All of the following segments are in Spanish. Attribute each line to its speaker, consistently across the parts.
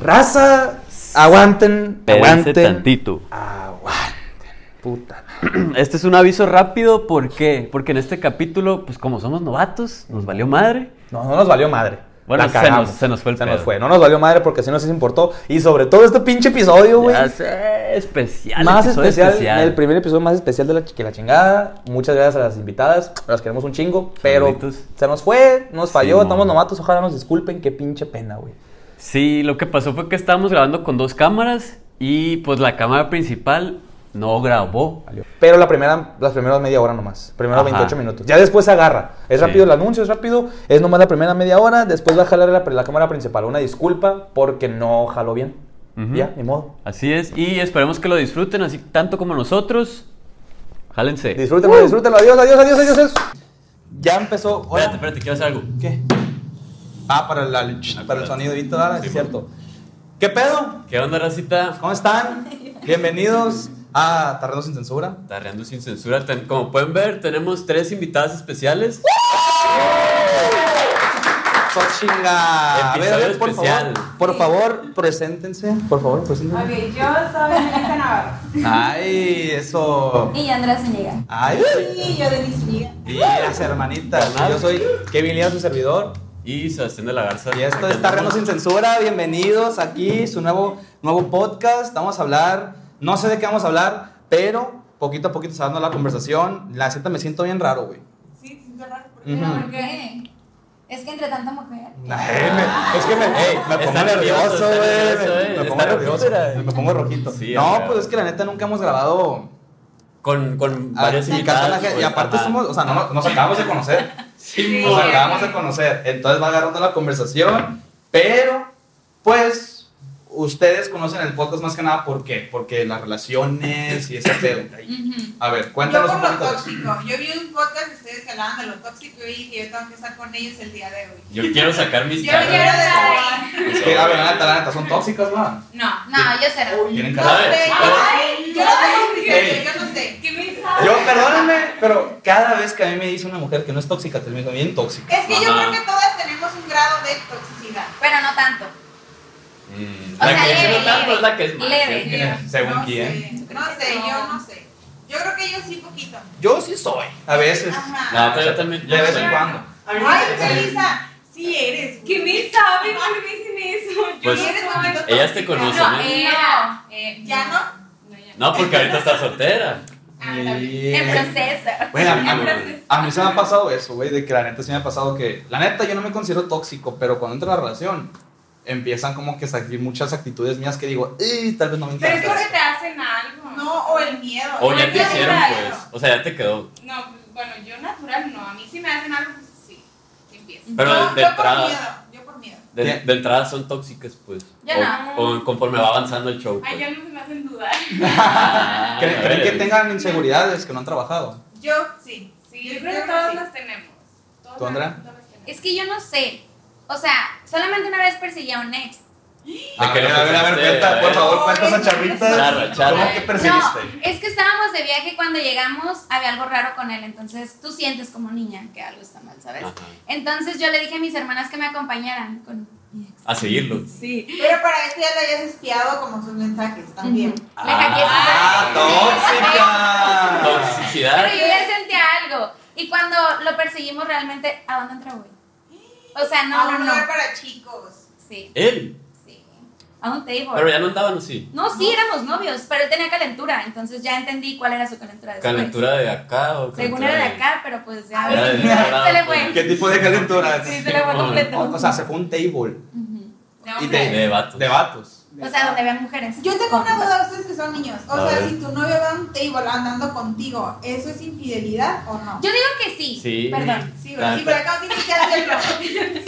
Speaker 1: Raza, aguanten,
Speaker 2: Espérense
Speaker 1: aguanten.
Speaker 2: tantito.
Speaker 1: Aguanten, puta.
Speaker 2: Este es un aviso rápido, ¿por qué? Porque en este capítulo, pues como somos novatos, nos valió madre.
Speaker 1: No, no nos valió madre.
Speaker 2: Bueno,
Speaker 1: La
Speaker 2: se
Speaker 1: cagamos.
Speaker 2: nos- se nos fue el
Speaker 1: Se
Speaker 2: pedo.
Speaker 1: nos fue. No nos valió madre porque sí nos importó. Y sobre todo este pinche episodio, güey.
Speaker 2: Ya sé, especial.
Speaker 1: Más
Speaker 2: episodio
Speaker 1: especial, El primer episodio más especial de la, que la chingada. Muchas gracias a las invitadas. Las queremos un chingo. Pero
Speaker 2: Saluditos.
Speaker 1: se nos fue, nos falló.
Speaker 2: mon.
Speaker 1: estamos novatos. Ojalá nos disculpen. Qué pinche pena, güey.
Speaker 2: Sí, lo que pasó fue que estábamos grabando con dos cámaras y pues la cámara principal no grabó.
Speaker 1: Pero la primera, las primeras media hora nomás. Primero
Speaker 2: Ajá.
Speaker 1: 28 minutos. Ya después se agarra. Es
Speaker 2: Sí.
Speaker 1: rápido el anuncio, es rápido. Es nomás la primera media hora. Después va a jalar la, la cámara principal. Una disculpa porque no jaló bien.
Speaker 2: Ujú.
Speaker 1: Ya, ni modo.
Speaker 2: Así es, y esperemos que lo disfruten así tanto como nosotros. Jálense.
Speaker 1: Disfrútenlo, disfrútenlo. Adiós, adiós, adiós, adiós. adiós. Uh. Ya empezó. Hola.
Speaker 2: Espérate, espérate, quiero hacer algo.
Speaker 1: ¿Qué? Ah, para el, al- para el sonido ahorita, ¿verdad? es cierto. ¿Qué pedo?
Speaker 2: ¿Qué onda, racita?
Speaker 1: ¿Cómo están? Bienvenidos a Tarrando sin Censura.
Speaker 2: Tarreando sin censura. Ten- como pueden ver, tenemos tres invitadas especiales.
Speaker 1: ¡Sochinga! Pues A ver, a ver, por
Speaker 2: Episodio
Speaker 1: favor. Por favor, preséntense. Por favor,
Speaker 3: Ok,
Speaker 1: preséntense.
Speaker 3: yo soy Melissa Navarro.
Speaker 1: Ay, eso.
Speaker 3: Y Andrea Zúñiga.
Speaker 1: Ay,
Speaker 3: Y yo Denis Zúñiga.
Speaker 1: y las hermanitas. Yo soy Kevin Lía, su servidor.
Speaker 2: Y Sebastián de la Garza.
Speaker 1: Y esto
Speaker 2: Aquí
Speaker 1: es Tarrando
Speaker 2: andamos.
Speaker 1: sin Censura, bienvenidos aquí, su nuevo, nuevo podcast, vamos a hablar, no sé de qué vamos a hablar, pero poquito a poquito se va dando la conversación, la neta me siento bien raro, güey.
Speaker 3: Sí, siento raro. ¿Por
Speaker 1: Ujú.
Speaker 3: No, porque es que entre tanta mujer.
Speaker 1: Ay, me- es que me, ey, me
Speaker 2: Está
Speaker 1: pongo
Speaker 2: nervioso,
Speaker 1: nervioso,
Speaker 2: está nervioso,
Speaker 1: güey, me-
Speaker 2: eh,
Speaker 1: me, pongo
Speaker 2: está
Speaker 1: nervioso,
Speaker 2: rojito.
Speaker 1: me pongo rojito.
Speaker 2: Sí,
Speaker 1: no,
Speaker 2: acá.
Speaker 1: pues es que la neta nunca hemos grabado Ah,
Speaker 2: Con, con
Speaker 1: a-
Speaker 2: varias
Speaker 1: ni
Speaker 2: invitadas.
Speaker 1: cantar la gente, y
Speaker 2: pues,
Speaker 1: aparte
Speaker 2: ajá.
Speaker 1: somos, o sea, no nos- nos acabamos de conocer.
Speaker 2: Sí,
Speaker 1: Nos
Speaker 2: mo-
Speaker 1: acabamos de conocer. Entonces va agarrando la conversación. Pero, pues, ustedes conocen el podcast más que nada. ¿Por qué? Porque las relaciones y ese pedo.
Speaker 3: Ujú.
Speaker 1: A ver,
Speaker 4: Yo
Speaker 1: cuéntanos
Speaker 4: por
Speaker 1: un
Speaker 4: lo
Speaker 1: poquito de eso.
Speaker 4: tóxico. Yo vi un podcast de ustedes que hablaban de lo tóxico y dije, yo tengo que estar con ellos el día de hoy.
Speaker 2: Yo quiero sacar mis
Speaker 4: Yo
Speaker 2: caras.
Speaker 4: quiero desahogar.
Speaker 1: Es que, a ver, la neta, la neta, son tóxicas, ¿no?
Speaker 4: No.
Speaker 3: No, yo cero.
Speaker 1: Tienen
Speaker 4: No
Speaker 1: cara.
Speaker 2: ver,
Speaker 4: sé.
Speaker 3: ay,
Speaker 4: Yo no tengo
Speaker 1: Ey.
Speaker 4: criterio, yo no sé.
Speaker 3: ¿Qué me
Speaker 1: Yo, perdónenme, pero cada vez que a mí me dice una mujer que no es tóxica, termino bien tóxica.
Speaker 4: Es que yo
Speaker 2: Ajá.
Speaker 4: creo que todas tenemos un grado de toxicidad.
Speaker 3: Pero no tanto.
Speaker 2: Mm,
Speaker 3: O
Speaker 2: La
Speaker 3: sea,
Speaker 2: que dice
Speaker 3: leve,
Speaker 2: no tanto
Speaker 3: leve,
Speaker 2: es la que es más. ¿eh?
Speaker 3: leve.
Speaker 2: ¿sí?
Speaker 1: Mira, según
Speaker 4: no
Speaker 1: quién.
Speaker 4: Sé. No sé, yo no sé. Yo creo que yo sí poquito.
Speaker 1: Yo sí soy. A veces.
Speaker 4: Ajá.
Speaker 2: No, pero yo también.
Speaker 1: De vez en
Speaker 2: Pues
Speaker 1: cuando.
Speaker 4: Ay, Melissa, sí eres.
Speaker 5: ¿Qué me sabe? ¿Por qué me dicen eso? Yo
Speaker 4: Sí eres
Speaker 5: no soy.
Speaker 4: poquito
Speaker 2: Pues, ellas te
Speaker 4: tóxica.
Speaker 2: conocen,
Speaker 3: No,
Speaker 4: No,
Speaker 2: ¿eh?
Speaker 3: era. eh,
Speaker 4: ¿Ya no?
Speaker 5: No, ya.
Speaker 2: No, porque ahorita está soltera.
Speaker 3: En
Speaker 1: Y-
Speaker 3: proceso.
Speaker 1: Bueno, a mí, a mí-
Speaker 5: Gracias.
Speaker 1: a mí se me ha pasado eso, güey, de que la neta sí me ha pasado que, la neta yo no me considero tóxico, pero cuando entro a la relación, empiezan como que salir muchas actitudes mías que digo, "Ey, tal vez no me
Speaker 5: Pero es porque
Speaker 1: encanta.
Speaker 5: te hacen algo.
Speaker 4: No, o el miedo.
Speaker 3: Pues,
Speaker 2: O
Speaker 4: Ay,
Speaker 2: ya te
Speaker 4: qué
Speaker 2: hicieron,
Speaker 4: raro.
Speaker 2: pues. O sea, ya te quedó.
Speaker 5: No, pues, bueno, yo natural no. A mí si me hacen algo, pues sí. Empiezo.
Speaker 2: Pero
Speaker 4: yo,
Speaker 2: de- de
Speaker 4: yo
Speaker 2: entrada.
Speaker 4: por miedo, yo por miedo.
Speaker 2: De,
Speaker 1: Bien.
Speaker 2: de entrada son tóxicas, pues.
Speaker 3: Yo
Speaker 2: o, o conforme va avanzando el show.
Speaker 5: Ay,
Speaker 2: pues.
Speaker 5: ya no se me hacen dudar.
Speaker 2: Ah,
Speaker 1: ¿Creen,
Speaker 2: a
Speaker 1: creen
Speaker 2: ver.
Speaker 1: que tengan inseguridades que no han trabajado?
Speaker 4: Yo sí.
Speaker 5: Sí, yo creo que todas las tenemos. Todas
Speaker 1: ¿Tú, Andrea?
Speaker 5: las- todas las tenemos.
Speaker 3: Es que yo no sé. O sea, solamente una vez perseguí a un ex.
Speaker 2: De
Speaker 1: A
Speaker 2: que
Speaker 1: ver,
Speaker 2: no
Speaker 1: a ver, a ver,
Speaker 2: pensaste, a
Speaker 1: cuenta, por
Speaker 2: ver.
Speaker 1: favor, cuenta esa
Speaker 2: Charra,
Speaker 1: charrita.
Speaker 2: charra.
Speaker 1: ¿Cómo que perseguiste?
Speaker 3: No, es que estábamos de viaje cuando llegamos, había algo raro con él, entonces tú sientes como niña que algo está mal, ¿sabes?
Speaker 2: Ajá.
Speaker 3: Entonces yo le dije a mis hermanas que me acompañaran con mi ex.
Speaker 2: A seguirlo.
Speaker 3: Sí.
Speaker 4: Pero para eso ya le hayas espiado como sus mensajes también.
Speaker 3: Ujú. Le
Speaker 2: Ah.
Speaker 3: hackeé
Speaker 1: ¡Ah, tóxica!
Speaker 3: Pero
Speaker 2: Toxicidad.
Speaker 3: yo ya sentía algo. Y cuando lo perseguimos realmente, ¿a dónde entró, güey? O sea,
Speaker 4: a
Speaker 3: no,
Speaker 4: un
Speaker 3: no,
Speaker 4: lugar
Speaker 3: no.
Speaker 4: para chicos.
Speaker 3: Sí,
Speaker 2: Él.
Speaker 3: sí. A un
Speaker 2: Pero
Speaker 3: table.
Speaker 2: ya no andaban así.
Speaker 3: No, sí, éramos novios, pero él tenía calentura, entonces ya entendí cuál era su calentura después.
Speaker 2: Calentura de acá o
Speaker 3: Según
Speaker 2: calentura
Speaker 3: era de acá, pero pues ya.
Speaker 2: Era de acá,
Speaker 3: se le
Speaker 2: pues.
Speaker 3: fue.
Speaker 1: ¿Qué tipo de calentura?
Speaker 3: Sí, se le fue
Speaker 2: Simón.
Speaker 3: completo.
Speaker 1: O, o sea, se fue un table
Speaker 3: Ujú.
Speaker 5: De
Speaker 1: y
Speaker 5: hombre.
Speaker 1: de,
Speaker 2: De vatos.
Speaker 1: De vatos.
Speaker 3: O sea, donde había mujeres.
Speaker 4: Yo tengo una duda, ustedes que son niños. O
Speaker 2: A
Speaker 4: sea,
Speaker 2: ver.
Speaker 4: si tu novio va a un table andando contigo, ¿eso es infidelidad o no?
Speaker 3: Yo digo que sí.
Speaker 2: Sí.
Speaker 3: Perdón.
Speaker 4: Sí, pero sí, pero acá tienes que hacerlo.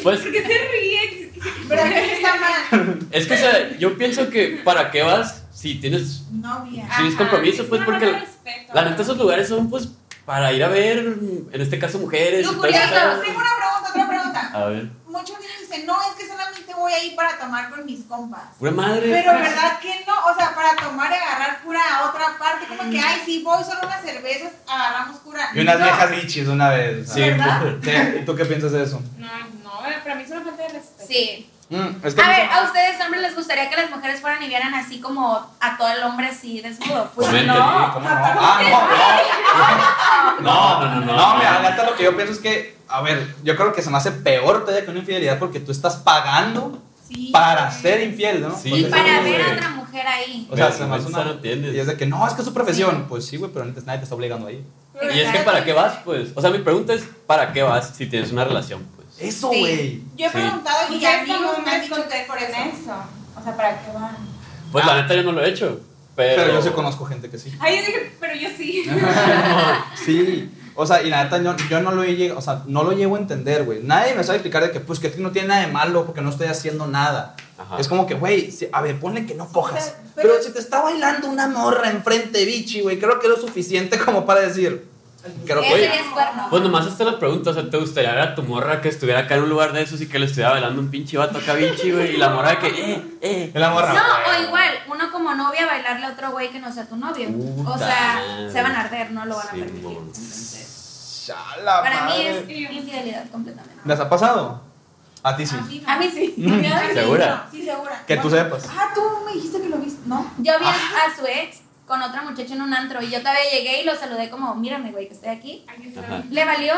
Speaker 2: Pues
Speaker 5: ¿Por qué se ríen?
Speaker 4: Pero acá sí está mal.
Speaker 2: es que, o sea, yo pienso que para qué vas si tienes.
Speaker 4: Novia.
Speaker 3: Ah,
Speaker 2: Sí, es
Speaker 5: Ajá,
Speaker 2: compromiso, pues,
Speaker 5: una
Speaker 2: porque
Speaker 5: falta de respeto.
Speaker 2: La neta, esos lugares son, pues, para ir a ver, en este caso, mujeres. y todo eso.
Speaker 3: Lujuriosos,
Speaker 4: Tengo una pregunta, otra pregunta.
Speaker 2: A ver.
Speaker 4: Muchos niños dicen, no, es que solamente voy ahí para tomar con mis compas.
Speaker 2: Pura madre. Pues,
Speaker 4: Pero verdad que no, o sea, para tomar y agarrar cura a otra parte, como que, ay, sí, voy solo unas cervezas, agarramos cura.
Speaker 1: Y unas
Speaker 4: No.
Speaker 1: viejas bichis una vez.
Speaker 4: Sí. ¿Verdad?
Speaker 1: Sí, ¿Y tú qué piensas de eso?
Speaker 5: eh, No, no, para mí es una falta de respeto.
Speaker 3: Pues Sí.
Speaker 6: Mm,
Speaker 1: Ah,
Speaker 6: es que
Speaker 3: A
Speaker 6: no sé-
Speaker 3: ver, ¿a ustedes hombres les gustaría que las mujeres fueran y vieran así como a todo el hombre así desnudo? Pues
Speaker 2: Comenten.
Speaker 6: Sí,
Speaker 3: no.
Speaker 6: ¿cómo no? Ah, no, no.
Speaker 2: No, no, no, no.
Speaker 6: No, mira, la neta lo que yo pienso es que, a ver, yo creo que se me hace peor todavía que una infidelidad porque tú estás pagando
Speaker 5: Sí.
Speaker 6: para ser infiel, ¿no?
Speaker 2: Sí,
Speaker 3: Y
Speaker 6: Porque-
Speaker 3: para
Speaker 1: Pues
Speaker 2: güey.
Speaker 3: ver a otra mujer ahí.
Speaker 6: O
Speaker 2: Pero
Speaker 6: sea, se me hace
Speaker 2: vergüenza
Speaker 6: una.
Speaker 2: no tienes.
Speaker 6: Y es de que no, es que es su profesión. Pues sí, güey, pero neta, nadie te está obligando ahí.
Speaker 2: Y es que
Speaker 3: Exacto.
Speaker 2: para qué vas, pues. O sea, mi pregunta es, ¿para qué vas si tienes una relación, pues?
Speaker 6: Eso,
Speaker 4: Sí.
Speaker 6: güey.
Speaker 4: Yo he
Speaker 2: Sí.
Speaker 4: preguntado y
Speaker 5: Ustedes
Speaker 4: amigos
Speaker 5: están
Speaker 4: me han dicho que
Speaker 5: contentos
Speaker 4: es por
Speaker 5: con
Speaker 4: eso.
Speaker 5: eso. O sea, ¿para qué van?
Speaker 2: Pues
Speaker 6: Ah.
Speaker 2: la neta yo no lo he hecho. Pero,
Speaker 6: Pero, yo sí conozco gente que sí.
Speaker 5: Ay, yo dije, pero yo sí.
Speaker 6: Sí. O sea, y la neta, yo, yo no lo he llegado, o sea, no lo llevo a entender, güey. Nadie me sabe explicar de que, pues, que no tiene nada de malo porque no estoy haciendo nada.
Speaker 2: Ajá.
Speaker 6: Es como que, güey, si- a ver, ponle que no cojas.
Speaker 4: sea,
Speaker 6: pero,
Speaker 4: pero-
Speaker 6: si te está bailando una morra enfrente, bichi, güey, creo que es lo suficiente como para decir. Creo que,
Speaker 3: Ese
Speaker 6: güey,
Speaker 3: ya es cuerno.
Speaker 2: Pues nomás hasta la pregunta, o sea, ¿te gustaría ver a tu morra que estuviera acá en un lugar de esos y que le estuviera bailando un pinche vato acá bichi, güey? Y la morra de que, eh, eh.
Speaker 6: la morra.
Speaker 3: No,
Speaker 6: güey.
Speaker 3: o igual, uno como novia bailarle a otro güey que no sea tu novio.
Speaker 2: Puta
Speaker 3: O sea,
Speaker 2: madre.
Speaker 3: se van a arder, no lo van a
Speaker 2: Sí,
Speaker 3: permitir.
Speaker 2: mon.
Speaker 3: Entonces,
Speaker 6: Chala,
Speaker 3: para mí
Speaker 6: madre.
Speaker 3: es infidelidad completamente.
Speaker 6: ¿Les ha pasado? A ti sí.
Speaker 3: A mí sí.
Speaker 4: Me han dicho,
Speaker 2: ¿Segura?
Speaker 4: Sí, segura.
Speaker 6: Que tú sepas.
Speaker 4: Ah, tú me dijiste que lo viste, ¿no?
Speaker 3: Yo vi a a su ex con otra muchacha en un antro y yo todavía llegué y lo saludé como, mírame, güey, que estoy aquí.
Speaker 5: Aquí está.
Speaker 2: Ajá.
Speaker 3: Le valió.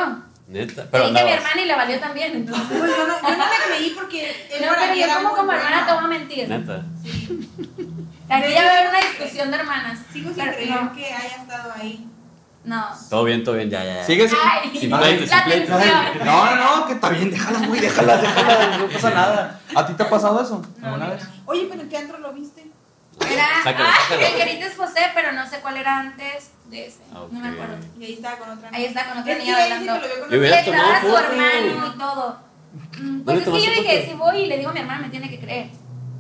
Speaker 2: Neta. Pero
Speaker 3: Le dije a mi
Speaker 2: andabas.
Speaker 3: hermana y le valió también. Entonces,
Speaker 4: Pues yo no, yo no le creí porque él
Speaker 3: no,
Speaker 4: para
Speaker 3: pero
Speaker 4: mí
Speaker 3: yo
Speaker 4: era
Speaker 3: como
Speaker 4: muy
Speaker 3: como
Speaker 4: bueno.
Speaker 3: hermana te voy a mentir.
Speaker 2: Neta.
Speaker 5: Sí.
Speaker 3: Aquí ya va a haber una discusión de hermanas.
Speaker 4: Sigo sin
Speaker 3: Pero
Speaker 4: creer
Speaker 3: no,
Speaker 4: que haya estado ahí.
Speaker 3: No.
Speaker 2: Todo bien, todo bien, ya, ya. ya.
Speaker 6: Sigue sin.
Speaker 3: Ay,
Speaker 2: Sin
Speaker 6: No,
Speaker 2: pleitos,
Speaker 3: la
Speaker 2: sin pleitos.
Speaker 3: tensión.
Speaker 6: No, no, no, que está bien, déjalas, güey, déjalas, déjalas, no pasa nada. ¿A ti te ha pasado eso?
Speaker 5: No,
Speaker 6: ¿Alguna
Speaker 5: no,
Speaker 6: vez?
Speaker 5: no.
Speaker 4: Oye, pero ¿en qué antro lo viste?
Speaker 3: Era,
Speaker 2: Sácalo,
Speaker 3: ah,
Speaker 2: sácalo.
Speaker 3: el que ahorita es José, pero no sé cuál era antes de ese.
Speaker 2: Ah,
Speaker 3: No me
Speaker 2: ok.
Speaker 3: acuerdo.
Speaker 4: Y ahí estaba con otra
Speaker 3: Ahí está con otra
Speaker 4: Es que
Speaker 3: niña
Speaker 4: ella dice que
Speaker 3: bailando.
Speaker 4: lo vio con
Speaker 2: Le
Speaker 4: otra-
Speaker 2: hubieras
Speaker 3: Le
Speaker 2: tomado
Speaker 3: graba a su
Speaker 2: foto.
Speaker 3: hermano y todo. Mm,
Speaker 2: ¿No le
Speaker 3: Pues es que yo
Speaker 2: tomaste
Speaker 3: dije,
Speaker 2: foto?
Speaker 3: si voy y le digo a mi hermana, me tiene que creer.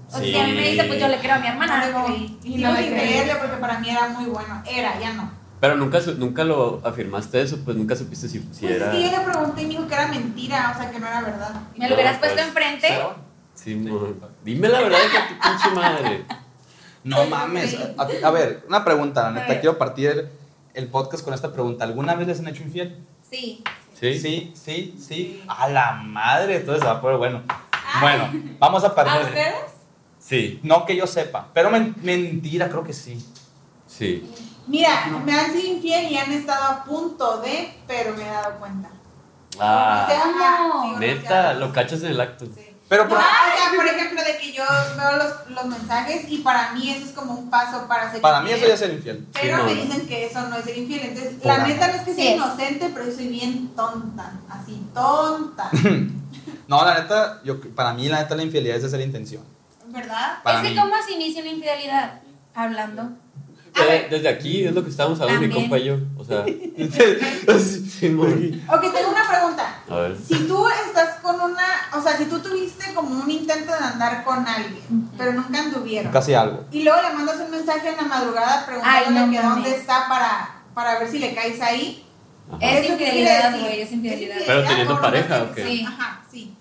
Speaker 3: O sea,
Speaker 2: Sí.
Speaker 3: si a mí me dice, pues yo le creo a mi hermana.
Speaker 4: Ah, No le
Speaker 3: ¿no?
Speaker 4: creí.
Speaker 5: Y
Speaker 4: Sigo
Speaker 5: no le
Speaker 4: sin
Speaker 5: creí.
Speaker 4: creerle porque para mí era muy bueno. Era, ya no.
Speaker 2: Pero nunca, su- nunca lo afirmaste eso, pues nunca supiste si, si
Speaker 4: Pues es
Speaker 2: era.
Speaker 4: que yo le pregunté y me dijo que era mentira, o sea, que no era verdad.
Speaker 3: Me lo hubieras
Speaker 2: No,
Speaker 3: puesto
Speaker 2: pues,
Speaker 3: enfrente.
Speaker 2: Sí, mon. Dime la verdad que tu pinche madre.
Speaker 6: No mames. A, a ti- a ver, una pregunta, la
Speaker 3: A
Speaker 6: neta,
Speaker 3: ver.
Speaker 6: quiero partir el, el podcast con esta pregunta. ¿Alguna vez les han hecho infiel?
Speaker 3: Sí.
Speaker 2: Sí.
Speaker 6: sí, sí. sí. A la madre, entonces se va a poner bueno. Bueno, vamos a
Speaker 4: ¿A
Speaker 6: partir.
Speaker 4: ustedes?
Speaker 2: Sí.
Speaker 6: No que yo sepa, pero men- mentira, creo que sí.
Speaker 2: Sí.
Speaker 4: Mira, me han sido infiel y han estado a punto de, pero me he dado cuenta.
Speaker 2: Ah.
Speaker 4: O sea,
Speaker 3: No.
Speaker 4: sí, o sea,
Speaker 2: Neta, lo cachas en el acto.
Speaker 4: sí.
Speaker 6: Pero,
Speaker 4: No,
Speaker 6: pero-
Speaker 4: o sea, por ejemplo, de que yo veo los, los mensajes y para mí eso es como un paso para ser
Speaker 6: para mí eso
Speaker 4: infiel.
Speaker 6: ya es ser infiel.
Speaker 4: Pero
Speaker 2: Sí,
Speaker 4: me
Speaker 2: no.
Speaker 4: dicen que eso no es ser infiel. Entonces,
Speaker 6: Por
Speaker 4: la
Speaker 6: ahí.
Speaker 4: neta no es que
Speaker 3: Sí
Speaker 4: sea
Speaker 3: es.
Speaker 4: inocente, pero yo soy bien tonta. Así, tonta.
Speaker 6: No, la neta, yo, para mí la neta la infidelidad es de ser intención.
Speaker 4: ¿Verdad?
Speaker 6: Para
Speaker 3: es que
Speaker 6: mí.
Speaker 3: cómo se inicia una infidelidad? Hablando.
Speaker 4: A
Speaker 2: Eh,
Speaker 4: ver.
Speaker 2: desde aquí es lo que estábamos hablando mi
Speaker 3: También.
Speaker 2: compa y yo. O sea, sí, mon.
Speaker 4: Ok, tengo una pregunta.
Speaker 2: A ver.
Speaker 4: Si tú estás con una. O sea, si tú tuviste como un intento de andar con alguien,
Speaker 3: Ujú.
Speaker 4: pero nunca anduvieron.
Speaker 6: Casi algo.
Speaker 4: Y luego le mandas un mensaje en la madrugada preguntándole
Speaker 3: Ay, no
Speaker 4: que
Speaker 3: mames.
Speaker 4: dónde está para, para ver si le caes ahí.
Speaker 2: Ajá.
Speaker 3: Es
Speaker 4: ¿Eso qué quiere
Speaker 3: infidelidad,
Speaker 4: decir?
Speaker 3: güey, es infidelidad.
Speaker 2: Pero teniendo
Speaker 4: ¿no?
Speaker 2: pareja,
Speaker 4: No sé,
Speaker 2: ¿o qué?
Speaker 4: sí, Ajá, sí.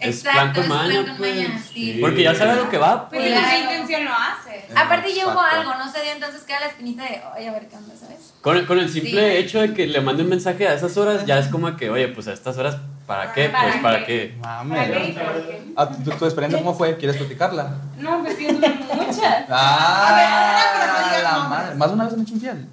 Speaker 2: Es plan
Speaker 3: Exacto,
Speaker 2: con
Speaker 3: es
Speaker 2: maña,
Speaker 3: plan con
Speaker 2: pues.
Speaker 3: maña, sí.
Speaker 6: Sí.
Speaker 2: Porque ya sabes lo que va.
Speaker 5: Pues
Speaker 2: pues.
Speaker 5: si no
Speaker 3: Claro.
Speaker 5: hay intención lo hace.
Speaker 3: Aparte ya hubo
Speaker 6: Exacto.
Speaker 3: algo, no se dio, entonces queda la espinita de, oye, a ver qué onda, ¿sabes?
Speaker 2: Con el, con el simple
Speaker 3: Sí.
Speaker 2: hecho de que le mande un mensaje a esas horas, ya es como que, oye, pues a estas horas, ¿para qué?
Speaker 5: ¿Para
Speaker 2: Pues
Speaker 5: qué?
Speaker 2: para qué.
Speaker 6: Mame.
Speaker 5: Vale, ¿por qué?
Speaker 6: Ah, ¿Tu, tu experiencia cómo fue? ¿Quieres platicarla?
Speaker 5: No, pues yo tuve muchas.
Speaker 4: A ver, una, pero no digas
Speaker 6: Ah, la
Speaker 4: nombres.
Speaker 6: madre. Más de una vez han hecho infiel.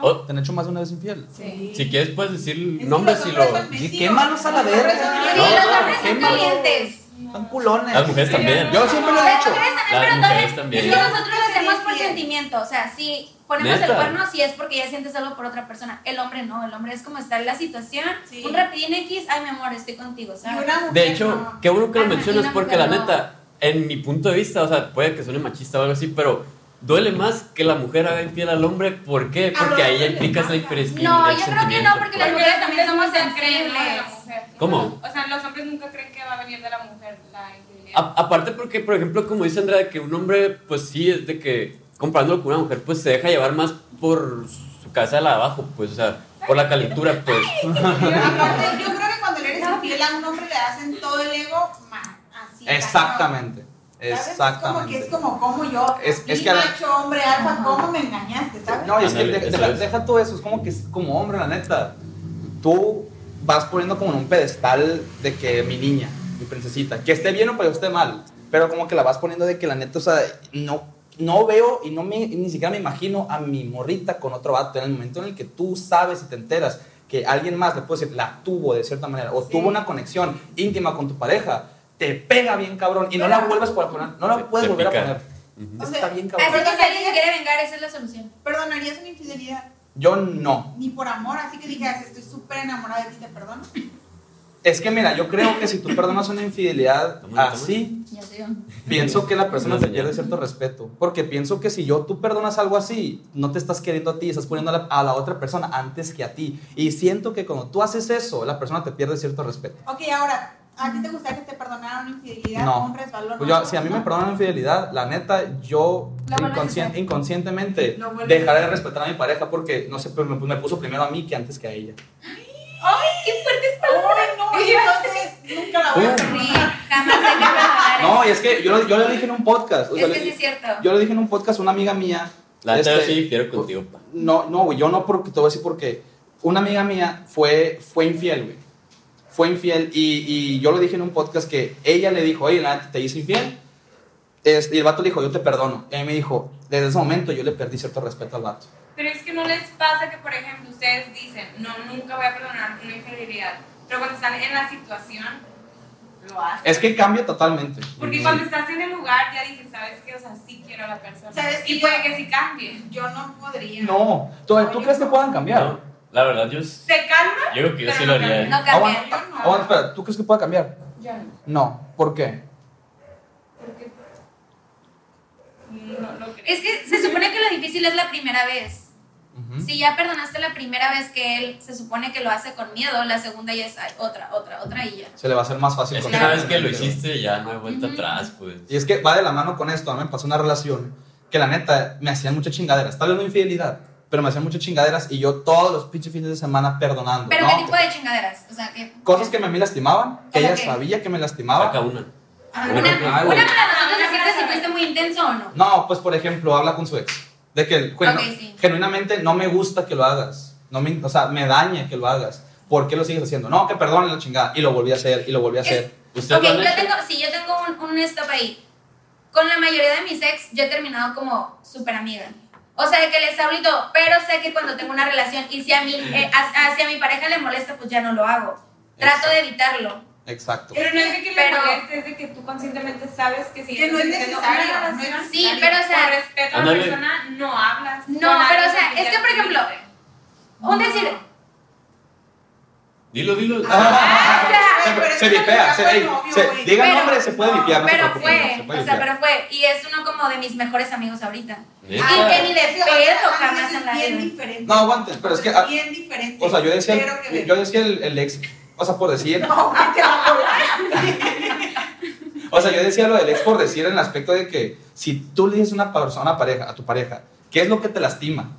Speaker 2: O-
Speaker 6: Te han hecho más de una vez infiel.
Speaker 3: Sí.
Speaker 2: si quieres, puedes decir
Speaker 4: Es que
Speaker 2: nombres
Speaker 4: los
Speaker 2: y lo.
Speaker 4: hombres son
Speaker 6: Y
Speaker 4: vecinos.
Speaker 6: quémalos a la
Speaker 4: Los hombres son
Speaker 6: verga.
Speaker 3: Sí,
Speaker 4: vecinos.
Speaker 3: los
Speaker 2: no,
Speaker 3: hombres son
Speaker 6: quémalo.
Speaker 3: calientes.
Speaker 6: Son culones.
Speaker 2: Las mujeres también.
Speaker 6: Yo siempre lo he
Speaker 3: Las
Speaker 6: hecho.
Speaker 3: mujeres también,
Speaker 2: Las
Speaker 3: pero
Speaker 2: mujeres
Speaker 3: también-
Speaker 2: también.
Speaker 3: Es que nosotros lo
Speaker 4: Sí,
Speaker 3: hacemos por
Speaker 4: sí.
Speaker 3: sentimiento. O sea, si ponemos
Speaker 2: Neta.
Speaker 3: el cuerno, si es porque ya sientes algo por otra persona. El hombre no, el hombre es como está en la situación.
Speaker 4: Sí.
Speaker 3: Un rapidín X, ay mi amor, estoy contigo,
Speaker 4: Y
Speaker 3: ¿sabes?
Speaker 4: una mujer
Speaker 2: De hecho,
Speaker 4: no.
Speaker 2: qué bueno que lo
Speaker 3: Ajá, y
Speaker 2: mencionas
Speaker 3: una
Speaker 2: porque la
Speaker 3: mujer no.
Speaker 2: neta, en mi punto de vista, o sea, puede que suene machista o algo así, pero duele más que la mujer haga infiel al hombre. ¿Por qué?
Speaker 4: A
Speaker 2: Porque
Speaker 4: los
Speaker 2: ahí
Speaker 4: hombres
Speaker 2: implica esa
Speaker 4: les mata.
Speaker 2: impresión.
Speaker 3: No, yo creo que no, porque las
Speaker 5: Porque
Speaker 3: mujeres
Speaker 5: los
Speaker 3: también
Speaker 5: hombres
Speaker 3: somos
Speaker 5: nunca creen, ¿no? de la
Speaker 3: sensibles.
Speaker 5: mujer.
Speaker 2: ¿Cómo?
Speaker 5: O sea, los hombres nunca creen que va a venir de la mujer la infidelidad.
Speaker 2: A- aparte porque, por ejemplo, como dice Andrea, que un hombre, pues sí, es de que comparándolo con una mujer, pues se deja llevar más por su casa de la de abajo, pues, o sea, por la calentura, pues.
Speaker 4: Aparte, yo creo que cuando le eres infiel a un hombre le hacen todo el ego mal. Así.
Speaker 6: Exactamente.
Speaker 4: cañón. ¿Sabes? Es
Speaker 6: Exactamente.
Speaker 4: como que es como como yo.
Speaker 6: Es-
Speaker 4: Es,
Speaker 6: es que a la-
Speaker 4: macho, hombre, alfa, ¿cómo me engañaste? ¿Sabes?
Speaker 6: No, y es que
Speaker 2: Ándale,
Speaker 6: deja,
Speaker 2: eso
Speaker 6: deja-
Speaker 2: es.
Speaker 6: deja todo eso, es como que es como hombre, la neta. Tú vas poniendo como en un pedestal de que mi niña, mi princesita. Que esté bien o que esté mal. Pero como que la vas poniendo de que la neta, o sea, no, no veo y no me, ni siquiera me imagino a mi morrita con otro vato. En el momento en el que tú sabes y te enteras que alguien más, le puedo decir, la tuvo de cierta manera o tuvo una conexión íntima con tu pareja, te pega bien cabrón y no la vuelves a poner. No la
Speaker 2: Te-
Speaker 6: puedes
Speaker 2: te
Speaker 6: volver
Speaker 2: pica.
Speaker 6: a poner.
Speaker 2: Ujú.
Speaker 4: O sea,
Speaker 6: Está bien
Speaker 3: Así
Speaker 6: cabrón.
Speaker 3: que si alguien se quiere vengar, esa es la solución.
Speaker 4: ¿Perdonarías una infidelidad?
Speaker 6: Yo no.
Speaker 4: Ni por amor, así que dijeras, estoy súper enamorada de ti, te perdono.
Speaker 6: Es que mira, yo creo que si tú perdonas una
Speaker 2: Toma,
Speaker 6: infidelidad
Speaker 2: toma.
Speaker 6: así,
Speaker 3: Ya te digo.
Speaker 6: Pienso que la persona
Speaker 2: Una
Speaker 6: te
Speaker 2: señal.
Speaker 6: pierde cierto respeto. Porque pienso que si yo tú perdonas algo así, no te estás queriendo a ti, estás poniendo a la, a la otra persona antes que a ti. Y siento que cuando tú haces eso, la persona te pierde cierto respeto.
Speaker 4: Ok, ahora, ¿a ti te gustaría que te perdonaran una infidelidad
Speaker 6: No.
Speaker 4: o un resbalón?
Speaker 6: Pues yo, si a mí me perdonan infidelidad, la neta, yo
Speaker 3: Lo vuelves a
Speaker 6: inconscien-
Speaker 3: hacer.
Speaker 6: inconscientemente
Speaker 4: Lo vuelves
Speaker 6: dejaré de respetar a mi pareja porque, no sé, pero me, me puso primero a mí que antes que a ella.
Speaker 4: ¡Ay, no! Entonces, nunca la voy a
Speaker 6: Uh.
Speaker 3: Sí,
Speaker 4: perdonar.
Speaker 3: jamás hay que perdonar.
Speaker 6: No, y es que yo, lo- yo lo dije en un podcast. o sea,
Speaker 3: es que
Speaker 6: le-
Speaker 3: sí es cierto.
Speaker 6: yo lo dije en un podcast a una amiga mía.
Speaker 2: La neta,
Speaker 6: este,
Speaker 2: yo sí quiero contigo, pa.
Speaker 6: No, no, güey, yo no porque te voy a decir porque una amiga mía fue, fue infiel, güey. Fue infiel y, y yo lo dije en un podcast que ella le dijo, oye, la neta, te hice infiel. Este, y el vato le dijo, yo te perdono. Y a mí me dijo, desde ese momento yo le perdí cierto respeto al vato.
Speaker 5: Pero es que no les pasa que, por ejemplo, ustedes dicen, no, nunca voy a perdonar una infidelidad. Pero cuando están en la situación, lo hacen.
Speaker 6: Es que cambia totalmente. Mm.
Speaker 5: Porque
Speaker 2: Sí.
Speaker 5: cuando estás en el lugar, ya dices, ¿sabes qué? O sea, sí quiero a la persona.
Speaker 4: ¿Sabes
Speaker 5: y
Speaker 4: qué?
Speaker 5: puede que sí cambie.
Speaker 4: Yo no podría.
Speaker 6: No, ¿tú, ¿tú crees que puedan cambiar?
Speaker 2: No, la verdad, yo, s-
Speaker 5: ¿Se calma?
Speaker 2: yo creo que yo
Speaker 5: Pero
Speaker 2: sí
Speaker 5: no
Speaker 2: lo haría.
Speaker 5: cambia.
Speaker 2: ¿eh?
Speaker 3: No
Speaker 6: Aguanta,
Speaker 3: cambia.
Speaker 4: Yo no.
Speaker 6: aguanta, ah, espera, ¿tú crees que pueda cambiar?
Speaker 5: Yo no.
Speaker 6: No, ¿por qué?
Speaker 5: Porque no lo creo.
Speaker 3: Es que se supone que lo difícil es la primera vez.
Speaker 6: Ujú.
Speaker 3: Si ya perdonaste la primera vez que él se supone que lo hace con miedo, la segunda ya es ay, otra, otra, otra y ya.
Speaker 6: Se le va a hacer más fácil.
Speaker 2: Es
Speaker 6: con
Speaker 2: que
Speaker 6: ella.
Speaker 2: una vez que lo hiciste, ya no hay vuelta
Speaker 3: Ujú.
Speaker 2: atrás, pues.
Speaker 6: Y es que va de la mano con esto. A mí me pasó una relación que la neta me hacían muchas chingaderas. Tal vez no infidelidad, pero me hacían muchas chingaderas y yo todos los pinches fines de semana perdonando.
Speaker 3: Pero
Speaker 6: ¿no?
Speaker 3: ¿qué tipo de chingaderas? O sea, que...
Speaker 6: Cosas que a mí lastimaban, que
Speaker 4: O sea,
Speaker 6: ella
Speaker 4: que-
Speaker 6: sabía que me
Speaker 2: Saca
Speaker 6: lastimaba.
Speaker 2: una.
Speaker 3: Una,
Speaker 2: Bueno,
Speaker 3: una
Speaker 6: claro.
Speaker 3: para nosotros
Speaker 5: Una
Speaker 3: decirte
Speaker 5: para-
Speaker 3: si fuiste muy intenso o no.
Speaker 6: No, pues por ejemplo, habla con su ex. De que güey,
Speaker 3: Ok,
Speaker 6: no-
Speaker 3: sí.
Speaker 6: genuinamente no me gusta que lo hagas. No me, o sea, me daña que lo hagas. ¿Por qué lo sigues haciendo? No, que perdone la chingada. Y lo volví a hacer, y lo volví a
Speaker 3: Es-
Speaker 6: hacer.
Speaker 2: ¿Ustedes
Speaker 3: Ok,
Speaker 2: lo han
Speaker 3: yo
Speaker 2: hecho?
Speaker 3: tengo, sí, yo tengo un, un stop ahí. Con la mayoría de mis ex, yo he terminado como súper amiga. O sea, de que les hablo y todo, pero sé que cuando tengo una relación y si a mí, eh, a- a- si a mi pareja le molesta, pues ya no lo hago. Trato de evitarlo.
Speaker 6: Exacto.
Speaker 5: Pero no es de que le
Speaker 3: Pero-
Speaker 5: moleste, es de que tú conscientemente sabes que si
Speaker 4: Que no es
Speaker 5: estás teniendo
Speaker 4: necesario,
Speaker 5: una
Speaker 4: no es
Speaker 5: relación
Speaker 3: Sí, pero o
Speaker 5: con
Speaker 3: sea,
Speaker 5: respeto a la
Speaker 2: Ándale.
Speaker 5: persona, no hablas.
Speaker 3: No,
Speaker 5: con alguien
Speaker 3: pero, o sea,
Speaker 5: porque
Speaker 3: es
Speaker 5: ya
Speaker 3: que, por ejemplo,
Speaker 5: estuviste.
Speaker 3: Un decir,
Speaker 2: Dilo, dilo.
Speaker 3: Ah, o sea,
Speaker 4: Ay, Ah, pero es
Speaker 6: se
Speaker 4: que
Speaker 6: vipea,
Speaker 4: no
Speaker 6: se,
Speaker 4: fue
Speaker 6: ey,
Speaker 4: novio,
Speaker 6: se-
Speaker 4: güey.
Speaker 6: diga
Speaker 3: Pero-
Speaker 6: nombre, se puede vipear, no se
Speaker 3: pero
Speaker 6: preocupen, se
Speaker 3: fue,
Speaker 6: puede
Speaker 3: o sea, pero
Speaker 6: vipear.
Speaker 3: fue. Y es uno como de mis mejores amigos ahorita.
Speaker 2: Neta.
Speaker 3: Y que ni de
Speaker 4: Ah, Sí, o sea,
Speaker 3: pedo
Speaker 4: antes
Speaker 3: jamás
Speaker 4: es
Speaker 3: en la
Speaker 4: bien
Speaker 3: vida.
Speaker 4: diferente.
Speaker 6: No, aguanten, pero es que-
Speaker 4: Es bien diferente.
Speaker 6: O sea, yo decía,
Speaker 4: Quiero que
Speaker 6: el,
Speaker 4: veas.
Speaker 6: yo decía el, el ex, o sea, por decir,
Speaker 4: No, güey, te va a volar.
Speaker 6: o sea, yo decía lo del ex por decir en el aspecto de que si tú le dices a una persona, a pareja, a tu pareja, ¿qué es lo que te lastima?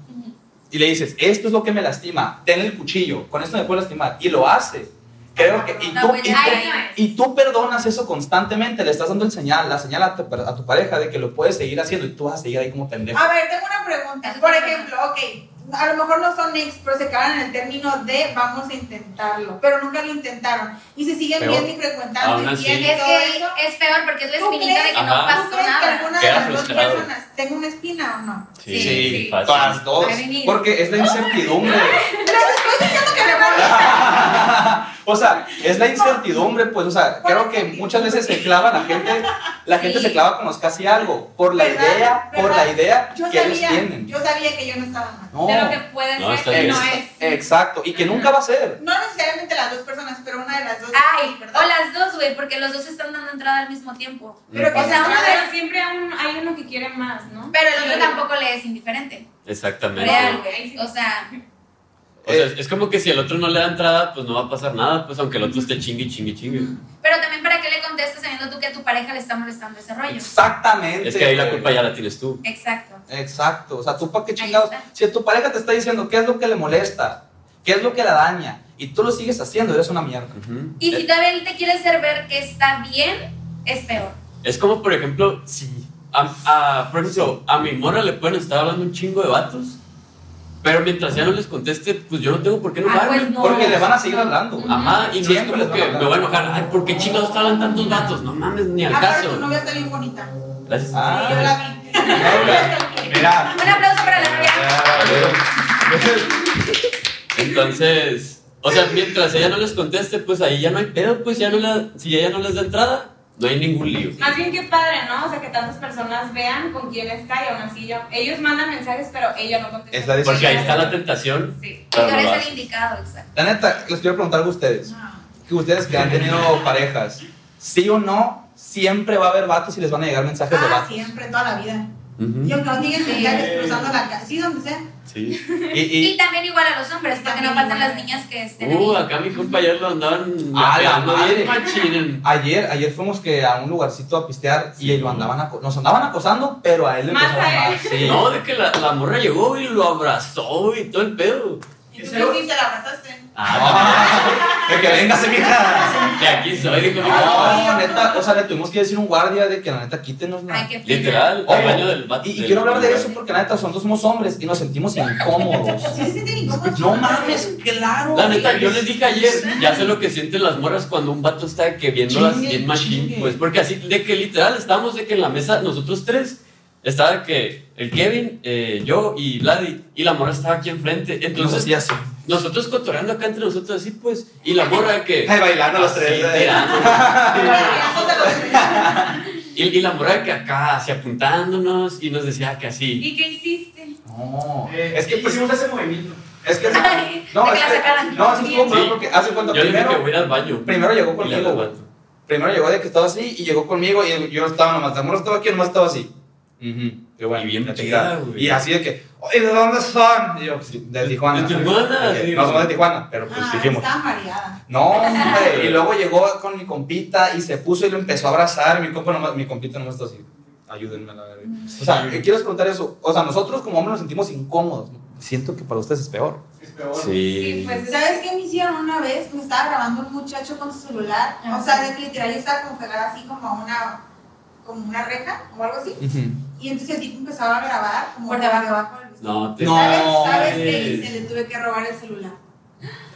Speaker 6: Y le dices, esto es lo que me lastima, ten el cuchillo, con esto me puedo lastimar, y lo hace. Creo que, y
Speaker 3: No,
Speaker 6: tú,
Speaker 3: güey,
Speaker 6: y tú-
Speaker 3: ay,
Speaker 5: Ah, no.
Speaker 6: y tú perdonas eso constantemente, le estás dando el señal, la señal a tu, a tu pareja de que lo puedes seguir haciendo y tú vas a seguir ahí como pendejo.
Speaker 5: Ah,
Speaker 4: A ver, tengo una pregunta. Por ejemplo, ok, a lo mejor no son ex, pero se quedaron en el término de vamos a intentarlo, pero nunca lo intentaron. Y se siguen
Speaker 6: Peor.
Speaker 4: viendo y frecuentando
Speaker 2: Aún
Speaker 4: y
Speaker 2: así.
Speaker 4: viendo
Speaker 3: Es
Speaker 4: todo eso.
Speaker 3: que es peor porque es la
Speaker 4: ¿Tú
Speaker 3: espinita de que no
Speaker 2: Ajá.
Speaker 4: ¿Tú
Speaker 3: pasó
Speaker 4: crees que
Speaker 3: nada.
Speaker 4: alguna de
Speaker 2: Queda
Speaker 4: las dos
Speaker 2: frustrado.
Speaker 4: personas tenga una espina o no?
Speaker 2: Sí,
Speaker 6: Sí,
Speaker 5: sí,
Speaker 2: fácil.
Speaker 6: Todas dos.
Speaker 3: Ay, Denise.
Speaker 6: Porque es la incertidumbre.
Speaker 4: Les estoy diciendo que me voy.
Speaker 6: O sea, es la incertidumbre, pues, o sea, creo que muchas veces se clava la gente, la gente
Speaker 3: Sí.
Speaker 6: se clava con los casi algo, por la
Speaker 4: ¿Verdad?
Speaker 6: idea, por la
Speaker 4: ¿Verdad?
Speaker 6: idea
Speaker 4: Yo
Speaker 6: que ellos
Speaker 4: sabía,
Speaker 6: tienen.
Speaker 4: yo sabía que yo no estaba mal.
Speaker 6: No,
Speaker 5: De lo que puede
Speaker 2: No, está
Speaker 5: ser,
Speaker 2: bien.
Speaker 5: no
Speaker 6: ex-
Speaker 5: es.
Speaker 6: exacto, y que nunca va a ser.
Speaker 4: No necesariamente las dos personas, pero una de las dos.
Speaker 3: Ay,
Speaker 4: ¿verdad?
Speaker 3: o las dos, güey, porque los dos están dando entrada al mismo tiempo.
Speaker 4: Pero que
Speaker 3: O sea, uno de
Speaker 5: Pero siempre hay uno, hay uno que quiere más, ¿no?
Speaker 3: Pero el
Speaker 5: Sí.
Speaker 3: otro tampoco le es indiferente.
Speaker 2: Exactamente.
Speaker 3: Real, güey. O sea,
Speaker 2: O sea,
Speaker 6: Eh,
Speaker 2: es como que si el otro no le da entrada, pues no va a pasar nada, pues aunque el otro esté chingue, chingue, chingue.
Speaker 3: pero también para qué le contestas sabiendo tú que a tu pareja le está molestando ese rollo.
Speaker 6: Exactamente.
Speaker 2: Es que ahí la
Speaker 6: güey.
Speaker 2: culpa ya la tienes tú.
Speaker 3: Exacto.
Speaker 6: Exacto, o sea, tú para qué
Speaker 3: Ahí
Speaker 6: chingados.
Speaker 3: está.
Speaker 6: Si tu pareja te está diciendo qué es lo que le molesta, qué es lo que la daña, y tú lo sigues haciendo, eres una mierda.
Speaker 2: Ujú.
Speaker 3: Y si
Speaker 2: Eh,
Speaker 3: todavía él te quiere hacer ver que está bien, es peor.
Speaker 2: Es como, por ejemplo, si a, a- por ejemplo, a mi morra le pueden estar hablando un chingo de vatos, Pero mientras ya no les conteste, pues yo no tengo por qué
Speaker 3: Ah,
Speaker 2: enojarme.
Speaker 3: pues no.
Speaker 6: Porque le van a seguir hablando. güey.
Speaker 2: Ajá, y no
Speaker 6: Siempre
Speaker 2: es
Speaker 6: les
Speaker 2: como
Speaker 6: van
Speaker 2: que
Speaker 6: a hablar.
Speaker 2: me voy a enojar. Ay, ¿por qué chingados te hablan tantos datos? No mames, ni al
Speaker 4: Aparte, tu
Speaker 2: caso.
Speaker 4: novia está bien bonita. Sí,
Speaker 2: Gracias.
Speaker 6: Ah.
Speaker 4: yo la vi.
Speaker 6: Mira.
Speaker 3: Un aplauso para la novia.
Speaker 2: Entonces, o sea, mientras ella no les conteste, pues ahí ya no hay pedo, pues ya no la, si ella no les da entrada, no hay ningún lío.
Speaker 5: Más bien que padre, ¿no? O sea, que tantas personas vean con quién está y aún así yo- ellos mandan mensajes, pero ella no contesta.
Speaker 6: Es la decisión.
Speaker 2: Porque ahí está la tentación.
Speaker 5: Sí.
Speaker 3: Y tú
Speaker 2: Claro, no lo
Speaker 3: eres el
Speaker 2: hace.
Speaker 3: indicado, exacto.
Speaker 6: La neta, les quiero preguntar a ustedes. Que ustedes que han tenido parejas, sí o no, siempre va a haber vatos y les van a llegar mensajes de
Speaker 4: Ah,
Speaker 6: vatos.
Speaker 4: siempre, toda la vida.
Speaker 2: Ujú.
Speaker 4: Y aunque no lleguen
Speaker 3: Sí.
Speaker 4: mensajes cruzando la calle, sí, donde sea.
Speaker 2: Sí.
Speaker 6: Y,
Speaker 3: Y,
Speaker 6: y-
Speaker 3: también igual a los hombres, para que no
Speaker 4: También
Speaker 3: falten
Speaker 4: igual.
Speaker 3: las niñas que estén
Speaker 2: Uh,
Speaker 3: ahí.
Speaker 2: acá mi compa ayer lo andaban
Speaker 6: A Ah, la
Speaker 2: pegando bien
Speaker 6: madre.
Speaker 2: machín en-
Speaker 6: ayer, ayer fuimos que a un lugarcito a pistear y
Speaker 2: Sí.
Speaker 6: lo andaban aco- nos andaban acosando, pero a él le
Speaker 5: Más
Speaker 6: empezaron
Speaker 5: a
Speaker 6: a
Speaker 5: él.
Speaker 6: amar. Sí.
Speaker 2: No, de que la, la morra llegó y lo abrazó y todo el pedo.
Speaker 4: Y tú sí te la abrazaste.
Speaker 6: Ah, de que vengas, mija.
Speaker 2: De aquí soy, dijo "Ah, mi compa.
Speaker 6: Ah, No, neta, o sea, le tuvimos que decir a un guardia de que la neta quítenos la.
Speaker 3: Ay, qué pena.
Speaker 2: Literal,
Speaker 6: Ojo,
Speaker 2: al baño del vato.
Speaker 6: Y, y
Speaker 2: del-
Speaker 6: quiero hablar de eso porque la neta, nosotros somos hombres y nos sentimos incómodos.
Speaker 4: Sí, se sienten incómodos.
Speaker 6: No mames, claro.
Speaker 2: La neta, yo les dije ayer, ya sé lo que sienten las morras cuando un vato está de que viéndolas
Speaker 6: Chingue,
Speaker 2: bien machín.
Speaker 6: chingue.
Speaker 2: Pues porque así, de que literal, estábamos de que en la mesa, nosotros tres, estaba de que el Kevin, eh, yo y Ladi, y la morra estaba aquí enfrente. Entonces,
Speaker 6: Entonces, sí, así.
Speaker 2: nosotros cotorreando acá entre nosotros así, pues, y la morra de que...
Speaker 6: Ay, bailando los tres.
Speaker 2: así,
Speaker 6: eh.
Speaker 2: tirando.
Speaker 4: Abrazos de los tres.
Speaker 2: Ah, Y, y la morra de que acá, así apuntándonos, y nos decía que así.
Speaker 5: ¿Y qué hiciste?
Speaker 6: No,
Speaker 1: Eh,
Speaker 6: es que pues,
Speaker 1: hicimos ese movimiento.
Speaker 6: es que
Speaker 3: Ay,
Speaker 6: no,
Speaker 3: de
Speaker 6: es
Speaker 3: que la
Speaker 6: que-
Speaker 3: sacaran.
Speaker 6: no, así estuvo
Speaker 2: Sí.
Speaker 6: peor porque hace cuando
Speaker 2: Yo le dije que
Speaker 6: primero,
Speaker 2: voy a ir al baño.
Speaker 6: primero llegó
Speaker 2: Y le dije
Speaker 6: conmigo,
Speaker 2: al
Speaker 6: güey.
Speaker 2: vato.
Speaker 6: primero llegó de que estaba así y llegó conmigo y yo estaba nomás, la morra estaba aquí, nomás estaba así. Ujú. Qué bueno,
Speaker 2: Y bien
Speaker 6: la
Speaker 2: pegada,
Speaker 6: chingada.
Speaker 2: güey.
Speaker 6: Y así de que, oye, ¿de dónde son? Y yo, pues, de Tijuana.
Speaker 2: ¿De Tijuana?
Speaker 6: Ok,
Speaker 2: Sí,
Speaker 6: No
Speaker 2: güey.
Speaker 6: somos de Tijuana, pero pues
Speaker 4: Ah,
Speaker 6: dijimos.
Speaker 4: estaba mareada.
Speaker 6: No, hombre. Y luego llegó con mi compita y se puso y lo empezó a abrazar. Mi, compa nomás, mi compita nomás está así. Ayúdenme a la verga. O sea, eh, quiero preguntar eso. O sea, nosotros como hombres nos sentimos incómodos. Siento que para ustedes es peor.
Speaker 1: Es peor.
Speaker 2: Sí.
Speaker 5: Sí, pues
Speaker 4: ¿Sabes qué me hicieron una vez? Me estaba grabando un muchacho con su celular. O sea, de que literal yo estaba como pegada así como a una, como una reja o algo así. Y entonces el tipo empezaba a grabar como
Speaker 3: Por debajo.
Speaker 4: debajo del vestido.
Speaker 2: No, te
Speaker 6: No.
Speaker 4: ¿Sabes, ¿sabes
Speaker 2: mames.
Speaker 4: qué hice? Le tuve que robar el celular.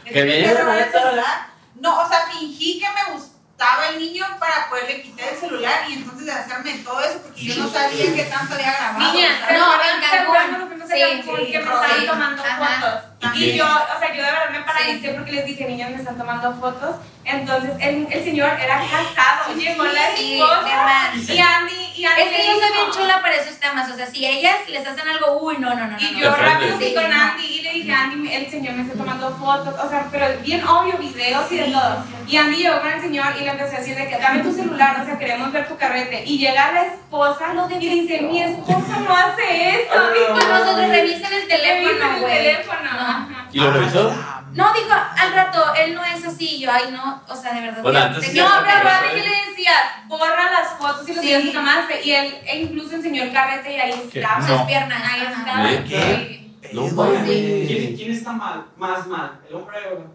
Speaker 4: Le
Speaker 2: Qué
Speaker 4: tuve
Speaker 2: bien,
Speaker 4: que robar el
Speaker 2: neta.
Speaker 4: celular. No, o sea, fingí que me gustaba el niño para poderle quitar el celular y entonces de hacerme todo eso porque yo no sabía qué tanto había grabado.
Speaker 5: Niña,
Speaker 4: ¿sabes?
Speaker 5: pero
Speaker 3: no,
Speaker 5: ¿se
Speaker 3: en
Speaker 5: acuerdan
Speaker 3: Cancún?
Speaker 5: cuando fuimos a
Speaker 3: Sí,
Speaker 5: Cancún
Speaker 4: sí,
Speaker 5: que me
Speaker 4: sí.
Speaker 5: estaban tomando
Speaker 3: Ajá.
Speaker 5: fotos.
Speaker 2: Sí.
Speaker 5: Y yo, o sea, yo de verdad me paralicé
Speaker 3: Sí.
Speaker 5: porque les dije, niñas, me están tomando fotos. Entonces, el, el señor era casado, llegó la
Speaker 3: Sí,
Speaker 5: esposa.
Speaker 3: hermano.
Speaker 5: y Andy, y Andy.
Speaker 3: Es que
Speaker 5: le
Speaker 3: yo soy
Speaker 5: dijo-
Speaker 3: bien chula para esos temas. O sea, si ellas les hacen algo, uy, no, no, no. no,
Speaker 5: Y
Speaker 3: no.
Speaker 5: yo
Speaker 2: Depende.
Speaker 5: rápido fui
Speaker 3: Sí,
Speaker 5: con
Speaker 3: no.
Speaker 5: Andy y le dije, Andy, me- el señor me está tomando fotos, o sea, pero bien obvio, videos y de todo. Y Andy llegó con el señor y le empezó a decir de que dame tu celular, o sea, queremos ver tu carrete. Y llega la esposa y dice, mi esposa no hace eso. dijo,
Speaker 3: Pues nosotros revisen el
Speaker 5: Revisen
Speaker 3: teléfono,
Speaker 5: el
Speaker 3: güey.
Speaker 5: teléfono. Ajá.
Speaker 2: ¿Y
Speaker 4: Ah,
Speaker 2: lo revisó?
Speaker 3: No, dijo, al rato, él no es así. Y yo, ay, no, o sea, de verdad.
Speaker 2: Bueno,
Speaker 3: ya-
Speaker 2: antes
Speaker 3: de-
Speaker 2: sí
Speaker 5: No,
Speaker 3: no,
Speaker 5: pero
Speaker 3: pero-
Speaker 5: Andy le decía, borra las fotos y los
Speaker 3: Sí.
Speaker 5: videos que tomaste. Y él e incluso enseñó el carrete y ahí estaba.
Speaker 3: sus piernas.
Speaker 5: Ahí
Speaker 3: ajá.
Speaker 5: estaba.
Speaker 2: ¿Eh?
Speaker 5: Sí.
Speaker 2: No
Speaker 1: Pedo.
Speaker 2: mames.
Speaker 1: ¿Quién, quién está mal? Más mal, el hombre o la mujer.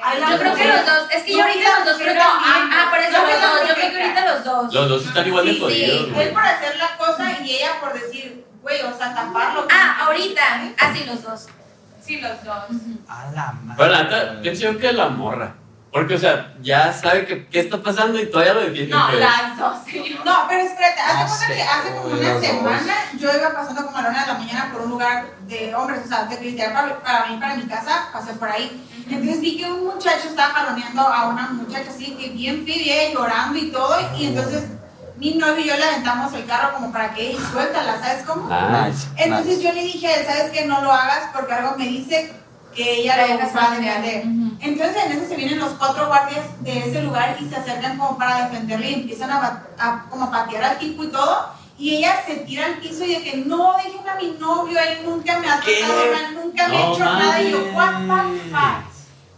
Speaker 4: Ay,
Speaker 3: Yo creo que los dos, es que yo ahorita los dos creo que
Speaker 4: No,
Speaker 3: sí.
Speaker 4: ah,
Speaker 3: Ah, por eso
Speaker 4: no,
Speaker 3: los
Speaker 4: no,
Speaker 3: dos,
Speaker 4: no,
Speaker 3: yo creo que ahorita los dos.
Speaker 2: Los dos están igual de
Speaker 3: Sí, sí.
Speaker 2: jodidos, güey.
Speaker 4: Él por hacer la cosa y ella por decir, güey, o sea, taparlo.
Speaker 3: Ah, ahorita, así los dos.
Speaker 5: Sí, los dos.
Speaker 6: A la madre.
Speaker 2: Pero la neta, pienso yo que la morra. Porque, o sea, ya sabe que, qué está pasando y todavía lo defiende.
Speaker 5: No,
Speaker 2: pues.
Speaker 5: las dos, señor.
Speaker 4: No, pero espérate,
Speaker 6: No
Speaker 4: hace cuenta
Speaker 6: sé,
Speaker 4: que hace como
Speaker 6: güey,
Speaker 4: una
Speaker 6: los dos.
Speaker 4: semana yo iba pasando como a la una de la mañana por un lugar de hombres, o sea, de que literal para, para venir para mi casa, pasé por ahí. Y entonces vi que un muchacho estaba jaloneando a una muchacha así, que bien fea, y ella llorando y todo, y entonces mi novio y yo le aventamos el carro como para que "Ey, suéltala, ¿sabes cómo?
Speaker 2: Ah,
Speaker 6: Nice,
Speaker 4: Entonces
Speaker 6: nice.
Speaker 4: yo le dije, a él, ¿sabes qué? No lo hagas porque algo me dice que ella
Speaker 3: Lo
Speaker 4: lo
Speaker 3: dejas
Speaker 4: va a
Speaker 3: planear.
Speaker 4: defender.
Speaker 3: Ujú.
Speaker 4: Entonces en eso se vienen los cuatro guardias de ese lugar y se acercan como para defenderle y empiezan a, bat- a como patear al tipo y todo. Y ella se tira al piso y de que no, déjenme a mi novio, él nunca me ha
Speaker 6: ¿Qué?
Speaker 4: tocado mal, nunca me ha
Speaker 2: No
Speaker 4: hecho nada. Y yo, what the
Speaker 2: mames.
Speaker 4: fuck?".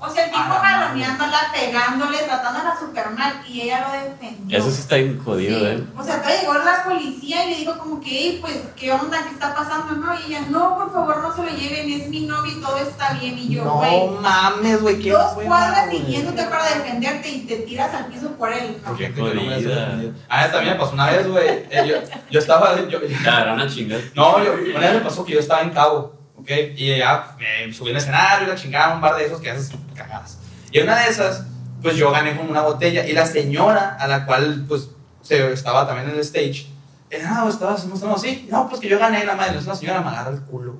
Speaker 4: O sea, el tipo
Speaker 6: A la madre.
Speaker 4: jaloneándola, pegándole, tratándola super mal y ella lo defendió.
Speaker 2: Eso sí está bien jodido,
Speaker 3: Sí.
Speaker 2: ¿eh?
Speaker 4: O sea, todavía llegó la policía y le dijo como que, "Ey, pues, ¿qué onda? ¿Qué está pasando? No, y ella, no, por favor, no se lo lleven, es mi novio y todo está bien. Y yo, güey,
Speaker 6: No mames, güey, qué
Speaker 4: dos
Speaker 6: hueva,
Speaker 4: cuadras
Speaker 6: güey.
Speaker 4: siguiéndote para defenderte y te tiras al piso por él. ¿no?
Speaker 6: Por
Speaker 2: Qué
Speaker 6: gente que no merece
Speaker 2: jodida.
Speaker 6: defendido. Ah, esa también me pasó una vez, güey. Eh, Yo, yo estaba. yo-
Speaker 2: La gran chingada.
Speaker 6: no, yo, una vez me pasó que yo estaba en Cabo. ¿ok? Y ya me subí al escenario, la chingada, un bar de esos que haces cagadas. Y en una de esas, pues yo gané con una botella y la señora a la cual, pues, se estaba también en el stage, eh, no, estaba mostrando así, no, pues que yo gané, la madre, la señora me agarra el culo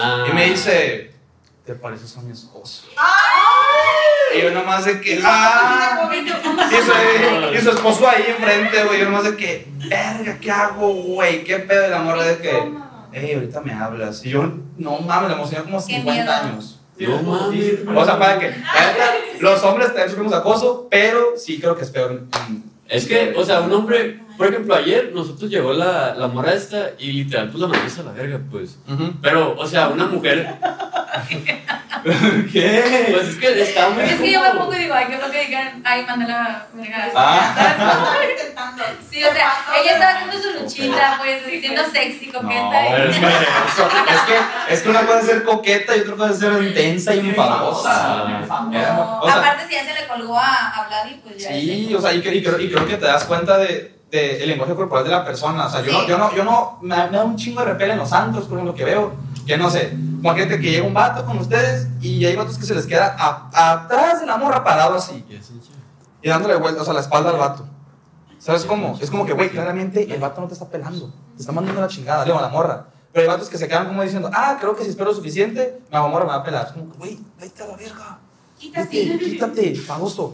Speaker 2: Ah.
Speaker 6: y me dice, ¿te pareces a mi esposo? Y yo nomás de que, ah, y su, eh, y su esposo ahí enfrente, güey. Yo nomás de que, verga, ¿qué hago, güey? ¿Qué pedo? Y la morra de que, hey, ahorita me hablas. Y yo, no mames, la emocioné como
Speaker 3: Qué
Speaker 6: 50
Speaker 3: miedo.
Speaker 6: años.
Speaker 2: No mames.
Speaker 6: O sea, para que, la neta, los hombres también sufrimos acoso, pero sí creo que es peor. en-
Speaker 2: Es que, o sea, un hombre, por ejemplo, ayer nosotros llegó la, la morra esta y literal, pues la mandamos a la verga, pues.
Speaker 6: Ujú.
Speaker 2: Pero, o sea, una mujer,
Speaker 6: ¿Qué?
Speaker 2: pues es que está muy.
Speaker 3: Es que yo me
Speaker 2: como-
Speaker 3: pongo y digo, ay, qué lo que digan, ay, mándala, verga.
Speaker 6: Ah.
Speaker 3: Sí, o sea, ella estaba haciendo su luchita, pues, siendo sexy,
Speaker 6: No,
Speaker 3: coqueta.
Speaker 6: es
Speaker 3: y-
Speaker 6: que, es que, es que una cosa es ser coqueta y otra cosa es ser intensa y enfadosa.
Speaker 1: Ah.
Speaker 6: O sea-
Speaker 3: Aparte, si ya se le colgó a, a Vlad y pues ya.
Speaker 6: Sí, o sea, y, que- y creo, y creo que te das cuenta de, de el lenguaje corporal de la persona. O sea, yo no, yo no, yo no, me, me da un chingo de repel en los antros, por ejemplo, que veo, que no sé, imagínate que llega un vato con ustedes y hay vatos que se les queda a- atrás de la morra parado así y dándole vueltas, o sea, la espalda al vato. ¿Sabes cómo? Es como que, güey, claramente el vato no te está pelando, te está mandando la chingada, luego a la morra. Pero hay vatos que se quedan como diciendo, ah, creo que si espero suficiente, la morra me va a pelar. Es como que, güey, vete a la verga, quítate, quítate, famoso.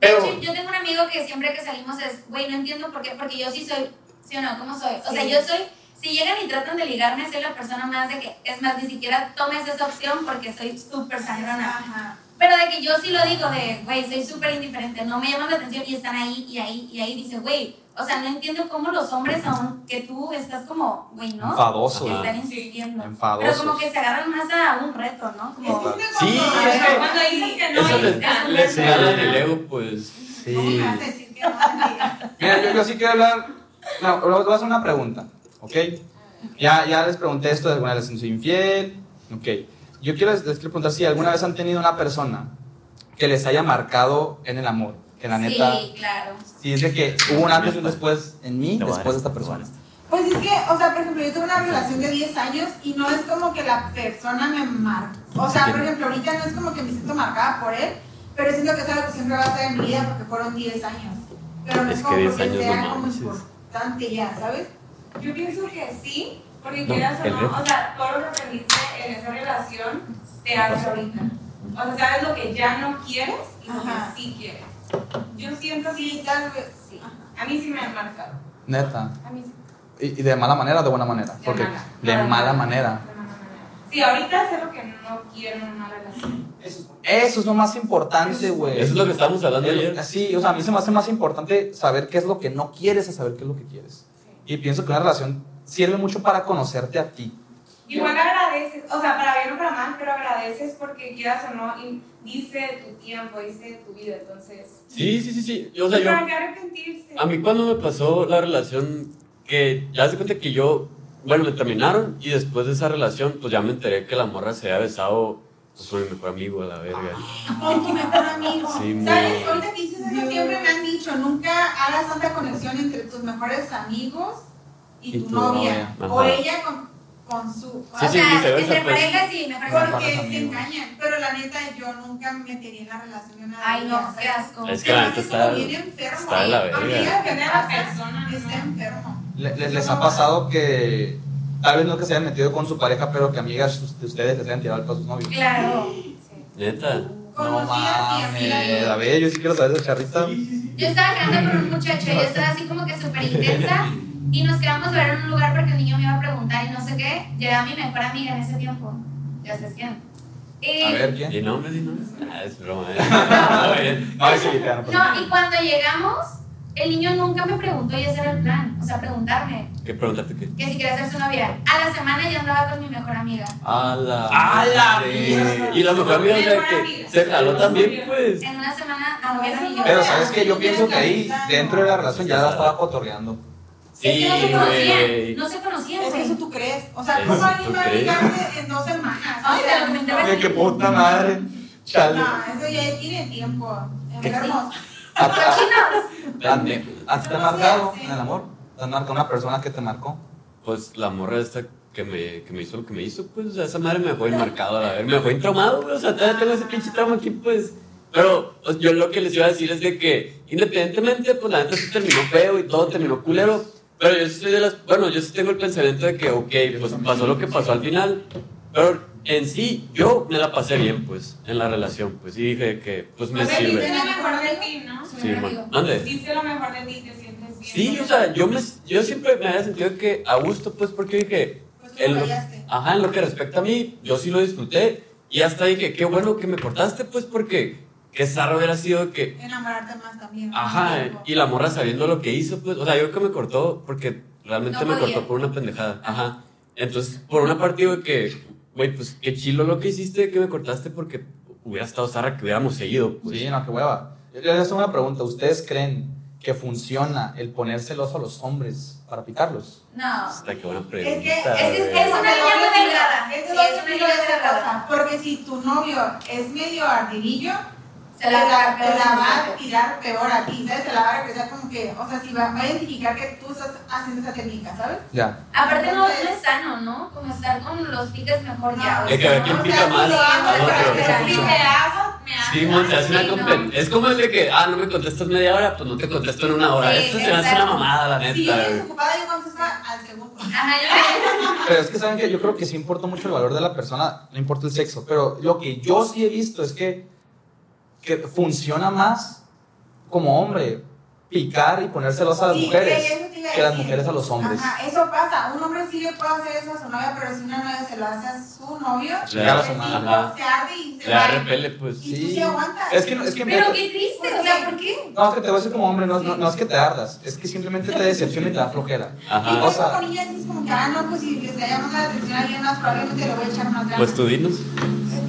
Speaker 3: De
Speaker 6: Pero,
Speaker 3: hecho, yo tengo un amigo que siempre que salimos es, güey, no entiendo por qué, porque yo sí soy, sí o no, ¿cómo soy? O sea,
Speaker 5: Sí.
Speaker 3: yo soy, si llegan y tratan de ligarme, soy la persona más de que, es más, ni siquiera tomes esa opción porque soy súper sangrona. Pero de que yo sí lo digo, de, güey, soy súper indiferente, no me llaman la atención y están ahí y ahí y ahí, dice, güey, o sea, no entiendo cómo los hombres son, que tú estás como, güey, ¿no?
Speaker 6: enfadoso.
Speaker 2: Ajá.
Speaker 3: Están insistiendo. Pero
Speaker 6: Enfadosos.
Speaker 3: como que se agarran más a un reto, ¿no? Como,
Speaker 2: Sí, es que-
Speaker 5: Cuando dices que no,
Speaker 2: Eso
Speaker 5: ahí
Speaker 2: les,
Speaker 5: está.
Speaker 2: les
Speaker 6: Sí.
Speaker 2: gana el ego, pues.
Speaker 6: Sí. Mira, yo, yo sí quiero hablar. No, les voy a hacer una pregunta, ¿ok? Ya, ya les pregunté esto de alguna vez soy infiel, ¿ok? Yo quiero, les, les quiero preguntar si alguna vez han tenido una persona que les haya marcado en el amor, que la neta,
Speaker 3: sí, claro.
Speaker 6: si es de que hubo un antes y un después en mí,
Speaker 2: Te voy a
Speaker 6: después de esta
Speaker 2: dar, te voy a
Speaker 6: persona.
Speaker 2: dar.
Speaker 4: Pues es que, o sea, por ejemplo, yo tuve una relación de 10 años y no es como que la persona me marca. O sea, por ejemplo, ahorita no es como que me siento marcada por él, pero siento que es algo que siempre va a estar en mi vida porque fueron 10 años. Pero no es,
Speaker 2: Es que
Speaker 4: como
Speaker 2: 10
Speaker 4: porque
Speaker 2: años
Speaker 4: sea
Speaker 2: no
Speaker 4: como
Speaker 2: mames, es-
Speaker 4: importante ya, ¿sabes?
Speaker 5: Yo pienso que sí, porque
Speaker 2: No,
Speaker 5: quieras o
Speaker 2: el
Speaker 5: no,
Speaker 2: reto.
Speaker 5: o sea, todo lo que aprendiste en esa relación te hace ahorita. O sea, sabes lo que ya no quieres y lo
Speaker 4: Ajá.
Speaker 5: que sí quieres. Yo siento
Speaker 4: Sí,
Speaker 5: así,
Speaker 4: tal vez.
Speaker 5: sí. A mí sí me han marcado.
Speaker 6: Neta.
Speaker 5: A mí sí.
Speaker 6: Y, y de mala manera o de buena manera?
Speaker 5: De
Speaker 6: Porque
Speaker 5: mala.
Speaker 6: de mala manera.
Speaker 5: No, no, no, no. Sí, ahorita sé lo que no quiero en una relación.
Speaker 1: Eso
Speaker 6: Eso es lo más importante, güey.
Speaker 2: Eso es lo que estábamos hablando ayer.
Speaker 6: Eh, Sí, o sea, a mí se me hace más importante saber qué es lo que no quieres a saber qué es lo que quieres. Y pienso que una relación sirve mucho para conocerte a ti.
Speaker 5: Igual agradeces, o sea, para bien o para mal, pero agradeces porque quieras o no, y dice de tu tiempo, dice de tu vida, entonces.
Speaker 2: Sí, sí, sí, sí. O sea, yo.
Speaker 5: ¿Para qué arrepentirse?
Speaker 2: A mí cuando me pasó la relación que ya se cuenta que yo, bueno, me terminaron y después de esa relación pues ya me enteré que la morra se había besado pues, con mi mejor amigo a la verga.
Speaker 3: Ah.
Speaker 4: Con tu mejor amigo.
Speaker 2: Sí, muy-
Speaker 4: ¿Sabes? Ahorita que dices eso, siempre me han dicho, nunca hagas tanta conexión entre tus mejores amigos y,
Speaker 6: Y
Speaker 4: tu,
Speaker 6: tu
Speaker 4: novia.
Speaker 2: novia,
Speaker 4: O
Speaker 2: ajá.
Speaker 4: ella con, con su...
Speaker 2: Sí,
Speaker 3: o
Speaker 2: sí,
Speaker 3: sea,
Speaker 2: viceversa,
Speaker 3: entre
Speaker 2: pues.
Speaker 3: parejas sí, me parece.
Speaker 6: Con los
Speaker 4: Porque se
Speaker 6: amigos.
Speaker 4: engañan. Pero la neta, yo nunca me tenía en la relación de una
Speaker 3: Ay, no, qué
Speaker 4: ¿sabes?
Speaker 3: asco.
Speaker 2: Es que
Speaker 4: Se me
Speaker 2: la neta
Speaker 4: hace
Speaker 2: está-
Speaker 4: como bien enfermo.
Speaker 2: está de la verga.
Speaker 4: Aunque digan que
Speaker 5: Depende de
Speaker 4: nada,
Speaker 5: la persona, ¿no?
Speaker 4: Está enfermo.
Speaker 6: Le- le- ¿Les ha pasado que tal vez no que se hayan metido con su pareja, pero que amigas sus- de ustedes les hayan tirado el paso a sus novios?
Speaker 3: Claro.
Speaker 2: Neta.
Speaker 6: No
Speaker 4: Conocí a mi
Speaker 6: mames.
Speaker 4: amiga.
Speaker 6: A ver, yo sí quiero saber esa charrita.
Speaker 3: Yo estaba quedando con un muchacho, yo estaba así como que súper intensa y nos quedamos a ver en un lugar porque el niño me iba a preguntar y no sé qué. Llegaba mi mejor amiga en ese tiempo, ya se quién. Y,
Speaker 6: A ver, ¿quién?
Speaker 2: ¿Y nombres? ¿Y nombres? Ah, es broma. ¿eh? No, eh.
Speaker 6: No, sí, claro, perdón.
Speaker 3: No, y cuando llegamos, el niño nunca me preguntó y ese era el plan, o sea, preguntarme
Speaker 2: ¿Qué preguntaste qué?
Speaker 3: que si quería ser su novia. A la semana ya andaba con mi mejor amiga.
Speaker 2: A la.
Speaker 1: A la
Speaker 2: madre. Y la mejor amiga, o sea, que se jaló también, pues.
Speaker 3: En una semana anduvieron y yo.
Speaker 6: Pero sabes que yo pienso que ahí, dentro de la relación, ya la estaba cotorreando.
Speaker 3: Es
Speaker 2: Sí,
Speaker 3: que no se
Speaker 2: güey.
Speaker 3: conocían, no se conocían,
Speaker 4: Es que
Speaker 3: güey.
Speaker 4: eso tú crees. O sea,
Speaker 2: Eso
Speaker 4: ¿cómo
Speaker 2: tú
Speaker 4: alguien va a
Speaker 2: crees.
Speaker 4: ligarte en dos semanas?
Speaker 3: Ay,
Speaker 4: O sea,
Speaker 3: te lo comentaba.
Speaker 6: Oye, qué puta madre. Chale.
Speaker 4: No, eso ya tiene tiempo.
Speaker 6: ¿Qué?
Speaker 4: Enfermos.
Speaker 6: ¿A, a,
Speaker 3: Cochinos.
Speaker 6: a- a ti te ha marcado en el amor? ¿Te ha marcado una persona que te marcó?
Speaker 2: pues la morra esta que me, que me hizo lo que me hizo, pues, o sea, esa madre me dejó enmarcado, a la ver, me dejó entraumado, güey, o sea, todavía tengo ese pinche trauma aquí, pues. Pero pues, yo lo que les iba a decir es de que, independientemente, pues la neta sí terminó feo y todo terminó culero. Pero yo sí soy de las. Bueno, yo sí tengo el pensamiento de que, ok, pues pasó lo que pasó al final. Pero en sí, yo me la pasé bien, pues, en la relación, pues. Y dije que, pues me
Speaker 5: O sea, diste
Speaker 2: sirve.
Speaker 5: lo mejor de ti, ¿no?
Speaker 2: Sí, man. Ande.
Speaker 5: Diste lo mejor de ti, te sientes bien.
Speaker 2: Sí, o sea, yo, me, yo siempre me había sentido que a gusto, pues, porque dije,
Speaker 4: Pues
Speaker 2: El-
Speaker 4: tú fallaste.
Speaker 2: ajá, en lo que respecta a mí, yo sí lo disfruté. Y hasta dije, qué bueno que me cortaste, pues, porque qué zarro hubiera sido que,
Speaker 4: Enamorarte más también.
Speaker 2: ajá, y la morra sabiendo lo que hizo, pues, o sea, yo creo que me cortó porque realmente
Speaker 3: No
Speaker 2: me
Speaker 3: podía.
Speaker 2: cortó por una pendejada. Ajá. Entonces, por una parte, digo que, güey, pues, qué chilo lo que hiciste, que me cortaste porque hubiera estado zarra que hubiéramos seguido, pues.
Speaker 6: Sí, no, qué hueva. Yo les hago una pregunta. ¿Ustedes creen que funciona el poner celoso a los hombres para picarlos?
Speaker 3: No.
Speaker 2: Hasta que buena pregunta.
Speaker 4: Es que-
Speaker 3: es-
Speaker 2: güey.
Speaker 3: es- una niña muy delgada.
Speaker 4: Es el
Speaker 3: Sí, es
Speaker 4: otro
Speaker 3: una
Speaker 4: estilo
Speaker 3: niña
Speaker 4: de esa
Speaker 3: delgada.
Speaker 4: cosa. Porque si tu novio es medio ardidillo,
Speaker 3: Se la va a
Speaker 4: te la va a tirar peor a ti, ¿sabes? Te la va a regresar como que, o sea, si va, va a identificar que tú estás haciendo esa técnica, ¿sabes?
Speaker 6: Ya.
Speaker 3: Aparte no, no es sano, ¿no? Como estar con los piques mejor ya. o
Speaker 2: Es que a ver, ¿quién
Speaker 3: sea,
Speaker 2: pica
Speaker 3: no,
Speaker 2: más?
Speaker 3: sí,
Speaker 2: No,
Speaker 3: pero-
Speaker 2: pero-
Speaker 3: sí,
Speaker 5: Si
Speaker 3: me-
Speaker 5: te hago,
Speaker 3: me hace-
Speaker 2: Sí, mon, se hace una
Speaker 3: sí, no.
Speaker 2: compen- Es como el de que, ah, no me contestas media hora, pues no te contesto en una hora.
Speaker 3: Sí,
Speaker 2: Esto se me hace una
Speaker 3: exacto.
Speaker 2: mamada, la neta.
Speaker 4: Si yo estoy
Speaker 2: güey.
Speaker 4: desocupada, yo contesta al segundo.
Speaker 3: Ajá, yo-
Speaker 6: Pero es que saben que yo creo que sí importa mucho el valor de la persona, no importa el sexo. Pero lo que yo sí he visto es que, que funciona más como hombre picar y poner celosa a las
Speaker 4: Sí,
Speaker 6: mujeres
Speaker 4: eso te iba a
Speaker 6: que las
Speaker 4: decir.
Speaker 6: mujeres a los hombres.
Speaker 4: Ajá, eso pasa. Un hombre sí le puede hacer eso a su novia, pero si una novia se lo hace a su novio,
Speaker 2: Le da
Speaker 6: a su madre.
Speaker 2: Ajá.
Speaker 4: se arde y se
Speaker 2: Le da
Speaker 4: va.
Speaker 2: repele, pues.
Speaker 4: Y tú sí aguantas.
Speaker 6: Es que, no- es que
Speaker 3: Pero qué triste, o sea, ¿por qué?
Speaker 6: No, es que te voy a decir como hombre, no, no, no es que te ardas, es que simplemente te decepciona y te da flojera.
Speaker 4: Y
Speaker 2: Ajá.
Speaker 6: O
Speaker 4: luego
Speaker 6: sea-
Speaker 4: con niñas es como que, ah, no, pues si les llamamos la atención a alguien más, probablemente le voy a echar más ganas.
Speaker 2: Pues tú dinos.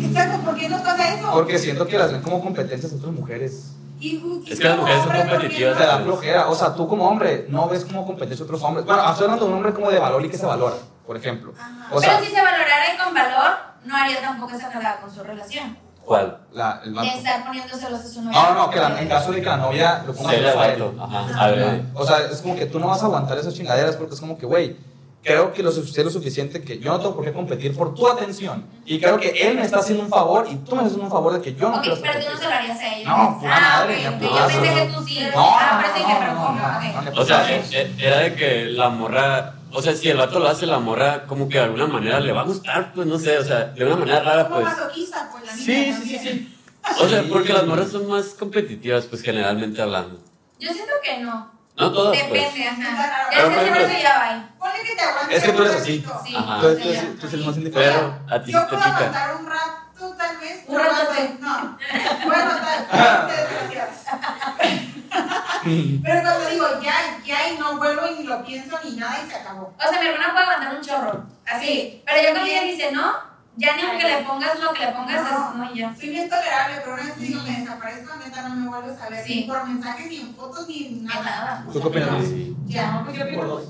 Speaker 4: Exacto, ¿por qué nos pasa eso?
Speaker 6: Porque siento que las ven como competencias a otras mujeres.
Speaker 4: Y- y
Speaker 2: Es que las
Speaker 4: como
Speaker 2: mujeres son
Speaker 4: hombre, ¿por qué
Speaker 2: competitivas.
Speaker 6: Te da flojera. O sea, tú como hombre no ves como competencia a otros hombres. Bueno, estoy hablando de un hombre como de valor y que se valora, por ejemplo.
Speaker 4: Ajá.
Speaker 6: O sea,
Speaker 3: Pero si se valorara y con valor, no haría tampoco esa cagada con su relación.
Speaker 2: ¿Cuál?
Speaker 6: la, el vato.
Speaker 3: De estar poniendo celos a su novia.
Speaker 6: No, no, no, que la- en caso de que la novia lo ponga
Speaker 2: Sería
Speaker 6: celoso a él.
Speaker 2: vato. Ajá. A ver.
Speaker 6: O sea, es como que tú no vas a aguantar esas chingaderas porque es como que, güey, creo que lo su- sé lo suficiente que yo no tengo por qué competir por tu atención. Y creo que él me está haciendo un favor y tú me estás haciendo un favor de que yo no
Speaker 3: Ok,
Speaker 6: quiero
Speaker 3: pero tú no se
Speaker 6: competir.
Speaker 3: lo harías a ella.
Speaker 6: No, pura
Speaker 3: ah,
Speaker 6: madre,
Speaker 3: ok,
Speaker 6: ya
Speaker 3: ok,
Speaker 6: pura
Speaker 3: Yo pensé
Speaker 6: madre.
Speaker 3: que tú sí.
Speaker 6: No,
Speaker 3: ah,
Speaker 6: no,
Speaker 3: pero sí
Speaker 6: no,
Speaker 3: que
Speaker 6: no,
Speaker 3: proponga,
Speaker 6: no, no,
Speaker 3: ok.
Speaker 6: no le
Speaker 2: O sea,
Speaker 6: pongas.
Speaker 2: e- era de que la morra. O sea, si el vato lo hace, la morra, como que de alguna manera le va a gustar, pues no sé, o sea, de una manera rara,
Speaker 4: Como
Speaker 2: pues.
Speaker 4: masoquista, pues la
Speaker 2: Sí,
Speaker 4: niña
Speaker 2: sí, sí,
Speaker 4: también.
Speaker 2: sí. O sea,
Speaker 6: Sí.
Speaker 2: porque las morras son más competitivas, pues generalmente hablando.
Speaker 3: Yo siento que no.
Speaker 2: No todas, pues.
Speaker 3: Depende, ajá.
Speaker 4: Pero,
Speaker 3: Ya
Speaker 2: por
Speaker 3: sé que
Speaker 2: ejemplo-
Speaker 3: no se lleva ahí.
Speaker 4: Ponle que te aguantes
Speaker 6: Es que tú eres
Speaker 4: un
Speaker 6: así.
Speaker 4: ratito.
Speaker 3: Sí.
Speaker 2: Ajá.
Speaker 6: Entonces,
Speaker 3: o sea,
Speaker 6: tú- tú eres más indiferente.
Speaker 2: Pero a ti sí
Speaker 4: Yo
Speaker 2: te
Speaker 4: puedo
Speaker 2: pica.
Speaker 4: aguantar un rato, tal vez.
Speaker 3: Un rato,
Speaker 4: pero-
Speaker 3: sí.
Speaker 4: No. Puedo
Speaker 2: Ah.
Speaker 4: aguantar. gracias. Pero cuando digo ya, ya, y no vuelvo y ni lo pienso ni nada y se acabó.
Speaker 3: O sea, mi hermana puede aguantar un chorro. Así. Pero yo cuando ella dice no, ya ni aunque le pongas lo que le pongas,
Speaker 4: No.
Speaker 3: es no, ya.
Speaker 4: Soy bien tolerable, pero una vez que digo me desaparezco, neta, no me vuelves a ver.
Speaker 3: Sí.
Speaker 4: Ni por mensajes, ni en fotos, ni nada.
Speaker 3: Nada.
Speaker 6: ¿Tú qué opinas, Luis?
Speaker 2: Sí.
Speaker 4: Ya.
Speaker 5: pues yo pienso. Por dos.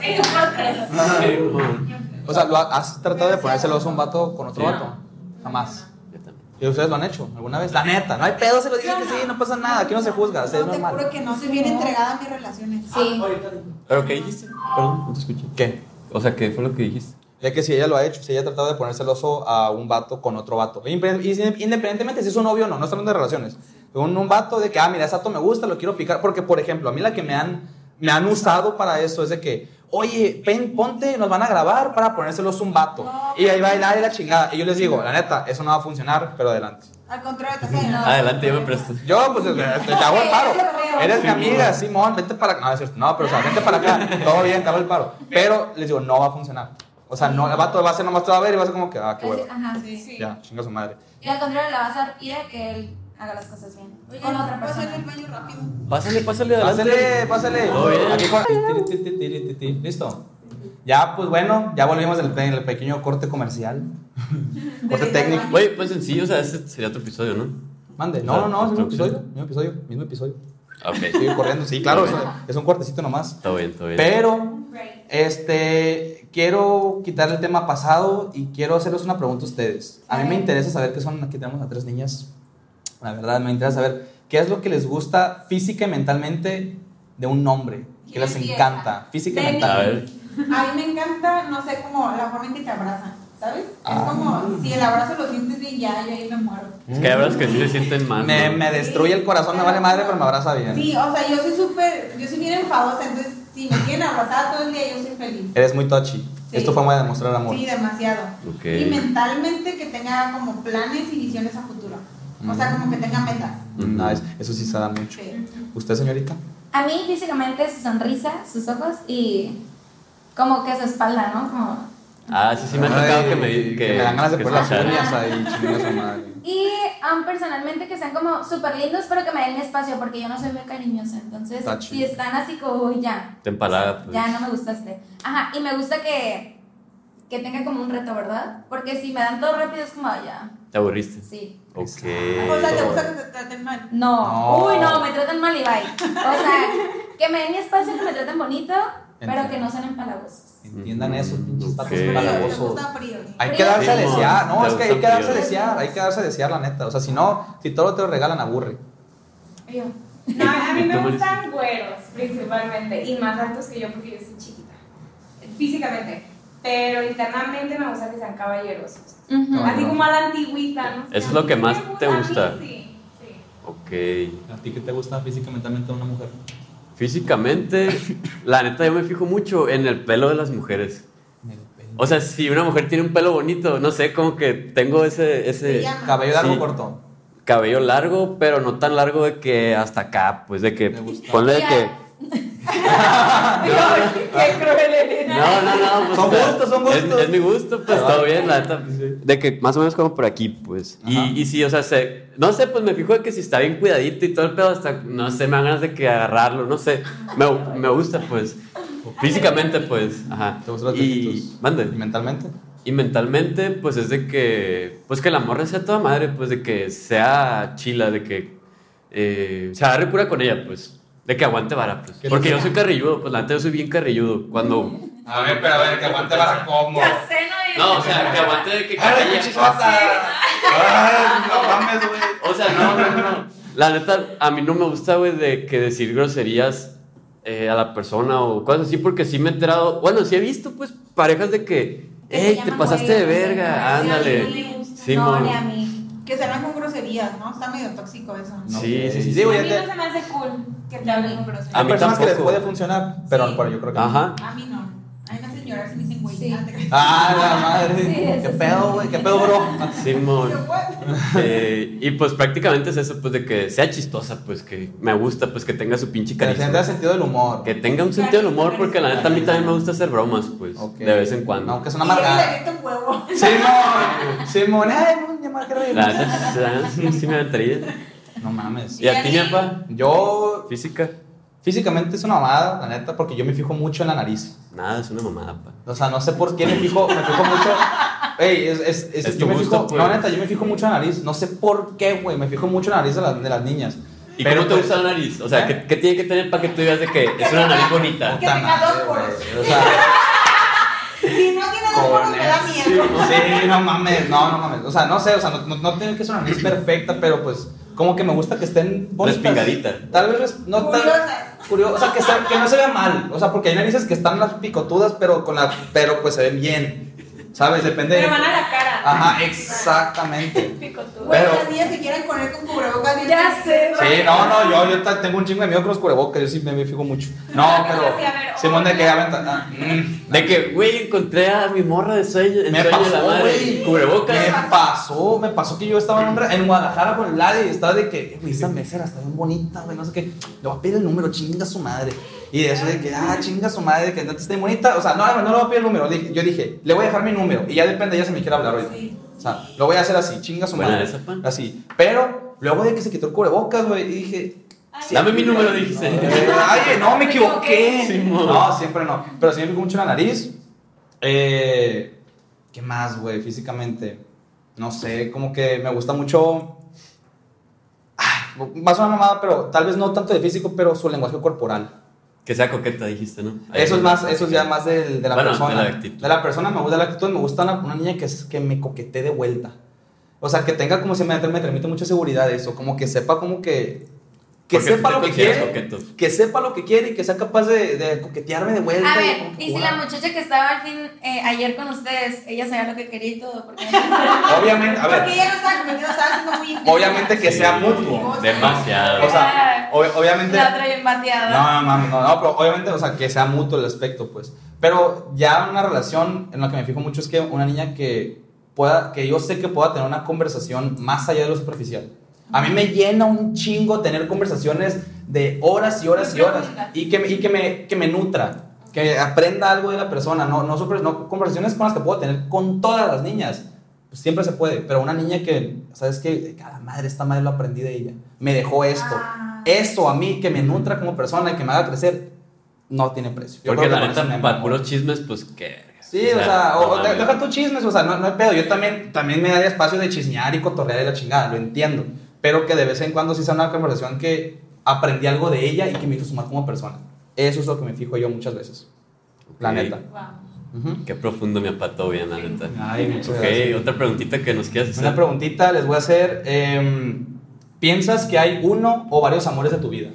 Speaker 5: Sí, por tres.
Speaker 2: Sí, mon.
Speaker 6: O sea, ¿lo ha- ¿has tratado de poner celoso a un vato con otro
Speaker 2: Sí.
Speaker 6: vato? Jamás.
Speaker 2: Yo también.
Speaker 6: ¿Y ustedes lo han hecho alguna vez? La neta, no hay pedo, se lo dije que sí, no pasa nada, aquí no se juzga, o sea, es
Speaker 4: No, te juro
Speaker 6: normal.
Speaker 4: que no soy bien entregada a mis relaciones.
Speaker 6: Ah,
Speaker 3: Sí.
Speaker 1: Ahorita.
Speaker 2: ¿Pero qué dijiste? Perdón, no te escuché.
Speaker 6: ¿Qué?
Speaker 2: O sea, ¿qué fue lo que dijiste?
Speaker 6: Ya que si ella lo ha hecho, si ella ha tratado de poner celoso a un vato con otro vato. Inde- Independientemente si es un novio o no, no estamos hablando de relaciones. Un, un vato de que, ah, mira, ese vato me gusta, lo quiero picar. Porque, por ejemplo, a mí la que me han, me han usado para eso es de que, oye, pen, ponte, nos van a grabar para ponérselos un vato.
Speaker 4: No.
Speaker 6: Y ahí va el aire la chingada. Y yo les digo, la neta, eso no va a funcionar, pero adelante.
Speaker 4: Al contrario, te hacen nada.
Speaker 2: Adelante, yo me presto.
Speaker 6: Yo, pues, eh, te, te hago el paro. Eres mi
Speaker 2: Simón.
Speaker 6: amiga, Simón, vente para acá. No, es cierto, no, pero o sea, vente para acá. Todo bien, te hago el paro. Pero les digo, no va a funcionar. O sea, no, el vato va a ser nomás te va a ver y va a ser como que, ah, qué huevo.
Speaker 3: pues Ajá.
Speaker 4: Sí.
Speaker 6: Ya, chinga su madre.
Speaker 3: Y al contrario, le vas a dar pie a que él haga las cosas bien.
Speaker 4: Oye,
Speaker 3: Con otra
Speaker 4: ¿puedo hacer el
Speaker 3: persona.
Speaker 4: baño rápido?
Speaker 2: Pásale, pásale,
Speaker 6: Pásale, pásale.
Speaker 2: Todo bien.
Speaker 6: Aquí con- tiri, tiri, tiri, tiri, tiri, tiri. Listo. Ya, pues bueno, ya volvimos del pe- el pequeño corte comercial.
Speaker 4: Desde
Speaker 6: corte técnico.
Speaker 4: el baño.
Speaker 2: Güey, pues sencillo, o sea, ese sería otro episodio, ¿no?
Speaker 6: Mande. No, no, no, es el mismo
Speaker 2: Construcción.
Speaker 6: episodio. Mismo episodio, mismo episodio.
Speaker 2: Ok.
Speaker 6: Sigue corriendo, sí, claro, es, es un cortecito nomás.
Speaker 2: Todo bien, todo bien.
Speaker 6: Pero
Speaker 5: Right.
Speaker 6: Este, quiero quitar el tema pasado y quiero hacerles una pregunta a ustedes. A mí me interesa saber qué son, aquí tenemos a tres niñas, la verdad, me interesa saber qué es lo que les gusta física y mentalmente de un hombre, que les
Speaker 3: ¿Quién
Speaker 6: encanta, física y
Speaker 3: Demi.
Speaker 2: A
Speaker 6: mentalmente.
Speaker 2: ver,
Speaker 4: A mí me encanta, no sé, como la forma en que te abrazan, ¿sabes?
Speaker 6: Ah.
Speaker 4: Es como, si el abrazo lo sientes bien, ya, yo ahí me muero.
Speaker 2: Es que hay verdad que sí se sienten mal.
Speaker 6: Me,
Speaker 2: ¿no?
Speaker 6: me destruye el corazón, me vale madre, pero me abraza bien.
Speaker 4: Sí, o sea, yo soy súper, yo soy bien enfadosa, entonces si me quieren abrazar todo el día, yo soy feliz.
Speaker 6: Eres muy touchy.
Speaker 4: Sí.
Speaker 6: Es tu forma de demostrar amor.
Speaker 4: Sí, demasiado.
Speaker 2: Ok.
Speaker 4: Y mentalmente que tenga como planes y visiones a futuro. O sea, como que tenga metas.
Speaker 6: Nice. Ah, Eso sí se da mucho.
Speaker 4: Sí.
Speaker 6: ¿Usted, señorita?
Speaker 3: A mí físicamente su sonrisa, sus ojos y como que su espalda, ¿no? Como...
Speaker 2: Ah, sí, sí me ha tocado
Speaker 6: Ay,
Speaker 2: que me, que,
Speaker 6: me dan ganas de
Speaker 2: que
Speaker 6: poner las
Speaker 2: escuchar.
Speaker 6: uñas ahí, chingar a su madre.
Speaker 3: Y am, personalmente que sean como súper lindos, pero que me den mi espacio porque yo no soy muy cariñosa. Entonces,
Speaker 6: Está
Speaker 3: si
Speaker 6: chido.
Speaker 3: están así como, "Uy, ya,
Speaker 2: Te empalaga, pues.
Speaker 3: Ya no me gustaste. Ajá, y me gusta que, que tenga como un reto, ¿verdad? Porque si me dan todo rápido es como, "Ay, ya,
Speaker 2: Te aburriste.
Speaker 3: sí.
Speaker 2: Ok.
Speaker 4: O sea, te gusta que te traten mal.
Speaker 3: No.
Speaker 6: No.
Speaker 3: Uy, no, me tratan mal y bye. O sea, que me den mi espacio, que me traten bonito, pero
Speaker 6: Entiendo.
Speaker 3: que no sean empalagosos.
Speaker 6: Entiendan eso, pinches patos
Speaker 2: Mm, Ok.
Speaker 4: Frío, te
Speaker 6: empalagosos.
Speaker 4: gusta frío.
Speaker 6: Hay que darse a
Speaker 2: Sí,
Speaker 6: desear,
Speaker 2: no,
Speaker 6: no,
Speaker 2: te
Speaker 6: es que hay
Speaker 2: gustan
Speaker 6: que darse a
Speaker 2: fríos.
Speaker 6: desear, hay que darse a desear, la neta. O sea, si no, si todo te lo regalan, aburre.
Speaker 3: Yo,
Speaker 5: No, a mí
Speaker 2: ¿Y
Speaker 5: me
Speaker 2: tú, Maris?
Speaker 5: gustan güeros principalmente y más altos que yo porque yo soy chiquita, físicamente. Pero internamente me gusta que sean caballerosos.
Speaker 3: ujú.
Speaker 5: Así
Speaker 6: Ajá.
Speaker 5: como a la antigüita, ¿no?
Speaker 2: Ah, Eso es lo que más
Speaker 5: Me
Speaker 2: te
Speaker 5: a mí
Speaker 2: gusta.
Speaker 5: Sí, sí.
Speaker 2: Ok.
Speaker 6: ¿A ti qué te gusta físicamente a una mujer?
Speaker 2: Físicamente, la neta, yo me fijo mucho en el pelo de las mujeres. O sea, si una mujer tiene un pelo bonito, no sé, como que tengo ese, ese
Speaker 4: Brillante.
Speaker 6: Cabello largo
Speaker 2: Sí.
Speaker 6: o corto.
Speaker 2: cabello largo, pero no tan largo de que hasta acá, pues de que
Speaker 6: Me gusta.
Speaker 2: ponle de
Speaker 3: Ya.
Speaker 2: que
Speaker 5: Qué cruel eres.
Speaker 2: no, no, no, pues,
Speaker 6: Son
Speaker 2: o sea,
Speaker 6: gustos, son
Speaker 2: es-
Speaker 6: gustos.
Speaker 2: Es, mi gusto, pues todo bien, la neta. pues, sí. De que más o menos como por aquí, pues. Y,
Speaker 6: Ajá.
Speaker 2: y sí, o sea, se- no sé, pues me fijo de que si está bien cuidadito y todo el pedo, hasta, no sé, me dan ganas de que agarrarlo, no sé. Me, me gusta, pues. Físicamente, pues. Ajá.
Speaker 6: ¿Te gustan los
Speaker 2: y,
Speaker 6: viejitos?
Speaker 2: mande.
Speaker 6: ¿Y mentalmente?
Speaker 2: Y mentalmente, pues es de que. Pues que la morra sea toda madre, pues de que sea chila, de que. eh, se agarre pura con ella, pues. De que aguante vara, pues.
Speaker 6: Que
Speaker 2: Porque
Speaker 6: le-
Speaker 2: yo soy carrilludo, pues la neta yo soy bien carrilludo. Cuando.
Speaker 6: A ver, pero a ver, que aguante para cómo.
Speaker 3: Ya sé, ¿no? Y-
Speaker 2: No, o sea, que aguante de que carrilla.
Speaker 6: No mames, güey.
Speaker 2: O sea, no, no, no. La neta, a mí no me gusta, güey, de que decir groserías eh, a la persona o cosas así, porque sí me he enterado. Bueno, sí he visto, pues, parejas de que.
Speaker 3: Que se
Speaker 2: ¡Ey, Eh, te
Speaker 3: llaman
Speaker 2: pasaste de
Speaker 3: güey,
Speaker 2: verga!
Speaker 3: no sé,
Speaker 2: Ándale.
Speaker 3: no me gusta.
Speaker 2: Sí,
Speaker 3: no,
Speaker 2: mon.
Speaker 3: ni a mí.
Speaker 4: Que se hablan con groserías, ¿no? Está medio tóxico eso.
Speaker 2: No.
Speaker 4: No.
Speaker 2: Sí, sí, sí,
Speaker 5: A
Speaker 6: Digo, ya
Speaker 5: mí
Speaker 6: te-
Speaker 5: no se me hace cool que te hablen con groserías.
Speaker 2: A
Speaker 6: hay
Speaker 2: mí
Speaker 6: personas que les
Speaker 2: tampoco.
Speaker 6: puede funcionar, pero
Speaker 4: Sí.
Speaker 6: pero yo creo que no.
Speaker 2: Ajá.
Speaker 4: A mí no. A mí me hacen llorar si me dicen güey.
Speaker 3: Sí.
Speaker 4: Ah, te creas.
Speaker 6: Ah, la madre.
Speaker 3: Sí, eso
Speaker 6: ¿Qué
Speaker 3: sí.
Speaker 6: pedo, güey? ¿Qué pedo, bro?
Speaker 2: Simón.
Speaker 4: Yo, "What?".
Speaker 2: Eh, y pues prácticamente es eso, pues de que sea chistosa, pues que me gusta, pues que tenga su pinche
Speaker 6: Que tenga
Speaker 2: carisma.
Speaker 6: sentido del humor.
Speaker 2: Que tenga un sentido del humor, porque la neta a mí también me gusta hacer bromas, pues,
Speaker 6: Ok.
Speaker 2: de vez en cuando.
Speaker 6: Aunque es una
Speaker 4: Y yo que le
Speaker 6: amargada.
Speaker 4: grito un huevo.
Speaker 6: Simón, Simón, ay, no, ya me acuerdo.
Speaker 2: La neta, sí, la neta, sí, sí me aventaría.
Speaker 6: No mames.
Speaker 2: ¿Y a ti, ñapa?
Speaker 6: Yo
Speaker 2: Física.
Speaker 6: físicamente es una mamada, la neta, porque yo me fijo mucho en la nariz.
Speaker 2: Nada, es una mamada, pa.
Speaker 6: O sea, no sé por qué me fijo, me fijo mucho. Ey, es, es, es-
Speaker 2: Es
Speaker 6: yo
Speaker 2: tu
Speaker 6: me
Speaker 2: gusto,
Speaker 6: fijo,
Speaker 2: pues.
Speaker 6: no, neta, yo me fijo mucho en la nariz. No sé por qué, güey, me fijo mucho en la nariz de, las- de las niñas.
Speaker 2: ¿Y
Speaker 6: Pero,
Speaker 2: cómo te
Speaker 6: pues,
Speaker 2: gusta la nariz? O sea,
Speaker 6: ¿Eh?
Speaker 2: ¿qué, qué tiene que tener para que tú digas de que es una nariz bonita?
Speaker 4: Que tenga
Speaker 6: madre,
Speaker 4: dos poros.
Speaker 6: güey, O sea,
Speaker 4: Si no tiene dos poros, me da miedo.
Speaker 6: sí, no mames, no, no mames. O sea, no sé, o sea, no, no, no tiene que ser una nariz perfecta, pero pues como que me gusta que estén bonitas.
Speaker 2: Respingadita.
Speaker 6: Tal vez, res- no tal
Speaker 4: Curiosas.
Speaker 6: curioso, o sea, que, sea- que no se vea mal, o sea, porque hay narices que están las picotudas, pero con la, pero pues se ven bien, ¿sabes? Depende. de-
Speaker 5: Pero van a la cara.
Speaker 6: Ajá, exactamente.
Speaker 5: Picotudo.
Speaker 4: Güey,
Speaker 6: Pero-
Speaker 4: las niñas se quieren poner con cubrebocas. bien
Speaker 5: Ya
Speaker 4: sexy.
Speaker 5: sé, güey.
Speaker 6: Sí, no, no, yo, yo ta- tengo un chingo de miedo con los cubrebocas, yo sí me, me fijo mucho. No, pero
Speaker 5: Sí, a ver, oh,
Speaker 6: Simón de que
Speaker 5: hola.
Speaker 6: aventa. ah, mm,
Speaker 2: De que, güey, encontré a mi morra de sueño. en
Speaker 6: me
Speaker 2: sueño de la
Speaker 6: pasó,
Speaker 2: madre,
Speaker 6: güey.
Speaker 2: Cubrebocas.
Speaker 6: Me pasó, me pasó que yo estaba en, un re- en Guadalajara con el Lade y estaba de que, "Eh, güey, esa mesera está bien bonita, güey, no sé qué. Le voy a pedir el número, chinga su madre. Y de eso de que, ah, chinga su madre, que no te esté bonita. O sea, no, no, no le voy a pedir el número. Dije- Yo dije, le voy a dejar mi número. Y ya depende, ya se me quiere hablar ahorita.
Speaker 4: Sí.
Speaker 6: O sea, lo voy a hacer así, chinga su
Speaker 2: Buena
Speaker 6: madre.
Speaker 2: esa, pan.
Speaker 6: Así. Pero luego de que se quitó el cubrebocas, güey, y dije,
Speaker 2: Dame mi número, dijiste.
Speaker 6: Eh, Ay, no, me equivoqué.
Speaker 2: Simón.
Speaker 6: no, siempre no. Pero sí me fijo mucho en la nariz. Eh, ¿Qué más, güey? Físicamente. No sé, como que me gusta mucho. Ay, va a sonar mamada, pero tal vez no tanto de físico, pero su lenguaje corporal.
Speaker 2: Que sea coqueta, dijiste, ¿no?
Speaker 6: Eso es más, eso es ya más del- de la
Speaker 2: Bueno, de
Speaker 6: persona.
Speaker 2: la actitud.
Speaker 6: la persona me gusta la actitud, me gusta una, una niña que, es- que me coquetee de vuelta. O sea, que tenga como se me, me transmite mucha seguridad eso, como que sepa como que que
Speaker 2: Porque
Speaker 6: sepa
Speaker 2: tú
Speaker 6: lo
Speaker 2: te
Speaker 6: que
Speaker 2: consideras
Speaker 6: quiere,
Speaker 2: coqueto.
Speaker 6: que sepa lo que quiere y que sea capaz de, de coquetearme de vuelta.
Speaker 3: A
Speaker 6: y
Speaker 3: ver,
Speaker 6: como que
Speaker 3: y si
Speaker 6: jugar.
Speaker 3: la muchacha que estaba al fin eh, ayer con ustedes, ella sabía lo que quería y todo, porque
Speaker 6: Obviamente, a
Speaker 4: Porque
Speaker 6: ver,
Speaker 4: ella no estaba comprometida, estaba siendo muy intensa.
Speaker 6: obviamente que sea mutuo.
Speaker 2: Demasiado.
Speaker 6: O sea, ob- obviamente.
Speaker 3: la otra bien bateada.
Speaker 6: No, no, mami, no, no, pero obviamente, o sea, que sea mutuo el aspecto, pues. Pero ya una relación en la que me fijo mucho es que una niña que pueda, que yo sé que pueda tener una conversación más allá de lo superficial. A mí me llena un chingo tener conversaciones de horas y horas y horas y que, me- y que, me, que me nutra, que aprenda algo de la persona, no, no, super- no conversaciones con las que puedo tener con todas las niñas. Pues siempre se puede, pero una niña que, ¿sabes qué? Cada madre, esta madre lo aprendí de ella. Me dejó esto.
Speaker 4: Ah.
Speaker 6: Eso a mí, que me nutra como persona, que me haga crecer, no tiene precio. Yo
Speaker 2: Porque
Speaker 6: creo que
Speaker 2: la
Speaker 6: con eso me
Speaker 2: neta, para
Speaker 6: enamoro.
Speaker 2: puros chismes, pues qué.
Speaker 6: Sí, o sea, o-
Speaker 2: no
Speaker 6: o de-
Speaker 2: mames.
Speaker 6: deja tus chismes, o sea, no, no hay pedo. Yo también, también me daría espacio de chismear y cotorrear y la chingada, lo entiendo. Pero que de vez en cuando sí sea una conversación que aprendí algo de ella y que me hizo sumar como persona. Eso es lo que me fijo yo muchas veces. La
Speaker 2: Ok.
Speaker 6: neta. Ujú.
Speaker 2: Qué profundo me apató bien, la neta.
Speaker 6: Ay, muchas
Speaker 2: Ok,
Speaker 6: gracias.
Speaker 2: otra preguntita que nos quieras
Speaker 6: Una
Speaker 2: hacer.
Speaker 6: preguntita les voy a hacer. em, ¿Piensas que hay uno o varios amores de tu vida?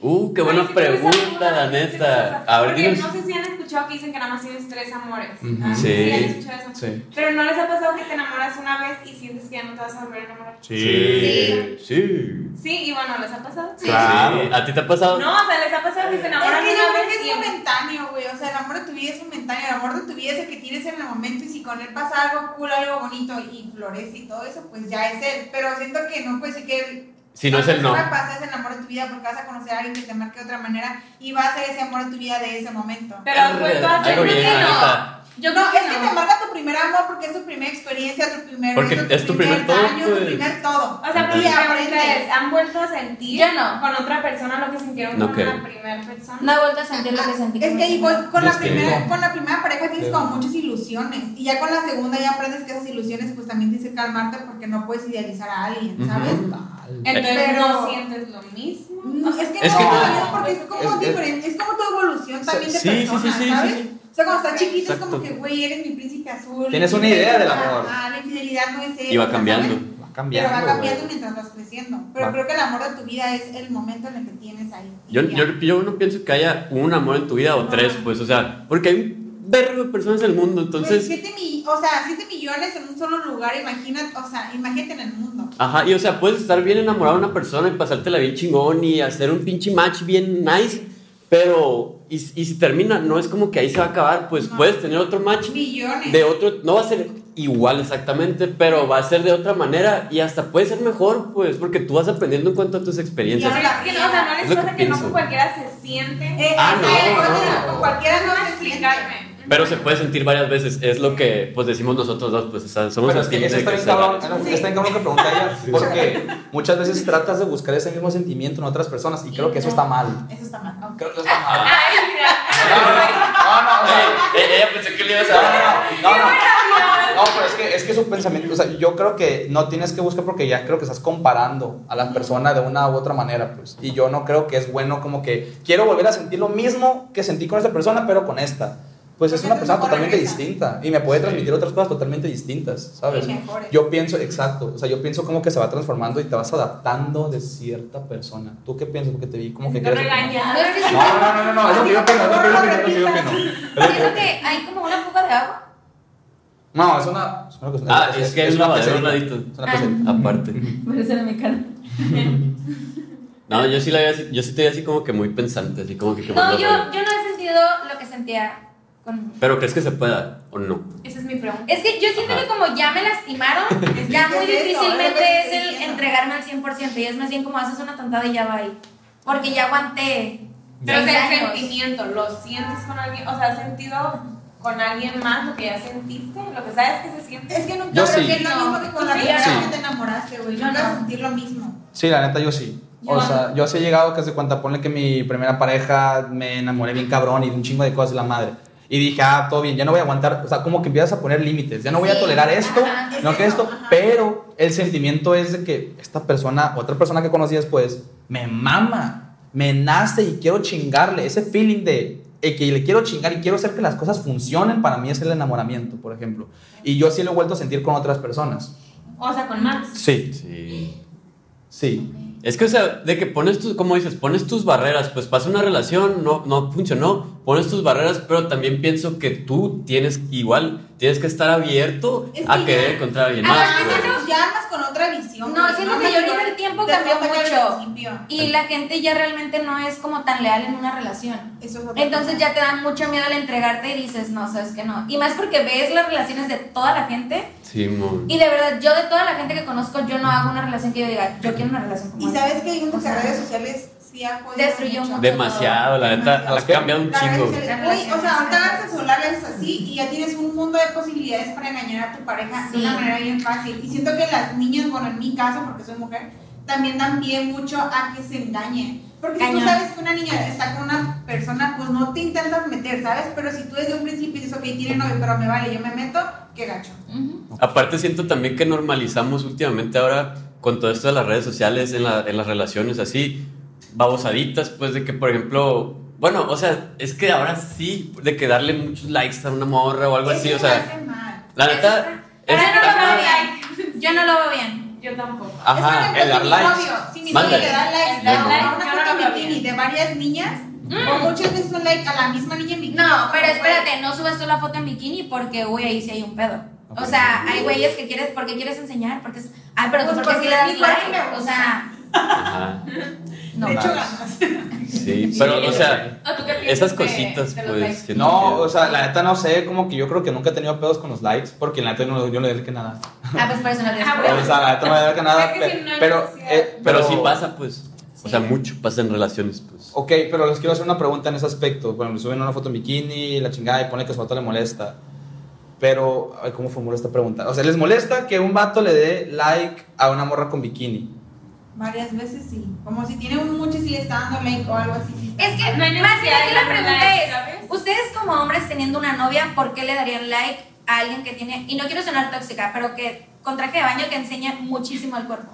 Speaker 2: Uh, qué buena
Speaker 5: Ay, sí, creo que esa
Speaker 2: pregunta,
Speaker 5: pregunta
Speaker 2: la
Speaker 5: es
Speaker 2: neta.
Speaker 5: deliciosa.
Speaker 2: A ver,
Speaker 5: Porque
Speaker 2: dinos.
Speaker 5: no sé si han escuchado que dicen que nada más tienes tres amores.
Speaker 6: Ujú.
Speaker 5: Ah,
Speaker 2: Sí.
Speaker 5: han escuchado eso.
Speaker 6: Sí.
Speaker 5: Pero no les ha pasado que te enamoras una vez y sientes que ya no te vas a volver a enamorar.
Speaker 2: Sí. Sí.
Speaker 5: Sí, y bueno, les ha pasado.
Speaker 6: Sí. Claro.
Speaker 2: ¿A ti te ha pasado?
Speaker 5: No, o sea, les ha pasado que se
Speaker 4: Es
Speaker 5: enamoran
Speaker 4: que yo
Speaker 5: una
Speaker 4: creo
Speaker 5: vez
Speaker 4: que
Speaker 5: y
Speaker 4: es momentáneo, güey. O sea, el amor de tu vida es momentáneo. El amor de tu vida es el que tienes en el momento. Y si con él pasa algo cool, algo bonito y florece y todo eso, pues ya es él. Pero siento que no puede ser que él.
Speaker 2: Si no es el no.
Speaker 4: Nunca pasa es el amor de tu vida porque vas a conocer a alguien que te marque de otra manera y va a ser ese amor de tu vida de ese momento.
Speaker 5: Pero has vuelto a hacer
Speaker 2: Algo bien,
Speaker 5: lo
Speaker 2: la
Speaker 5: mismo.
Speaker 2: neta.
Speaker 3: Yo creo
Speaker 4: no, es que te
Speaker 3: que no.
Speaker 4: marca tu primer amor porque es tu primera experiencia, tu primer
Speaker 2: Porque
Speaker 4: beso,
Speaker 2: es tu primer todo,
Speaker 4: daño,
Speaker 2: pues.
Speaker 4: tu primer todo.
Speaker 5: O sea,
Speaker 4: y
Speaker 5: prácticamente
Speaker 4: aprendes.
Speaker 5: han vuelto a sentir
Speaker 3: Yo no.
Speaker 5: con otra persona lo que sintieron
Speaker 2: No
Speaker 5: con
Speaker 2: creo.
Speaker 5: la primera persona.
Speaker 3: No he vuelto a sentir lo que sentí.
Speaker 4: Es
Speaker 3: con
Speaker 4: que
Speaker 3: ella.
Speaker 4: ahí voy- con,
Speaker 2: Es
Speaker 4: la
Speaker 2: que
Speaker 4: primera,
Speaker 6: no.
Speaker 4: con la primera pareja tienes
Speaker 6: Sí.
Speaker 4: como muchas ilusiones y ya con la segunda ya aprendes que esas ilusiones pues también tienes que calmarte porque no puedes idealizar a alguien, ¿sabes?
Speaker 2: Ujú.
Speaker 5: Entonces
Speaker 4: Pero-
Speaker 5: no sientes lo mismo.
Speaker 4: No, es que
Speaker 2: Es
Speaker 4: no,
Speaker 2: que no.
Speaker 4: es porque es como
Speaker 6: Es- es-
Speaker 4: diferente, es como tu evolución también de
Speaker 2: Sí, sí, sí,
Speaker 4: persona,
Speaker 2: sí, sí,
Speaker 4: ¿sabes?
Speaker 2: sí.
Speaker 4: O sea, cuando estás chiquito es
Speaker 2: Exacto.
Speaker 4: como que, güey, eres mi príncipe azul.
Speaker 6: Tienes una idea del amor.
Speaker 4: Ah, la infidelidad no es eso.
Speaker 2: Y va cambiando.
Speaker 4: ¿sabes?
Speaker 6: Va
Speaker 4: Pero
Speaker 6: cambiando.
Speaker 4: va cambiando
Speaker 6: güey.
Speaker 4: mientras vas creciendo. Pero
Speaker 6: Va.
Speaker 4: creo que el amor de tu vida es el momento en el que tienes ahí.
Speaker 2: Yo,
Speaker 4: Y ya.
Speaker 2: yo, yo no pienso que haya un amor en tu vida o tres, pues, o sea, porque hay un verbo de personas en el mundo,
Speaker 4: Entonces,
Speaker 2: entonces,
Speaker 4: o sea, 7 millones en un solo lugar, imagínate, o sea, imagínate en el mundo.
Speaker 2: ajá, y o sea, puedes estar bien enamorado de una persona y pasártela bien chingón y hacer un pinche match bien nice, pero, y, y si termina, no es como que ahí se va a acabar, pues
Speaker 4: No.
Speaker 2: puedes tener otro match
Speaker 4: Millones.
Speaker 2: de otro, no va a ser igual exactamente, pero va a ser de otra manera y hasta puede ser mejor, pues, porque tú vas aprendiendo en cuanto a tus
Speaker 5: Pero
Speaker 2: experiencias.
Speaker 4: Y
Speaker 5: es que no, o sea, no
Speaker 2: Es
Speaker 5: les
Speaker 2: lo que
Speaker 5: pasa que, no
Speaker 2: pienso.
Speaker 5: con cualquiera se siente.
Speaker 4: Eh,
Speaker 2: Ah,
Speaker 4: o
Speaker 2: no,
Speaker 4: sea, el
Speaker 2: no,
Speaker 4: cuate-
Speaker 2: no.
Speaker 4: con cualquiera no
Speaker 5: Déjame
Speaker 4: se siente.
Speaker 5: explicarme.
Speaker 2: Pero se puede sentir varias veces, es lo que pues decimos nosotros dos, pues o sea, somos
Speaker 6: Pero es que
Speaker 2: sentimos
Speaker 6: eso
Speaker 2: de que
Speaker 6: está bien
Speaker 2: se-
Speaker 6: cabrón, está bien cabrón que pregunta ella, porque muchas veces tratas de buscar ese mismo sentimiento en otras personas y creo que eso está mal.
Speaker 4: Eso está mal. ok.
Speaker 6: Creo que eso está mal.
Speaker 5: Ay, mira.
Speaker 6: No, no, no, no, o sea,
Speaker 2: Eh, eh, ella pensó que le ibas a
Speaker 6: no, no, no, no, no, pero es que, es que su pensamiento, o sea, yo creo que no tienes que buscar porque ya creo que estás comparando a la persona de una u otra manera, pues, y yo no creo que es bueno como que quiero volver a sentir lo mismo que sentí con esta persona, pero con esta. Pues es
Speaker 4: Porque
Speaker 6: una
Speaker 4: tú
Speaker 6: persona
Speaker 4: mejor
Speaker 6: totalmente
Speaker 4: regresa.
Speaker 6: distinta y me puede transmitir otras cosas totalmente distintas, ¿sabes?
Speaker 4: Y mejores.
Speaker 6: Yo pienso, exacto, o sea, yo pienso como que se va transformando y te vas adaptando de cierta persona. ¿Tú qué piensas? Porque te vi como que...
Speaker 5: Te
Speaker 6: quieres-
Speaker 3: No,
Speaker 5: regañaron.
Speaker 3: es que
Speaker 6: No, no, no, no, no, es lo que yo opino, es lo que yo opino, es lo que yo opino.
Speaker 3: siento que hay como una fuga de agua.
Speaker 6: No, es una. Es una
Speaker 2: Ah, es que es una lavadero a un ladito.
Speaker 6: Es una
Speaker 2: Ah.
Speaker 6: pecerita.
Speaker 2: Aparte.
Speaker 3: Parece mi cara.
Speaker 2: No, yo sí la veo así, yo sí estoy así como que muy pensante, así como que... que
Speaker 3: No,
Speaker 2: muy
Speaker 3: yo,
Speaker 2: loco.
Speaker 3: yo no he sentido lo que sentía con.
Speaker 2: Pero ¿crees que se pueda o no?
Speaker 5: Esa es mi pregunta.
Speaker 3: Es que yo siento
Speaker 2: Ajá.
Speaker 3: que como ya me lastimaron, ya
Speaker 4: que es eso, es
Speaker 3: muy
Speaker 4: lo que
Speaker 3: difícilmente
Speaker 4: te
Speaker 3: es
Speaker 4: estoy
Speaker 3: el
Speaker 4: diciendo.
Speaker 3: entregarme al 100% y es más bien como haces una tontada y ya va ahí. Porque ya aguanté.
Speaker 5: Pero o
Speaker 3: seis
Speaker 5: sea, el
Speaker 3: años.
Speaker 5: sentimiento, ¿lo sientes con alguien? O sea, ¿has sentido con alguien más lo que ya sentiste? ¿Lo que sabes que se siente?
Speaker 4: Es que nunca
Speaker 6: Yo
Speaker 4: creo
Speaker 6: sí.
Speaker 4: que es lo mismo que con la
Speaker 5: Sí,
Speaker 4: primera
Speaker 6: sí.
Speaker 4: que te enamoraste, güey.
Speaker 3: Yo
Speaker 4: Nunca vas a
Speaker 3: no.
Speaker 4: sentir lo mismo.
Speaker 6: Sí, la neta, yo sí. O
Speaker 5: Yo-
Speaker 6: sea, yo sí he llegado que se cuenta, ponle que mi primera pareja me enamoré bien cabrón y de un chingo de cosas de la madre. Y dije, ah, todo bien, ya no voy a aguantar. O sea, como que empiezas a poner límites. Ya no voy a
Speaker 3: Sí,
Speaker 6: tolerar esto,
Speaker 3: ajá,
Speaker 4: es
Speaker 6: no que
Speaker 4: eso,
Speaker 6: esto.
Speaker 4: ajá.
Speaker 6: Pero el sentimiento es de que esta persona, otra persona que conocí después, me mama, me nace y quiero chingarle. Ese feeling de eh, que le quiero chingar y quiero hacer que las cosas funcionen, para mí es el enamoramiento, por ejemplo. Y yo sí lo he vuelto a sentir con otras personas.
Speaker 5: O sea, con más.
Speaker 6: Sí,
Speaker 2: Sí.
Speaker 6: sí.
Speaker 2: Es que, o sea, de que pones tus, como dices, pones tus barreras, pues pasa una relación, no, no funcionó, pones tus barreras, pero también pienso que tú tienes, igual, tienes que estar abierto
Speaker 4: Es
Speaker 2: a
Speaker 4: que
Speaker 2: querer
Speaker 4: ya-
Speaker 2: encontrar a alguien
Speaker 3: a
Speaker 6: Ah,
Speaker 2: más.
Speaker 3: ver,
Speaker 2: pues.
Speaker 3: siento-
Speaker 4: Ya andas con otra visión.
Speaker 3: No,
Speaker 4: pues,
Speaker 3: siento que yo
Speaker 4: andas
Speaker 3: creo que el
Speaker 4: con-
Speaker 3: tiempo
Speaker 4: de
Speaker 3: cambió
Speaker 4: todo aquel
Speaker 3: mucho.
Speaker 4: principio.
Speaker 3: Y la gente ya realmente no es como tan leal en una relación.
Speaker 4: Eso es otra
Speaker 3: Entonces
Speaker 4: cosa.
Speaker 3: ya te da mucho miedo al entregarte y dices, no, sabes que no. Y más porque ves las relaciones de toda la gente.
Speaker 2: Sí, mo.
Speaker 3: Y de verdad, yo de toda la gente que conozco, yo no hago una relación que yo diga, yo quiero una relación como
Speaker 4: Y
Speaker 3: esa".
Speaker 4: sabes que yo
Speaker 3: O
Speaker 4: siento que
Speaker 3: sea,
Speaker 4: redes sociales sí ha jodido
Speaker 3: Destruyó
Speaker 4: mucho.
Speaker 3: mucho.
Speaker 2: Demasiado, la neta,
Speaker 6: Demasiado.
Speaker 2: ha cambiado un
Speaker 4: Las redes
Speaker 2: chingo.
Speaker 4: sociales,
Speaker 3: La
Speaker 4: güey,
Speaker 3: relación
Speaker 4: o sea, ahorita
Speaker 3: social.
Speaker 4: agarras el celular, le haces así y ya tienes un mundo de posibilidades para engañar a tu pareja
Speaker 3: Sí.
Speaker 4: de una manera bien fácil. Y siento que las niñas, bueno, en mi caso, porque soy mujer, también dan pie mucho a que se engañen. Porque si
Speaker 3: Cañón.
Speaker 4: tú sabes que una niña está con una persona, pues no te intentas meter, ¿sabes? Pero si tú desde un principio dices, ok, tiene novio, pero me vale, yo me meto, qué gacho.
Speaker 3: Ujú.
Speaker 2: Aparte siento también que normalizamos últimamente ahora con todo esto de las redes sociales, en, la- en las relaciones así, babosaditas, pues de que, por ejemplo, bueno, o sea, es que ahora sí, de que darle muchos likes a una morra o algo
Speaker 4: Eso
Speaker 2: así, o
Speaker 4: me
Speaker 2: sea,
Speaker 4: hace mal.
Speaker 2: la neta...
Speaker 3: Pero
Speaker 2: es-
Speaker 3: yo Ah, no lo
Speaker 5: está-
Speaker 3: veo bien. Yo no lo veo bien.
Speaker 5: Yo tampoco.
Speaker 2: Ajá,
Speaker 4: es
Speaker 6: el dar
Speaker 4: mi
Speaker 6: likes.
Speaker 4: novio, si mi novio
Speaker 2: Mándale.
Speaker 4: le da likes
Speaker 5: El dar
Speaker 4: a
Speaker 5: likes,
Speaker 4: una
Speaker 5: yo no
Speaker 4: foto
Speaker 5: lo
Speaker 4: en
Speaker 5: veo
Speaker 4: bikini de varias niñas, o muchas veces un like a la misma niña en bikini.
Speaker 3: Mm. No, pero
Speaker 4: güey.
Speaker 3: espérate, no subas tú la foto en bikini porque, güey, ahí sí hay un pedo. O
Speaker 6: Ok.
Speaker 3: sea, hay güeyes que quieres, porque quieres enseñar, porque es, ay, pero tú
Speaker 4: Pues
Speaker 3: porque
Speaker 4: porque
Speaker 3: sí le das
Speaker 4: mi cuerpo
Speaker 3: like,
Speaker 4: me
Speaker 3: o sea,
Speaker 2: ajá,
Speaker 3: no.
Speaker 4: De hecho,
Speaker 6: mames.
Speaker 4: ganas.
Speaker 2: sí, pero, o sea,
Speaker 5: ¿O tú qué piensas
Speaker 2: esas
Speaker 5: de-
Speaker 2: cositas,
Speaker 5: de los
Speaker 2: pues...
Speaker 5: likes?
Speaker 2: siento
Speaker 6: No,
Speaker 2: que-
Speaker 6: o sea, la neta no sé, como que yo creo que nunca he tenido pedos con los likes, porque la neta no, yo no le dediqué nada.
Speaker 3: Ah, pues por eso no tienes
Speaker 5: Ah,
Speaker 6: O
Speaker 5: bueno.
Speaker 6: sea, la neta no le dediqué nada,
Speaker 5: Es que
Speaker 6: pe-
Speaker 5: si no hay
Speaker 6: pero,
Speaker 5: necesidad.
Speaker 6: eh,
Speaker 2: pero, sí pasa, pues. O sea, mucho pasa en relaciones, pues.
Speaker 6: Ok, pero les quiero hacer una pregunta en ese aspecto. Bueno, suben una foto en bikini, la chingada, y pone que su vato le molesta. Pero, ay, ¿cómo formuló esta pregunta? O sea, ¿les molesta que un vato le dé like a una morra con bikini?
Speaker 4: Varias veces sí. Como si tiene un mucho y si le está dando like o algo así. sí.
Speaker 3: Es que,
Speaker 5: No hay
Speaker 3: más bien
Speaker 5: necesidad
Speaker 3: aquí
Speaker 5: de
Speaker 3: la
Speaker 5: darle
Speaker 3: pregunta
Speaker 5: like,
Speaker 3: es,
Speaker 5: ¿sabes?
Speaker 3: ustedes como hombres teniendo una novia, ¿por qué le darían like a alguien que tiene, y no quiero sonar tóxica, pero que con traje de baño que enseña muchísimo el cuerpo?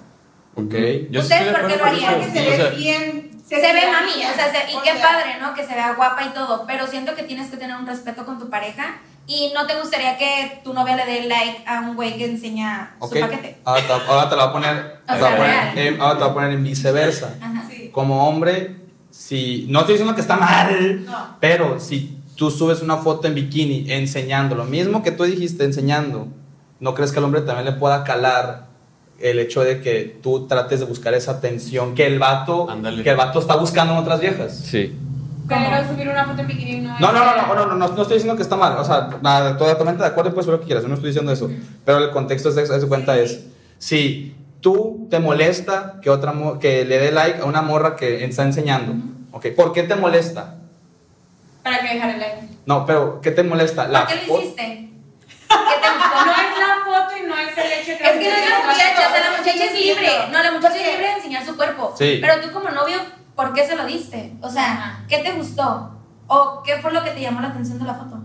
Speaker 6: Ok.
Speaker 2: Yo sí estoy
Speaker 3: ¿Ustedes
Speaker 2: de
Speaker 3: por qué
Speaker 2: acuerdo
Speaker 3: lo
Speaker 2: con
Speaker 3: harían?
Speaker 2: eso.
Speaker 4: que se ve
Speaker 2: O sea,
Speaker 4: bien.
Speaker 3: Se, ve mami, o sea, se- y
Speaker 4: o
Speaker 3: qué
Speaker 4: sea,
Speaker 3: padre, ¿no? Que se vea guapa y todo, pero siento que tienes que tener un respeto con tu pareja y no te gustaría que tu novia le dé like a un güey que enseña
Speaker 6: Ok,
Speaker 3: su paquete.
Speaker 6: ahora te, ahora te la voy a poner,
Speaker 3: O
Speaker 6: te la voy a
Speaker 3: sea,
Speaker 6: poner
Speaker 3: real.
Speaker 6: en- ahora te la voy a poner en viceversa.
Speaker 3: Ajá.
Speaker 4: Sí.
Speaker 6: Como hombre, si, no estoy diciendo que está mal,
Speaker 4: No.
Speaker 6: pero si tú subes una foto en bikini enseñando lo mismo que tú dijiste enseñando, ¿no crees que al hombre también le pueda calar el hecho de que tú trates de buscar esa atención que el vato,
Speaker 2: Ándale.
Speaker 6: que el vato está buscando en otras viejas?
Speaker 2: Sí.
Speaker 5: Pero subir una foto en bikini no es.
Speaker 6: No, no, no, no, no, no, no, no estoy diciendo que está mal, o sea, nada, totalmente de acuerdo, puedes subir lo que quieras, yo no estoy diciendo eso, pero el contexto de eso cuenta es, si tú te molesta que, otra mo- que le dé like a una morra que está enseñando, ok, ¿por qué te molesta?
Speaker 5: Para que dejar el like.
Speaker 6: No, pero ¿qué te molesta? La
Speaker 3: ¿Por qué lo
Speaker 6: fo-
Speaker 3: hiciste? ¿Qué te gustó?
Speaker 5: No es la foto y no es el hecho que.
Speaker 3: Es que no es la muchacha, o sea, la muchacha es libre. No, la muchacha es
Speaker 4: Porque-
Speaker 3: libre de enseñar su cuerpo.
Speaker 6: Sí.
Speaker 3: Pero tú como novio, ¿por qué se lo diste? O sea,
Speaker 5: Ajá.
Speaker 3: ¿qué te gustó? ¿O qué fue lo que te llamó la atención de la foto?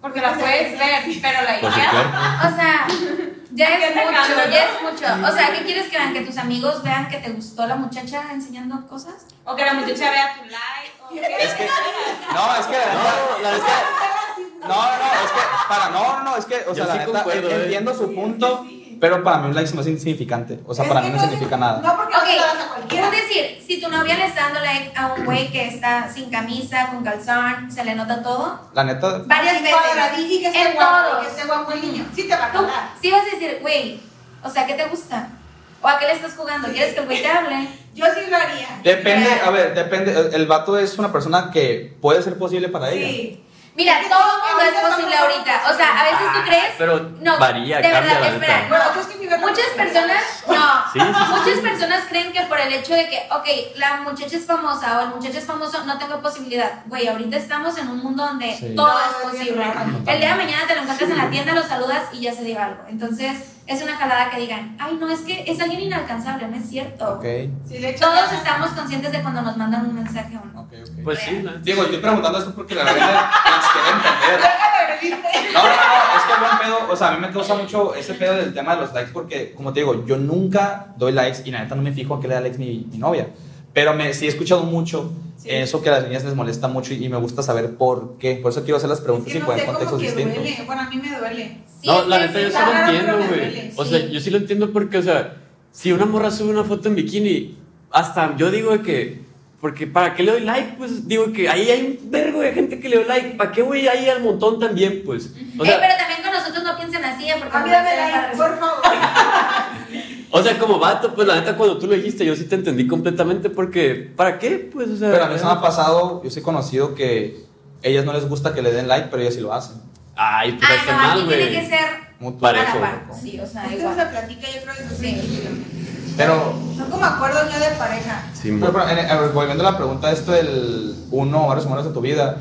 Speaker 5: Porque la puedes ver, pero la
Speaker 2: Por su cuerpo.
Speaker 3: O sea, ya
Speaker 5: Qué
Speaker 3: es mucho,
Speaker 5: atacando,
Speaker 3: ya es mucho. O sea, ¿qué quieres que vean? ¿Que tus amigos vean que te gustó la muchacha enseñando cosas?
Speaker 5: O que la muchacha vea tu like. o que-
Speaker 6: Es que- No, es que la neta- No, no, no, es que, para, no, no, no, es que,
Speaker 2: Yo
Speaker 6: o sea, la
Speaker 2: sí
Speaker 6: neta,
Speaker 2: concuerdo,
Speaker 6: en-
Speaker 2: eh.
Speaker 6: entiendo su punto, pero para mí un like se me hace insignificante, o sea,
Speaker 4: Es
Speaker 6: para
Speaker 4: que
Speaker 6: mí no significa nada.
Speaker 4: No, porque no se lo das a
Speaker 3: Ok,
Speaker 4: cualquiera.
Speaker 3: quiero decir, si tu novia le está dando like a un güey que está sin camisa, con calzón, se le nota todo,
Speaker 6: La neta,
Speaker 3: varias
Speaker 4: Sí, cuadradillo
Speaker 3: veces.
Speaker 4: Y que esté
Speaker 3: En
Speaker 4: guapo,
Speaker 3: todos.
Speaker 4: y que esté guapo el niño. Sí te va a
Speaker 3: Tú
Speaker 4: calar.
Speaker 3: sí vas a decir, güey, o sea, ¿qué te gusta? ¿O a qué le estás jugando? ¿Quieres que el güey te hable?
Speaker 4: Yo sí lo haría.
Speaker 6: Depende,
Speaker 3: Real.
Speaker 6: a ver, depende. El, el vato es una persona que puede ser posible para ella.
Speaker 4: Sí.
Speaker 3: Mira,
Speaker 4: Es que
Speaker 3: todo
Speaker 4: ahorita
Speaker 3: mundo es
Speaker 4: estamos
Speaker 3: posible
Speaker 4: hablando-
Speaker 3: ahorita. O sea, a veces
Speaker 2: Ah,
Speaker 3: tú crees.
Speaker 2: Pero
Speaker 3: No,
Speaker 2: varía,
Speaker 3: de
Speaker 2: cambia
Speaker 3: verdad,
Speaker 2: la
Speaker 3: espera,
Speaker 2: neta.
Speaker 4: Bueno,
Speaker 3: No.
Speaker 4: tú es que mi verdad-
Speaker 3: Muchas personas, no,
Speaker 2: Sí, sí, sí.
Speaker 3: muchas personas creen que por el hecho de que, ok, la muchacha es famosa o el muchacho es famoso, no tengo posibilidad. Güey, ahorita estamos en un mundo donde
Speaker 6: Sí.
Speaker 3: todo
Speaker 4: No,
Speaker 3: es
Speaker 4: es bien
Speaker 3: posible.
Speaker 4: raro.
Speaker 3: El día de mañana te lo encuentras en la tienda, lo saludas y ya se dio algo. Entonces, es una jalada que digan, ay, no, es que es alguien inalcanzable, no es cierto.
Speaker 6: Ok,
Speaker 4: Sí, le echo
Speaker 3: Todos
Speaker 4: ganas.
Speaker 3: estamos conscientes de cuando nos mandan un mensaje o no.
Speaker 6: ok, ok.
Speaker 2: Pues sí, la neta.
Speaker 6: Digo, estoy preguntando esto porque la verdad las quiero entender.
Speaker 4: Déjame reírte.
Speaker 6: No, no, no, es que buen pedo. O sea, a mí me causa mucho ese pedo del tema de los likes porque, como te digo, yo nunca doy likes y la neta no me fijo a qué le da likes mi, mi novia. Pero me, sí he escuchado mucho
Speaker 4: Sí.
Speaker 6: eso que a las niñas les molesta mucho y, y me gusta saber por qué. Por eso quiero hacer las preguntas
Speaker 4: Es que
Speaker 6: y
Speaker 4: no
Speaker 6: poner
Speaker 4: sé, como
Speaker 6: contextos
Speaker 4: que
Speaker 6: distintos.
Speaker 4: duele. Bueno, a mí me duele.
Speaker 3: Sí,
Speaker 2: No,
Speaker 3: es
Speaker 2: la
Speaker 3: que
Speaker 2: neta
Speaker 3: sí
Speaker 2: yo sí
Speaker 3: está
Speaker 2: lo
Speaker 4: raro,
Speaker 3: raro,
Speaker 2: entiendo,
Speaker 4: pero me
Speaker 2: güey.
Speaker 4: duele,
Speaker 2: O sea,
Speaker 3: sí.
Speaker 2: yo sí lo entiendo porque, o sea, si una morra sube una foto en bikini hasta yo digo de que, porque ¿para qué le doy like? Pues digo que ahí hay un vergo de gente que le doy like, ¿para qué voy ahí al montón también? Pues, o
Speaker 3: Ey,
Speaker 2: sea,
Speaker 3: pero también con nosotros no piensen así, ¿eh? porque
Speaker 4: A mí dame like, por favor.
Speaker 2: o sea, como vato, pues la neta cuando tú lo dijiste yo sí te entendí completamente porque, ¿para qué? Pues, o sea,
Speaker 6: Pero a mí se me ha pasado, yo sí he conocido que ellas no les gusta que le den like, pero ellas sí lo hacen.
Speaker 2: ay, pues
Speaker 3: Ah,
Speaker 2: está
Speaker 3: no, aquí
Speaker 2: mal, güey.
Speaker 3: tiene que ser
Speaker 6: Muy
Speaker 3: a la
Speaker 2: Parejo.
Speaker 3: par. Sí, o sea,
Speaker 4: Esto
Speaker 3: igual.
Speaker 4: se platica, yo creo que eso sí.
Speaker 6: Pero,
Speaker 4: Son como acuerdos ya de pareja.
Speaker 2: Sí,
Speaker 6: pero,
Speaker 2: mo-
Speaker 6: pero, en- en- volviendo a la pregunta de esto del uno o varios humanos de tu vida,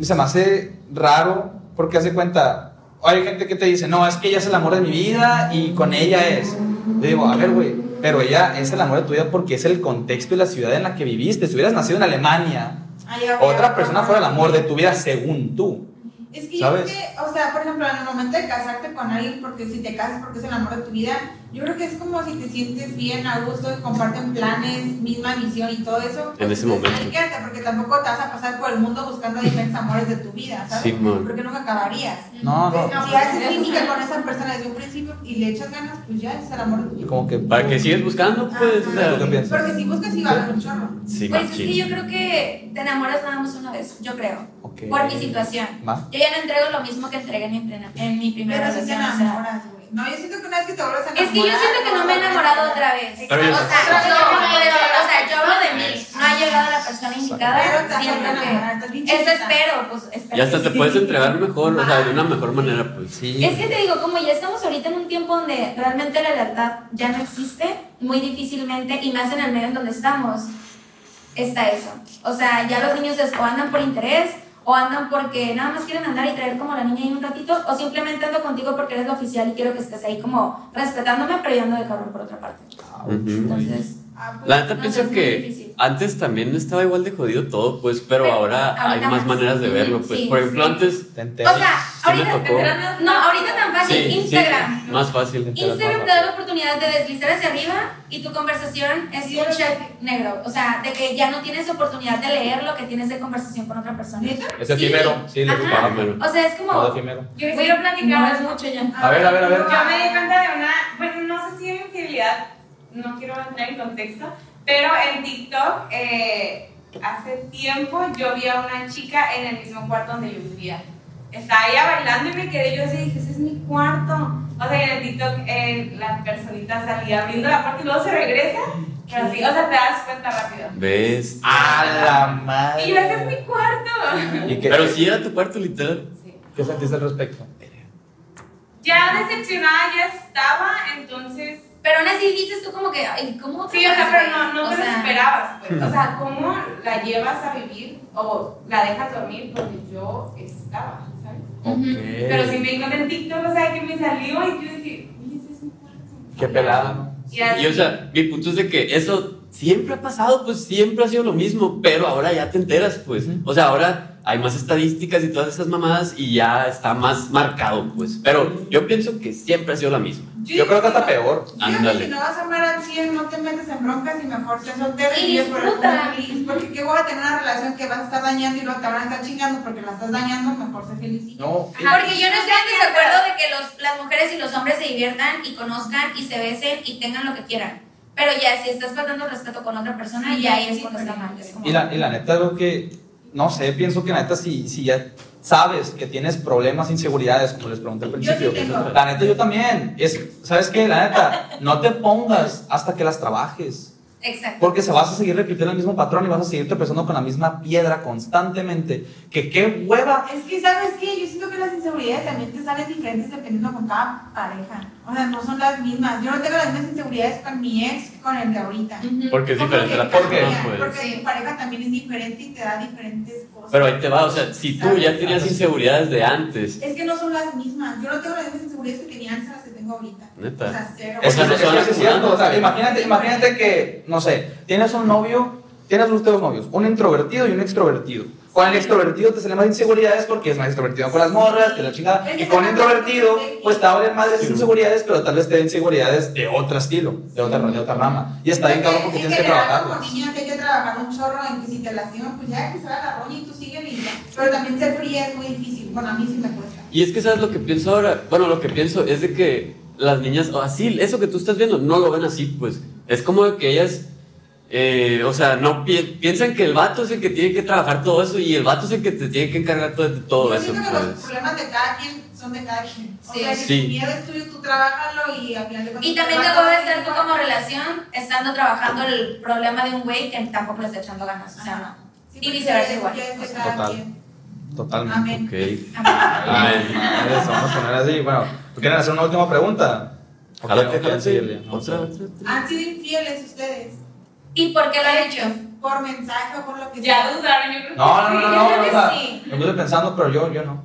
Speaker 6: se me hace raro porque hace cuenta, hay gente que te dice, no, es que ella es el amor de mi vida y con ella es. Yo digo, a ver, güey, pero ella es el amor de tu vida porque es el contexto y la ciudad en la que viviste. Si hubieras nacido en Alemania,
Speaker 4: Ahí habría
Speaker 6: otra persona fuera el amor de
Speaker 4: tu
Speaker 6: tu vida según tú.
Speaker 4: Es que
Speaker 6: ¿Sabes?
Speaker 4: yo creo que, o sea, por ejemplo, en el momento de casarte con alguien, porque si te casas porque es el amor de tu vida, yo creo que es como si te sientes bien, a gusto, y comparten planes, misma misión y todo eso.
Speaker 2: En ese
Speaker 4: pues,
Speaker 2: momento.
Speaker 4: Ahí quédate, porque tampoco te vas a pasar por el mundo buscando diferentes amores de tu vida, ¿sabes?
Speaker 2: Sí, man.
Speaker 4: Porque nunca acabarías.
Speaker 6: No, Ah, no.
Speaker 4: Entonces, Pues, si haces química con esa persona desde un principio y le echas ganas, pues ya es el amor de tu
Speaker 6: Y
Speaker 4: vida.
Speaker 6: como que...
Speaker 2: ¿Para qué sigues
Speaker 3: Ah,
Speaker 2: buscando? Pues, o
Speaker 6: ¿Tú qué
Speaker 2: sea,
Speaker 6: piensas?
Speaker 4: Porque si buscas y vale un chorro.
Speaker 2: sí,
Speaker 3: Pues es que
Speaker 2: machín.
Speaker 3: yo creo que te enamoras nada más una vez, yo creo.
Speaker 6: Ok.
Speaker 3: Por mi situación.
Speaker 6: Va.
Speaker 3: Yo ya no entrego lo mismo que entregué en mi, prena- en mi primera
Speaker 4: Pero si te
Speaker 3: relación. o sea.
Speaker 4: enamoras, güey. No, yo siento que una vez que te vuelves a enamorar.
Speaker 3: Es que yo siento que no me he enamorado otra vez.
Speaker 2: Pero yo-
Speaker 3: o, sea, yo, pero, o sea, yo hablo de mí. No ha llegado la persona
Speaker 4: Pero
Speaker 3: indicada.
Speaker 4: te vas a
Speaker 3: Siento
Speaker 4: enamorar, estás bien
Speaker 3: que. Eso
Speaker 4: chiquita.
Speaker 3: espero, pues espero.
Speaker 2: Ya hasta
Speaker 3: que
Speaker 2: te
Speaker 3: sí.
Speaker 2: puedes entregar mejor, o sea, de una mejor manera, pues.
Speaker 6: Sí.
Speaker 3: Es que te digo, como ya estamos ahorita en un tiempo donde realmente la lealtad ya no existe, muy difícilmente, y más en el medio en donde estamos, está eso. O sea, ya los niños es- o andan por interés, o andan porque nada más quieren andar y traer como la niña ahí un ratito, o simplemente ando contigo porque eres la oficial y quiero que estés ahí como respetándome, pero yo ando de cabrón por otra parte.
Speaker 2: Ujú.
Speaker 3: Entonces,
Speaker 4: Ah, pues,
Speaker 2: La neta
Speaker 3: No,
Speaker 2: pienso
Speaker 3: es muy
Speaker 2: que
Speaker 3: difícil.
Speaker 2: antes también estaba igual de jodido todo, pues, pero
Speaker 3: Pero
Speaker 2: ahora hay
Speaker 3: ahorita
Speaker 2: más
Speaker 3: más.
Speaker 2: maneras de verlo, pues.
Speaker 3: Sí,
Speaker 2: Por ejemplo,
Speaker 3: sí.
Speaker 2: antes
Speaker 6: Te enteras.
Speaker 3: o sea,
Speaker 2: me
Speaker 3: ahorita,
Speaker 2: tocó.
Speaker 3: no, ahorita tan fácil,
Speaker 2: Sí, sí,
Speaker 3: Instagram.
Speaker 2: más fácil.
Speaker 3: Instagram te da la oportunidad de deslizar hacia arriba y tu conversación es un check negro. O sea, de que ya no tienes oportunidad de leer lo que tienes de conversación con otra persona.
Speaker 6: Es
Speaker 3: Sí.
Speaker 6: efímero. Sí, le
Speaker 3: Ajá.
Speaker 6: gusta.
Speaker 2: Primero.
Speaker 3: O sea, es
Speaker 6: No,
Speaker 3: como.
Speaker 6: efímero.
Speaker 5: Yo quiero platicar.
Speaker 3: No es mucho ya.
Speaker 6: A ver, a ver, a ver.
Speaker 5: Yo me di cuenta de una, bueno, no sé si era infidelidad, no quiero entrar en contexto, pero en TikTok eh, hace tiempo yo vi a una chica en el mismo cuarto donde yo vivía. Estaba ella bailando y me quedé yo así, dije, ese es mi cuarto. O sea, y en el TikTok eh, la personita salía abriendo la puerta y luego se regresa. Pero sí, o sea, te das cuenta rápido.
Speaker 2: ¿Ves?
Speaker 6: A la
Speaker 5: Y yo, ese es mi
Speaker 6: madre.
Speaker 5: cuarto.
Speaker 6: ¿Y qué,
Speaker 2: Pero si era tu cuarto literal.
Speaker 5: Sí.
Speaker 6: qué sentiste al respecto?
Speaker 5: Ya decepcionada ya estaba, entonces
Speaker 3: Pero aún así dices tú como que. Ay, ¿Cómo
Speaker 5: Sí, o sea, pero no, no
Speaker 3: O
Speaker 5: te lo
Speaker 3: sea,
Speaker 5: esperabas,
Speaker 6: Hmm.
Speaker 5: pues. O sea, ¿cómo la llevas a vivir o la dejas dormir donde yo estaba, ¿sabes?
Speaker 3: Ujú.
Speaker 5: Pero si me di cuenta en TikTok, o sea, que me salió y yo dije, "Oye, ese es mi cuarto".
Speaker 6: Qué pelada. ¿no?
Speaker 5: Y así,
Speaker 2: Y o sea, mi punto es de que eso siempre ha pasado, pues siempre ha sido lo mismo, pero ahora ya te enteras, pues. O sea, ahora hay más estadísticas y todas esas mamadas y ya está más marcado, pues. Pero yo pienso que siempre ha sido la misma.
Speaker 6: Yo creo que hasta peor.
Speaker 4: Yo digo que
Speaker 2: Ándale.
Speaker 4: Si no vas a amar al 100, no te metes en broncas y mejor te soltero
Speaker 3: Y
Speaker 4: vives por el mundo
Speaker 3: disfruta.
Speaker 4: feliz. Porque qué hueva tener una relación que vas a estar dañando y luego te van a estar chingando porque la estás dañando, mejor sé feliz. y ya.
Speaker 6: No.
Speaker 3: Porque yo no estoy en desacuerdo de que los, las mujeres y los hombres se diviertan y conozcan y se besen y tengan lo que quieran. Pero ya, si estás faltando el respeto con otra persona, ya ahí es cuando está mal. Es como-
Speaker 6: Y la, y la neta, lo que. No sé, pienso que la neta, si, si ya sabes que tienes problemas, inseguridades, como les pregunté al
Speaker 4: Yo sí
Speaker 6: principio.
Speaker 4: tengo.
Speaker 6: La neta, yo también. Es, ¿Sabes qué? La neta, no te pongas hasta que las trabajes.
Speaker 3: Exacto.
Speaker 6: Porque se vas a seguir repitiendo el mismo patrón y vas a seguir tropezando con la misma piedra constantemente. Que qué hueva
Speaker 4: Es que, ¿sabes qué? Yo siento que las inseguridades también te salen diferentes dependiendo con cada pareja. O sea, no son las mismas. Yo no tengo las mismas inseguridades con mi ex que con el de ahorita.
Speaker 3: Ujú.
Speaker 2: Porque es
Speaker 4: No,
Speaker 2: diferente la
Speaker 6: ¿por qué?
Speaker 2: persona, pues.
Speaker 4: Porque tu pareja también es diferente y te da diferentes cosas.
Speaker 2: Pero ahí te va, o sea, si tú ya tenías inseguridades de antes,
Speaker 4: Es que no son las mismas. Yo no tengo las mismas inseguridades que tenía antes a las que tengo ahorita.
Speaker 2: Neta.
Speaker 4: O sea, cero.
Speaker 6: Es que,
Speaker 2: O sea, no
Speaker 6: es que
Speaker 2: son
Speaker 6: sí es
Speaker 2: acumulados.
Speaker 6: cierto, o sea, imagínate, imagínate que, no sé, tienes un novio, tienes usted dos novios, un introvertido y un extrovertido. Con el extrovertido te salen más inseguridades porque es más extrovertido con las morras, te la chingada. Y con el introvertido, pues te abren más de esas inseguridades, pero tal vez te den inseguridades de otro estilo, de otra, de otra rama. Y está bien cabrón porque
Speaker 4: En
Speaker 6: tienes que
Speaker 4: general,
Speaker 6: trabajarlo.
Speaker 4: Como niños hay que trabajar un chorro en que si te lastiman, pues ya que se va la roña y tú sigue y ya. Pero también ser fría es muy difícil. Bueno, a mí sí me cuesta.
Speaker 2: Y es que sabes lo que pienso ahora. Bueno, lo que pienso es de que las niñas, o así, eso que tú estás viendo, no lo ven así, pues. Es como de que ellas eh, o sea, no pi- piensan que el vato es el que tiene que trabajar todo eso y el vato es el que te tiene que encargar todo, de todo
Speaker 4: Yo
Speaker 2: eso.
Speaker 4: siento que los
Speaker 2: Pues.
Speaker 4: problemas de cada quien son de cada quien. O
Speaker 3: Sí.
Speaker 4: sea, si
Speaker 2: Sí.
Speaker 4: tu miedo es tuyo, tú trabájalo y al final de cuentas.
Speaker 3: Y también
Speaker 4: te
Speaker 3: te
Speaker 4: va a
Speaker 3: puede ser tú como relación estando trabajando el problema de un güey que tampoco le está echando ganas. O sea, no.
Speaker 4: Sí,
Speaker 3: y
Speaker 4: porque
Speaker 3: viceversa
Speaker 4: ya es-
Speaker 3: igual.
Speaker 4: ya es de cada
Speaker 6: Total.
Speaker 4: quien.
Speaker 6: Totalmente.
Speaker 4: Amén.
Speaker 2: Ok.
Speaker 3: Amén.
Speaker 2: Amén.
Speaker 6: Eso, vamos a poner así. Bueno, ¿tú quieres hacer una última pregunta? ¿O
Speaker 2: Jálate,
Speaker 6: quieren- o quieren
Speaker 2: jálate.
Speaker 6: seguirle? No
Speaker 2: Otra,
Speaker 6: sé.
Speaker 2: otra.
Speaker 4: ¿Han sido infieles ustedes?
Speaker 3: ¿Y por qué lo han hecho?
Speaker 4: Por mensaje o por lo que
Speaker 5: Ya
Speaker 4: sea.
Speaker 5: dudaron, yo creo que
Speaker 6: No, no,
Speaker 5: sí,
Speaker 6: no,
Speaker 5: yo
Speaker 6: no,
Speaker 5: creo
Speaker 6: no.
Speaker 5: que
Speaker 6: o sea,
Speaker 5: sí.
Speaker 6: me puse pensando, pero yo, yo no.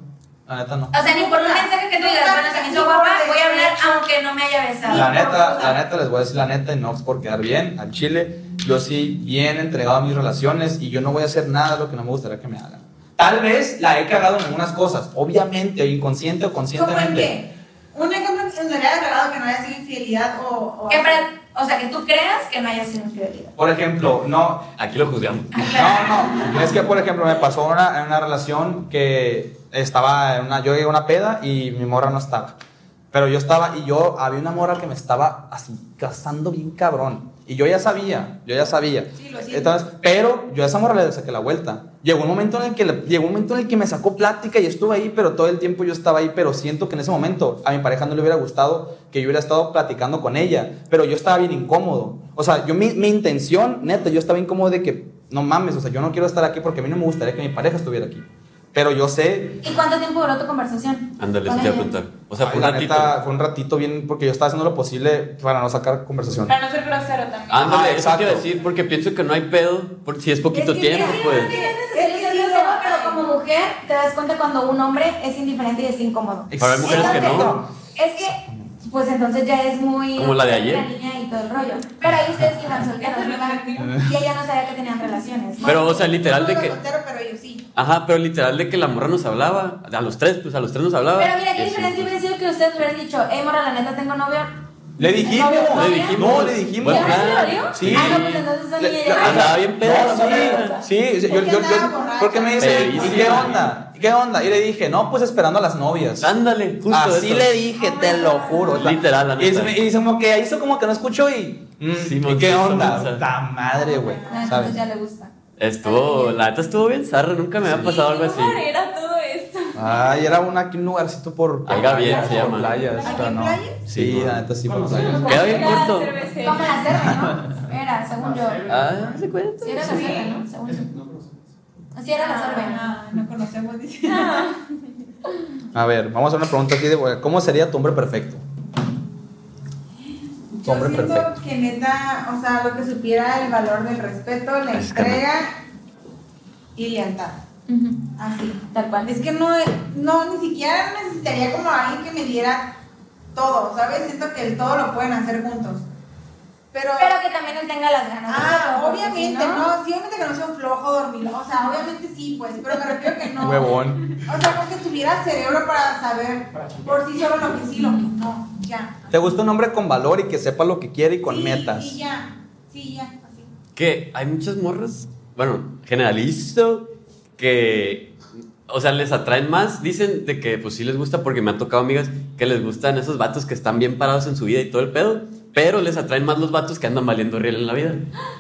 Speaker 6: La neta no.
Speaker 3: O sea, ni por un mensaje que tú digas, bueno, se me hizo guapa, voy a hablar aunque no me haya
Speaker 6: La
Speaker 3: besado.
Speaker 6: neta, la neta, les voy a decir la neta y no es por quedar bien al chile. Yo sí, bien entregado a mis relaciones y yo no voy a hacer nada de lo que no me gustaría que me hagan. Tal vez la he cagado en algunas cosas, obviamente, inconsciente o
Speaker 4: ¿Cómo en
Speaker 6: conscientemente.
Speaker 4: qué? Un ejemplo que se me haya declarado que no haya sido infidelidad o. o
Speaker 3: Que para- o sea, que tú creas que no haya sido infidelidad.
Speaker 6: Por ejemplo, no,
Speaker 2: Aquí lo juzgamos.
Speaker 6: No, no. Es que, por ejemplo, me pasó una, en una relación que estaba en una, yo llegué a una peda y mi morra no estaba. Pero yo estaba, y yo, había una morra que me estaba así, cazando bien cabrón. Y yo ya sabía, yo ya sabía.
Speaker 4: Sí, lo siento.
Speaker 6: Entonces, pero yo a esa morra le saqué la vuelta. Llegó un momento en el que le- llegó un momento en el que me sacó plática y estuve ahí, pero todo el tiempo yo estaba ahí, pero siento que en ese momento a mi pareja no le hubiera gustado que yo hubiera estado platicando con ella, pero yo estaba bien incómodo. O sea, yo mi, mi intención, neta, yo estaba incómodo de que no mames, o sea, yo no quiero estar aquí porque a mí no me gustaría que mi pareja estuviera aquí. Pero yo sé,
Speaker 3: ¿Y cuánto tiempo duró tu conversación?
Speaker 2: Ándale, se
Speaker 3: Con
Speaker 2: te voy a
Speaker 3: ella.
Speaker 2: contar. O sea, fue
Speaker 6: ay,
Speaker 2: un
Speaker 6: la
Speaker 2: ratito.
Speaker 6: neta, fue un ratito bien porque yo estaba haciendo lo posible para no sacar conversación.
Speaker 5: Para no ser grosero también.
Speaker 6: Ah,
Speaker 2: Ándale, eso te iba a
Speaker 6: exacto.
Speaker 2: decir porque pienso que no hay pedo por si es poquito
Speaker 4: Es que
Speaker 2: tiempo,
Speaker 4: mira,
Speaker 2: pues.
Speaker 4: mira,
Speaker 3: Es necesario ser grosero, pero como mujer te das cuenta cuando un hombre es indiferente y es incómodo.
Speaker 2: Para mujeres que no.
Speaker 3: Es que, pues entonces ya es muy.
Speaker 2: Como la de ayer.
Speaker 3: La niña y todo el rollo. Pero ahí ustedes que iban solteros, ¿verdad? Y ella no sabía que tenían relaciones.
Speaker 2: Pero, o sea, literal
Speaker 4: Yo
Speaker 2: de
Speaker 4: no era
Speaker 2: que.
Speaker 4: soltero, pero yo sí.
Speaker 2: Ajá, pero literal de que la morra nos hablaba. A los tres, pues a los tres nos hablaba.
Speaker 3: Pero mira, qué
Speaker 2: Eso,
Speaker 3: diferencia
Speaker 2: pues.
Speaker 3: hubiera sido que ustedes hubieran dicho, hey, morra, la neta tengo novio.
Speaker 6: Le dijimos,
Speaker 3: No,
Speaker 2: le dijimos.
Speaker 6: No, le dijimos.
Speaker 3: ¿Y
Speaker 2: Buen
Speaker 3: ahora sí
Speaker 2: plan.
Speaker 3: le dolió?
Speaker 6: Sí.
Speaker 3: Ah, no, pues entonces esa niña
Speaker 6: Le-
Speaker 3: ya-
Speaker 6: le-
Speaker 2: Andaba bien pedo.
Speaker 6: No,
Speaker 2: la morra.
Speaker 6: sí, sí, sí, yo,
Speaker 4: Porque
Speaker 6: yo,
Speaker 4: andaba
Speaker 6: yo-
Speaker 4: borracha.
Speaker 6: porque me dice, ¿y
Speaker 2: Pedísima.
Speaker 6: qué onda? ¿Y qué onda? Y le dije, no, pues esperando a las novias.
Speaker 2: Ándale, justo.
Speaker 6: Así
Speaker 2: eso.
Speaker 6: le dije, te lo juro.
Speaker 2: Literal, la
Speaker 6: Y dice,
Speaker 2: neta.
Speaker 6: y dice como que hizo como que no escuchó y. mm,
Speaker 2: Sí,
Speaker 6: ¿Y qué
Speaker 2: montaza,
Speaker 6: onda?
Speaker 2: montaza.
Speaker 6: Ta madre, güey.
Speaker 3: Ah,
Speaker 6: ¿sabes?
Speaker 3: entonces ya le gusta.
Speaker 2: Estuvo, la neta estuvo bien zarra, nunca me había pasado algo así.
Speaker 5: era todo esto?
Speaker 6: Ay, era una, aquí un lugarcito por. por
Speaker 2: Oiga, bien,
Speaker 6: playas,
Speaker 2: se
Speaker 6: por
Speaker 2: llama.
Speaker 6: playas,
Speaker 4: ¿Aquí
Speaker 6: pero
Speaker 4: en
Speaker 6: no.
Speaker 4: playa?
Speaker 6: Sí, la neta sí, por playas.
Speaker 2: Queda bien
Speaker 5: Era
Speaker 2: corto.
Speaker 5: cervecera.
Speaker 3: Como la cerda, ¿no? Era, según yo.
Speaker 2: Ah, ¿se cuenta?
Speaker 3: Sí, era la cerda, ¿no? Según yo.
Speaker 1: No, pero sí.
Speaker 3: Sí, era la Ah. cerda.
Speaker 4: Ah, no conocemos, dice.
Speaker 6: A ver, vamos a hacer una pregunta aquí de güey, ¿cómo sería tu hombre perfecto? Tu
Speaker 4: Yo
Speaker 6: hombre
Speaker 4: siento
Speaker 6: perfecto.
Speaker 4: que neta, o sea, lo que supiera el valor del respeto, la
Speaker 2: Es que no.
Speaker 4: entrega y lealtad.
Speaker 3: Ujú,
Speaker 4: Así.
Speaker 3: Tal cual.
Speaker 4: Es que no, no, ni siquiera necesitaría como alguien que me diera todo, ¿sabes? Siento que el todo lo pueden hacer juntos. Pero,
Speaker 3: Pero que también él tenga las ganas. de
Speaker 4: ah,
Speaker 3: hacerlo, porque si
Speaker 4: obviamente, no, sí, obviamente que no sea un flojo dormido, o sea, obviamente sí, pues, pero me refiero que no.
Speaker 6: Huevón.
Speaker 4: O sea, como que tuviera cerebro para saber por sí solo lo que sí, lo que no, ya.
Speaker 6: ¿Te gusta un hombre con valor y que sepa lo que quiere y con
Speaker 4: Sí,
Speaker 6: metas?
Speaker 4: Y ya, sí, ya, así.
Speaker 2: Que hay muchas morras, bueno, generalizo, que, o sea, les atraen más, dicen de que pues sí les gusta, porque me han tocado amigas que les gustan esos vatos que están bien parados en su vida y todo el pedo, pero les atraen más los vatos que andan valiendo real en la vida.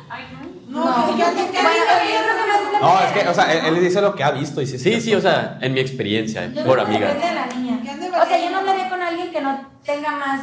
Speaker 5: Ay, no.
Speaker 4: No,
Speaker 3: No.
Speaker 4: que ya te
Speaker 3: Bueno, es que yo creo que me gusta
Speaker 6: No, es que, o sea, él, él dice lo que ha visto y sí,
Speaker 2: Sí, sí, o sea, en mi experiencia, eh,
Speaker 3: Yo
Speaker 2: por
Speaker 3: creo que
Speaker 2: amiga.
Speaker 3: depende de la
Speaker 4: Que ande
Speaker 3: niña. O
Speaker 4: valiendo.
Speaker 3: sea, yo no andaría con alguien que no tenga más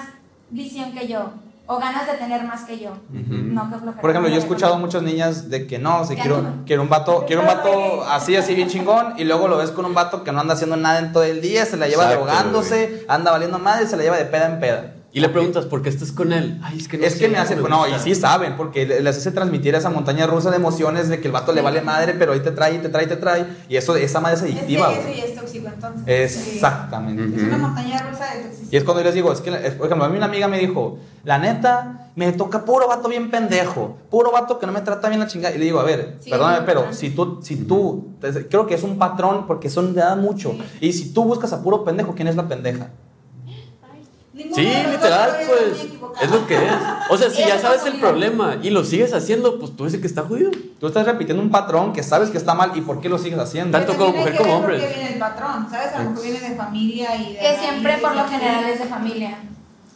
Speaker 3: visión que yo o ganas de tener más que yo. No, que flojera.
Speaker 6: Por ejemplo, yo he
Speaker 3: No,
Speaker 6: escuchado a muchas niñas de que no, si
Speaker 3: Ya
Speaker 6: quiero,
Speaker 3: no.
Speaker 6: quiero un vato, quiero un vato así, así bien chingón, y luego lo ves con un vato que no anda haciendo nada en todo el día, se la lleva
Speaker 2: Exacto,
Speaker 6: drogándose, anda valiendo madre, se la lleva de peda en peda.
Speaker 2: Y le preguntas, ¿por qué estás con él? Ay, es que no
Speaker 6: Es que
Speaker 2: sé,
Speaker 6: me hace, no,
Speaker 2: gusta.
Speaker 6: y sí saben, porque le- les hace transmitir esa montaña rusa de emociones de que el vato le vale madre, pero ahí te trae, y te trae, y te trae, y eso, esa madre es
Speaker 4: Es que
Speaker 6: adictiva,
Speaker 4: eso
Speaker 6: güey.
Speaker 4: ya es tóxico, entonces.
Speaker 6: Exactamente.
Speaker 4: Sí. Es una montaña rusa de toxicidad.
Speaker 6: Y es cuando yo les digo, es que, es- por ejemplo, a mí una amiga me dijo, la neta, me toca puro vato bien pendejo, puro vato que no me trata bien la chingada. Y le digo, a ver,
Speaker 3: Sí,
Speaker 6: perdóname,
Speaker 3: no,
Speaker 6: pero
Speaker 3: no.
Speaker 6: si tú, si tú, te- creo que es un patrón porque eso le da mucho. Y si tú buscas a puro pendejo, ¿quién es la pendeja?
Speaker 4: Ninguno
Speaker 2: Sí,
Speaker 4: de los dos
Speaker 2: literal,
Speaker 4: todavía está muy
Speaker 2: pues.
Speaker 4: equivocado.
Speaker 2: Es lo que es. O sea, si
Speaker 3: Y
Speaker 2: ya
Speaker 3: es
Speaker 2: sabes el
Speaker 3: comunidad.
Speaker 2: problema y lo sigues haciendo, pues tú eres el que está jodido.
Speaker 6: Tú estás repitiendo un patrón que sabes que está mal y por qué lo sigues haciendo.
Speaker 2: Tanto
Speaker 4: Pero
Speaker 2: como
Speaker 4: también hay
Speaker 2: mujer
Speaker 4: que
Speaker 2: como Pues,
Speaker 4: ver por
Speaker 2: hombre.
Speaker 4: qué viene el patrón, ¿sabes? A lo mejor viene de familia y de
Speaker 3: Que siempre,
Speaker 4: raíces
Speaker 3: por
Speaker 4: y
Speaker 3: lo
Speaker 4: así.
Speaker 3: general, es de familia.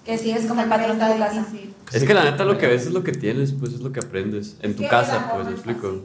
Speaker 3: que sigues como el patrón de tu casa.
Speaker 2: Es que la neta lo que ves es lo que tienes, pues es lo que aprendes. En tu
Speaker 4: Sí,
Speaker 2: casa,
Speaker 4: la
Speaker 2: pues,
Speaker 4: ropa
Speaker 2: ¿me
Speaker 4: es
Speaker 2: explico?
Speaker 4: fácil.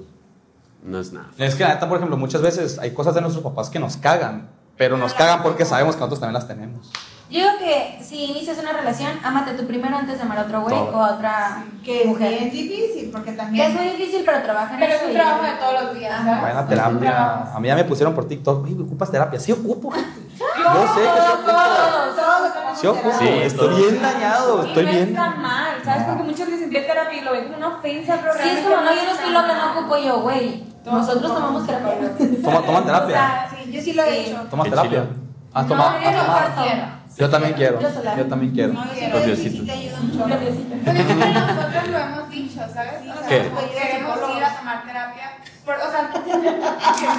Speaker 2: No es nada.
Speaker 6: Es que la neta, por ejemplo, muchas veces hay cosas de nuestros papás que nos cagan, pero nos cagan porque sabemos que nosotros también las tenemos.
Speaker 3: Yo digo que si inicias una relación, ámate tú primero antes de amar a otro güey
Speaker 6: Todo.
Speaker 3: o a otra
Speaker 4: Que es
Speaker 3: mujer.
Speaker 4: bien difícil, porque
Speaker 3: Que es
Speaker 4: también.
Speaker 3: muy difícil, pero trabaja en
Speaker 5: Pero es
Speaker 3: eso
Speaker 5: un
Speaker 3: y-
Speaker 5: trabajo de todos los días, ¿sabes?
Speaker 6: Vayan a
Speaker 5: Ajá.
Speaker 6: terapia. A mí ya me pusieron por TikTok. Oye, ¿ocupas terapia? Sí, ocupo. Yo
Speaker 5: Todos,
Speaker 6: sé que sí ocupo.
Speaker 5: todos,
Speaker 4: Todos
Speaker 5: todos.
Speaker 4: estamos
Speaker 6: Sí, ocupo.
Speaker 4: enterados.
Speaker 2: Sí,
Speaker 6: estoy
Speaker 2: todo.
Speaker 6: bien dañado. Estoy
Speaker 5: y no
Speaker 6: bien.
Speaker 5: está mal, ¿sabes? Porque muchos dicen, ve a terapia y lo ven como una ofensa, pero
Speaker 3: Sí, es
Speaker 5: realmente
Speaker 3: como, no, yo no
Speaker 5: está
Speaker 3: estoy loca,
Speaker 5: mal.
Speaker 3: no ocupo yo, güey. Nosotros tomamos terapia.
Speaker 6: Toma, toma terapia.
Speaker 4: Ah, sí, yo sí lo he
Speaker 3: Sí.
Speaker 4: hecho.
Speaker 6: Toma
Speaker 2: Qué
Speaker 6: terapia.
Speaker 2: chido.
Speaker 6: Has
Speaker 3: No,
Speaker 6: tomado.
Speaker 3: yo no
Speaker 6: has tomado.
Speaker 3: quiero.
Speaker 6: Yo también quiero.
Speaker 3: Yo sola.
Speaker 6: Yo también quiero.
Speaker 4: No, yo sí
Speaker 2: Los
Speaker 4: lo he hecho y sí
Speaker 2: diositos.
Speaker 4: te ayuda un chorro.
Speaker 5: Pero siempre nosotros lo hemos dicho, ¿sabes? O sea,
Speaker 2: ¿Qué?
Speaker 5: como queremos ir a tomar terapia. por- o sea,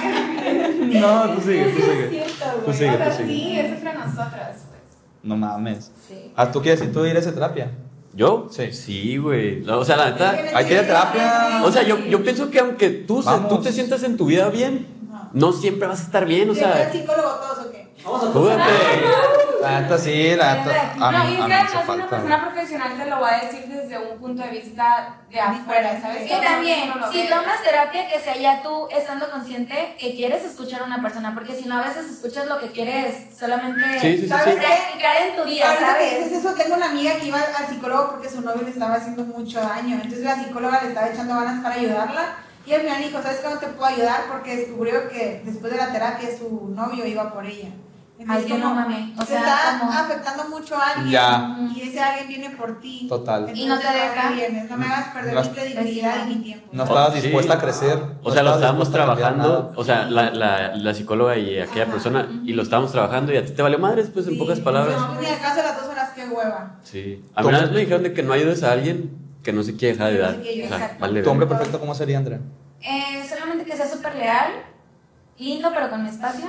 Speaker 6: No, tú sigue, tú
Speaker 5: es
Speaker 6: sigue.
Speaker 5: cierto, güey.
Speaker 6: Tú sigue,
Speaker 5: o sea,
Speaker 6: tú sigue.
Speaker 5: sí, es entre nosotras, pues.
Speaker 6: No mames.
Speaker 3: Sí.
Speaker 6: Ah, ¿tú quieres y tú ir a esa terapia?
Speaker 2: ¿Yo?
Speaker 6: Sí.
Speaker 2: Sí, güey. No, o sea, la neta.
Speaker 6: Hay que ir a terapia.
Speaker 2: O sea, yo, yo pienso que aunque tú, se-
Speaker 6: Vamos.
Speaker 2: tú te sientas en tu vida bien,
Speaker 4: No.
Speaker 2: no siempre vas a estar bien, o
Speaker 4: ¿Yo soy el
Speaker 2: sea.
Speaker 4: psicólogo todos o qué?
Speaker 1: Vamos a
Speaker 2: Júdate.
Speaker 6: La neta sí, la neta. A
Speaker 5: no, y es
Speaker 6: mí, a mí
Speaker 5: que
Speaker 6: me hizo
Speaker 5: además una
Speaker 6: falta.
Speaker 5: persona profesional te lo va a decir desde un punto de vista de afuera, ¿sabes?
Speaker 3: Y también,
Speaker 5: Todo el mundo lo
Speaker 3: si
Speaker 5: ve.
Speaker 3: tomas terapia, que sea ya tú estando consciente que quieres escuchar a una persona, porque si no, a veces escuchas lo que quieres solamente
Speaker 2: Sí, sí, sí,
Speaker 4: sí.
Speaker 3: practicar en tu vida,
Speaker 4: Ahorita que
Speaker 3: ¿sabes?
Speaker 4: dices pues eso, tengo una amiga que iba al psicólogo porque su novio le estaba haciendo mucho daño. Entonces la psicóloga le estaba echando ganas para ayudarla. Y al final dijo, ¿sabes qué? No te puedo ayudar porque descubrió que después de la terapia su novio iba por ella.
Speaker 3: Ay,
Speaker 4: Entonces,
Speaker 3: que no
Speaker 4: como,
Speaker 3: mames. O
Speaker 4: te
Speaker 3: sea,
Speaker 4: está
Speaker 3: como...
Speaker 4: afectando mucho a alguien
Speaker 6: Ya.
Speaker 4: y ese alguien viene por ti.
Speaker 6: Total.
Speaker 3: Y no te
Speaker 4: Entonces,
Speaker 3: deja.
Speaker 4: no
Speaker 3: Pues
Speaker 4: me vienes, No me hagas perder
Speaker 6: Las-
Speaker 4: mi credibilidad y mi tiempo.
Speaker 6: No estabas
Speaker 2: Sí.
Speaker 6: dispuesta a crecer.
Speaker 2: O sea, lo
Speaker 6: no
Speaker 2: estábamos
Speaker 6: estabas dispuesta a cambiar
Speaker 2: trabajando,
Speaker 6: nada.
Speaker 2: o sea, la, la, la psicóloga y aquella
Speaker 4: Ajá.
Speaker 2: persona, y lo estábamos trabajando y a ti te valió madres, pues en
Speaker 4: Sí,
Speaker 2: pocas palabras.
Speaker 4: No, ni al caso de las dos horas, qué hueva.
Speaker 2: Sí. A mí una vez me dijeron de que no ayudes a alguien que no se quiere dejar de
Speaker 4: Que no
Speaker 2: ayudar.
Speaker 4: se quiere
Speaker 2: O sea,
Speaker 4: ayudar.
Speaker 2: vale.
Speaker 6: ¿Tu hombre
Speaker 2: verga.
Speaker 6: perfecto cómo sería, Andrea?
Speaker 3: Eh, solamente que sea súper leal, lindo pero con mi espacio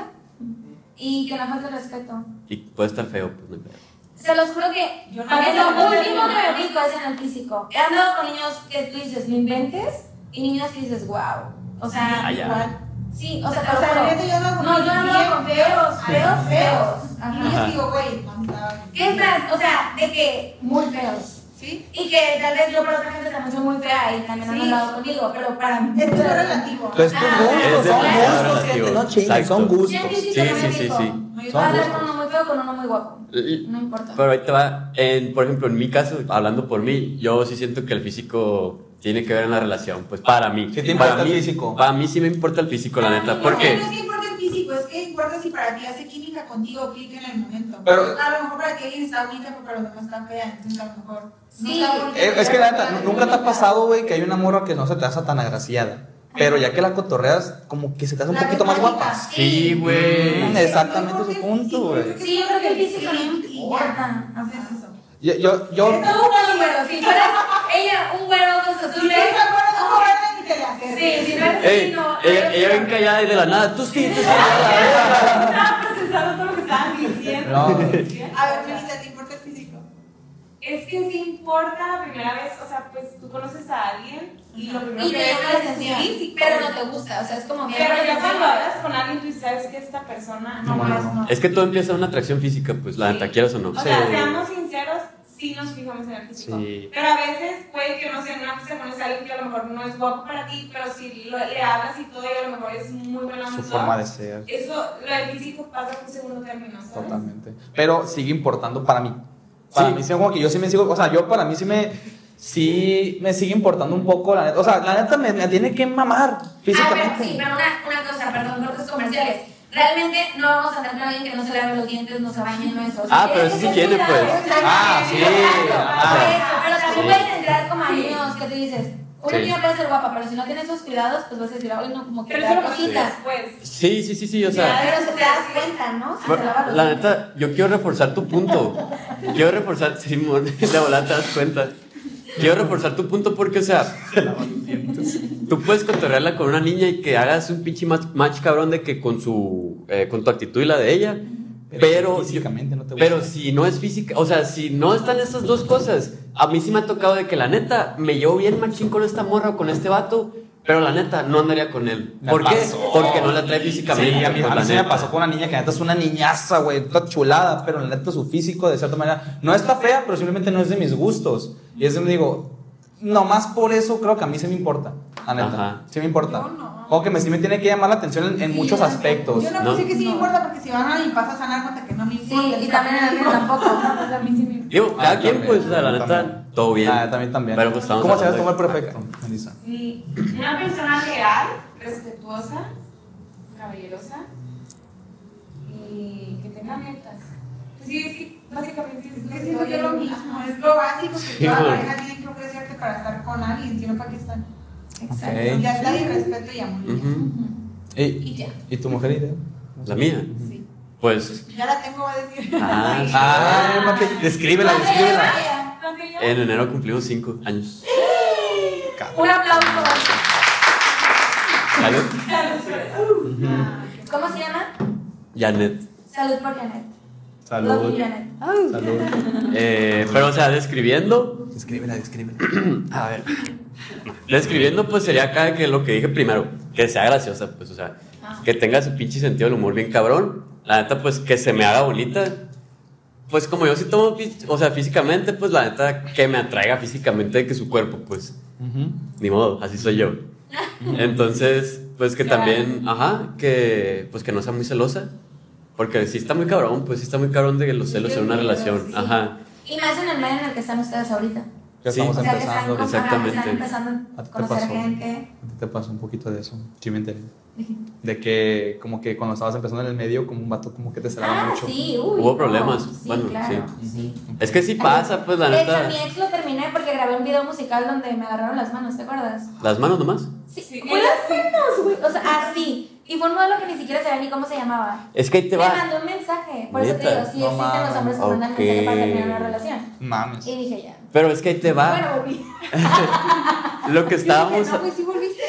Speaker 3: y que no falte el respeto.
Speaker 2: Y puede estar feo, pues no hay pedo.
Speaker 3: Se los juro que
Speaker 4: Yo no
Speaker 3: es
Speaker 4: sé, no
Speaker 3: lo
Speaker 4: sé.
Speaker 3: último que me fijo es en el físico. He andado con niños que tú dices, no inventes, y niños que dices, wow. O sea,
Speaker 2: Ay, ya.
Speaker 4: Igual.
Speaker 3: sí, o sea,
Speaker 4: O
Speaker 3: te lo
Speaker 4: sea, la
Speaker 3: juro.
Speaker 4: neta, yo no
Speaker 3: No, yo no
Speaker 4: bien
Speaker 3: con feos, feos, feos.
Speaker 4: A
Speaker 3: Ajá.
Speaker 4: mí yo digo, güey, vamos a ver.
Speaker 3: ¿Qué estás? O sea, de que muy feos.
Speaker 4: Sí.
Speaker 3: Y que tal vez yo para otra gente también soy muy fea y también han
Speaker 4: Sí.
Speaker 3: hablado conmigo, pero para mí.
Speaker 4: Esto es relativo.
Speaker 6: Entonces, tus
Speaker 3: Ah,
Speaker 6: gustos
Speaker 3: es
Speaker 6: son
Speaker 2: demasiado
Speaker 6: gustos,
Speaker 2: relativo.
Speaker 6: gente. No chingues,
Speaker 2: Exacto.
Speaker 6: son
Speaker 3: Sí,
Speaker 6: gustos.
Speaker 3: sí, sí,
Speaker 2: Sí,
Speaker 3: también
Speaker 2: sí,
Speaker 3: me
Speaker 2: sí,
Speaker 3: fijo.
Speaker 2: sí.
Speaker 3: Yo
Speaker 6: Son
Speaker 3: puedo hablar con
Speaker 6: gustos.
Speaker 3: uno muy feo, con uno muy guapo.
Speaker 2: L-
Speaker 3: No importa.
Speaker 2: Pero ahí te va, en, por ejemplo, en mi caso, hablando por mí, yo sí siento que el físico tiene que ver en la relación, pues para mí.
Speaker 6: Sí te
Speaker 2: para
Speaker 6: importa el
Speaker 2: mí,
Speaker 6: físico.
Speaker 2: Para mí sí me importa el físico, la neta,
Speaker 4: ¿Por qué?
Speaker 2: porque
Speaker 4: No es que importa el físico, es que importa si para ti hace química contigo o clic en el momento.
Speaker 6: Pero-
Speaker 4: a lo mejor para ti alguien está bonita, pero para los demás está fea, entonces a lo mejor. no
Speaker 3: Sí.
Speaker 4: está bonita,
Speaker 6: Eh, Es que
Speaker 4: pero
Speaker 6: la neta,
Speaker 4: está
Speaker 6: nunca te ha
Speaker 4: bonita.
Speaker 6: pasado, güey, que hay una morra que no se te hace tan agraciada. Pero ya que la cotorreas, como que se te hace un
Speaker 4: La
Speaker 6: poquito más
Speaker 4: mecánica.
Speaker 6: guapa.
Speaker 2: sí, güey.
Speaker 6: Mm, exactamente su punto, güey.
Speaker 3: Sí, yo creo que el físico no importa.
Speaker 4: Haces eso.
Speaker 6: Yo, yo, yo,
Speaker 3: Tú, un güero, si tú eres ella, un güero, ojos
Speaker 4: Si no
Speaker 3: azules.
Speaker 4: te acuerdas, no acuerdas ni te le haces.
Speaker 3: Sí, si no eres así,
Speaker 2: Ey,
Speaker 3: no.
Speaker 2: ella, ella bien callada y de la nada, tú sí, tú sí.
Speaker 5: Estaba procesando todo lo que estaban diciendo. pues,
Speaker 6: No.
Speaker 4: A ver, Melissa, ¿te importa el físico?
Speaker 5: Es que sí importa la primera vez, o sea, pues tú conoces a alguien y lo primero
Speaker 3: Y
Speaker 5: que
Speaker 3: te
Speaker 5: ves
Speaker 3: llama la
Speaker 5: es
Speaker 3: atención,
Speaker 5: físico.
Speaker 3: pero no te gusta, o sea, es como mira,
Speaker 5: Pero ya
Speaker 3: no
Speaker 5: cuando
Speaker 3: sé.
Speaker 5: hablas con alguien, tú sabes que esta persona
Speaker 6: No,
Speaker 5: no
Speaker 6: no,
Speaker 5: más.
Speaker 6: no.
Speaker 2: Es que todo empieza en una atracción física, pues la
Speaker 5: Sí.
Speaker 2: neta, quieras o no.
Speaker 5: O sea, seamos sinceros, sí nos fijamos en el físico.
Speaker 6: Sí.
Speaker 5: Pero a veces puede que, no sé, en una fiesta conoces a alguien que a lo mejor no es guapo para ti, pero si lo- le hablas y todo, y a lo mejor es muy buena
Speaker 6: su
Speaker 5: onda.
Speaker 6: forma de ser.
Speaker 5: Eso, lo del físico pasa por segundo término, ¿sabes?
Speaker 6: Totalmente. Pero sigue importando para mí. Para
Speaker 2: Sí.
Speaker 6: mí, sí, como que yo sí me sigo. O sea, yo para mí sí me. Sí, me sigue importando un poco, la neta. O sea, la neta me, me tiene que mamar
Speaker 3: Ah, pero sí,
Speaker 6: físicamente.
Speaker 3: pero una, una cosa, perdón, cortes comerciales. Realmente no vamos a andar con alguien que no se lave los dientes, no se bañe, no eso. O sea,
Speaker 2: Ah, pero
Speaker 3: tienes
Speaker 2: eso sí
Speaker 3: que
Speaker 2: tiene,
Speaker 3: cuidar,
Speaker 2: pues.
Speaker 3: o sea,
Speaker 6: Ah, sí,
Speaker 3: exacto,
Speaker 6: ah.
Speaker 3: por eso, pero también
Speaker 2: Sí.
Speaker 3: puedes entrar como amigos que te dices, una
Speaker 2: Sí.
Speaker 3: niña puede ser guapa, pero si no tiene esos cuidados, pues vas a decir, ay, no, como que
Speaker 5: Pero
Speaker 3: te
Speaker 5: eso
Speaker 3: da
Speaker 5: lo consigues
Speaker 3: cositas.
Speaker 5: después.
Speaker 2: Sí, sí, sí, sí, o sea.
Speaker 3: Pero se te das cuenta, ¿no? Si Ah, se lava los
Speaker 2: La
Speaker 3: dientes.
Speaker 2: neta, yo quiero reforzar tu punto. Quiero reforzar, Simón, de volada te das cuenta. Quiero reforzar tu punto porque, o sea, tú puedes cotorrearla con una niña y que hagas un pinche match, match cabrón de que con su, eh, con tu actitud y la de ella, pero,
Speaker 6: físicamente no te gusta.
Speaker 2: pero si no es física, o sea, si no están esas dos cosas, a mí sí me ha tocado de que la neta me llevo bien machín con esta morra o con este vato, Pero la neta, no andaría con él.
Speaker 6: Me
Speaker 2: ¿Por qué?
Speaker 6: pasó.
Speaker 2: Porque no le atrae físicamente.
Speaker 6: Sí, a mí,
Speaker 2: pues,
Speaker 6: a mí
Speaker 2: la
Speaker 6: se me
Speaker 2: neta.
Speaker 6: pasó con una niña que neta es una niñaza, güey, toda chulada, pero la neta su físico de cierta manera no está fea, pero simplemente no es de mis gustos. Y es donde digo, nomás por eso creo que a mí se me importa, la neta.
Speaker 2: Ajá.
Speaker 6: Sí me importa.
Speaker 4: Yo no.
Speaker 6: Como que me, sí me tiene que llamar la atención en, en
Speaker 4: Sí,
Speaker 6: muchos
Speaker 4: yo también.
Speaker 6: aspectos.
Speaker 4: Yo no,
Speaker 2: ¿no?
Speaker 4: pensé que sí me
Speaker 5: No.
Speaker 4: importa porque si van a mi casa se van a dar cuenta que no me
Speaker 3: Sí,
Speaker 4: importa.
Speaker 3: y también a mí tampoco.
Speaker 5: A mí sí me-
Speaker 2: Digo,
Speaker 6: Ah,
Speaker 2: cada quien,
Speaker 6: también,
Speaker 2: pues, o sea, la neta,
Speaker 6: también.
Speaker 2: todo bien.
Speaker 6: Ah, también, también.
Speaker 2: Pero pues estamos
Speaker 6: ¿Cómo se va a Ah,
Speaker 2: hablando
Speaker 6: tomar
Speaker 2: de-
Speaker 6: perfecto, Melissa?
Speaker 5: Y Una persona leal, respetuosa, caballerosa y que tenga metas. Pues sí, es que básicamente es
Speaker 4: Yo
Speaker 5: lo
Speaker 4: siento que
Speaker 5: que
Speaker 4: es lo
Speaker 5: yo-
Speaker 4: mismo, es lo básico
Speaker 2: Sí,
Speaker 4: que toda
Speaker 2: güey.
Speaker 4: pareja tiene que ofrecerte para estar con alguien, sino para que están.
Speaker 6: Ok.
Speaker 4: Ya está y respeto y amor.
Speaker 2: Ujú.
Speaker 6: ¿Y,
Speaker 4: Y ya.
Speaker 6: y tu mujer idea?
Speaker 2: La mía.
Speaker 4: Sí.
Speaker 2: Pues,
Speaker 4: Ya la tengo, va a decir.
Speaker 2: ah,
Speaker 6: Ah, mate, descríbela, descríbela.
Speaker 5: Donde yo-
Speaker 2: en enero cumplimos cinco años.
Speaker 3: Un aplauso.
Speaker 2: ¿Aló?
Speaker 3: ¿Cómo se llama?
Speaker 2: Janet.
Speaker 3: Salud por Janet. Love
Speaker 6: Salud.
Speaker 3: you, Janet.
Speaker 6: Salud.
Speaker 2: Eh, pero, o sea, describiendo,
Speaker 6: Descríbela, descríbela.
Speaker 2: A ver. Describiendo, pues sería acá que lo que dije primero, que sea graciosa, pues, o sea, que tenga su pinche sentido del humor bien cabrón. La neta, pues, que se me haga bonita. Pues, como yo sí tomo, fí- o sea, físicamente, pues, la neta, que me atraiga físicamente de que su cuerpo, pues, ni modo, así soy yo. Entonces, pues, que también, ajá, que, pues, que no sea muy celosa. Porque si está muy cabrón, pues, si está muy cabrón de los celos en una relación, ajá.
Speaker 3: Y más en el medio en el que están ustedes ahorita.
Speaker 6: Ya
Speaker 2: Sí.
Speaker 6: estamos
Speaker 3: O sea, que están,
Speaker 6: empezando.
Speaker 3: como- ajá, que
Speaker 2: exactamente.
Speaker 3: están empezando
Speaker 6: ¿A
Speaker 3: a
Speaker 6: ti te
Speaker 3: conocer
Speaker 6: pasó?
Speaker 3: gente.
Speaker 6: ¿A ti te pasó un poquito de eso? Sí, me enteré.
Speaker 3: ¿De qué?
Speaker 6: De que, como que cuando estabas empezando en el medio, como un vato, como que te cerraba
Speaker 3: Ah,
Speaker 6: mucho.
Speaker 3: sí, uy.
Speaker 2: Hubo
Speaker 3: no.
Speaker 2: problemas,
Speaker 3: Sí,
Speaker 2: bueno,
Speaker 3: claro,
Speaker 6: Ujú.
Speaker 3: sí.
Speaker 2: Es que sí pasa, pues, la
Speaker 3: De hecho, mi
Speaker 2: neta.
Speaker 3: ex lo terminé porque grabé un video musical donde me agarraron las manos, ¿te acuerdas?
Speaker 2: Las manos nomás.
Speaker 3: Sí, fue las manos, güey. O sea, así. Y fue un modelo que ni siquiera sabía ni cómo se llamaba.
Speaker 2: Es que ahí te
Speaker 3: me
Speaker 2: va.
Speaker 3: mandó un mensaje. Por eso te
Speaker 2: Neta,
Speaker 3: digo, sí
Speaker 6: no
Speaker 3: existen
Speaker 6: mames.
Speaker 3: los hombres que mandan
Speaker 2: Ok.
Speaker 3: mensaje para terminar una relación.
Speaker 6: Mames.
Speaker 3: Y dije ya.
Speaker 2: Pero es que ahí te va.
Speaker 3: Bueno, volví.
Speaker 2: Lo que estábamos.
Speaker 4: No, pues sí volviste.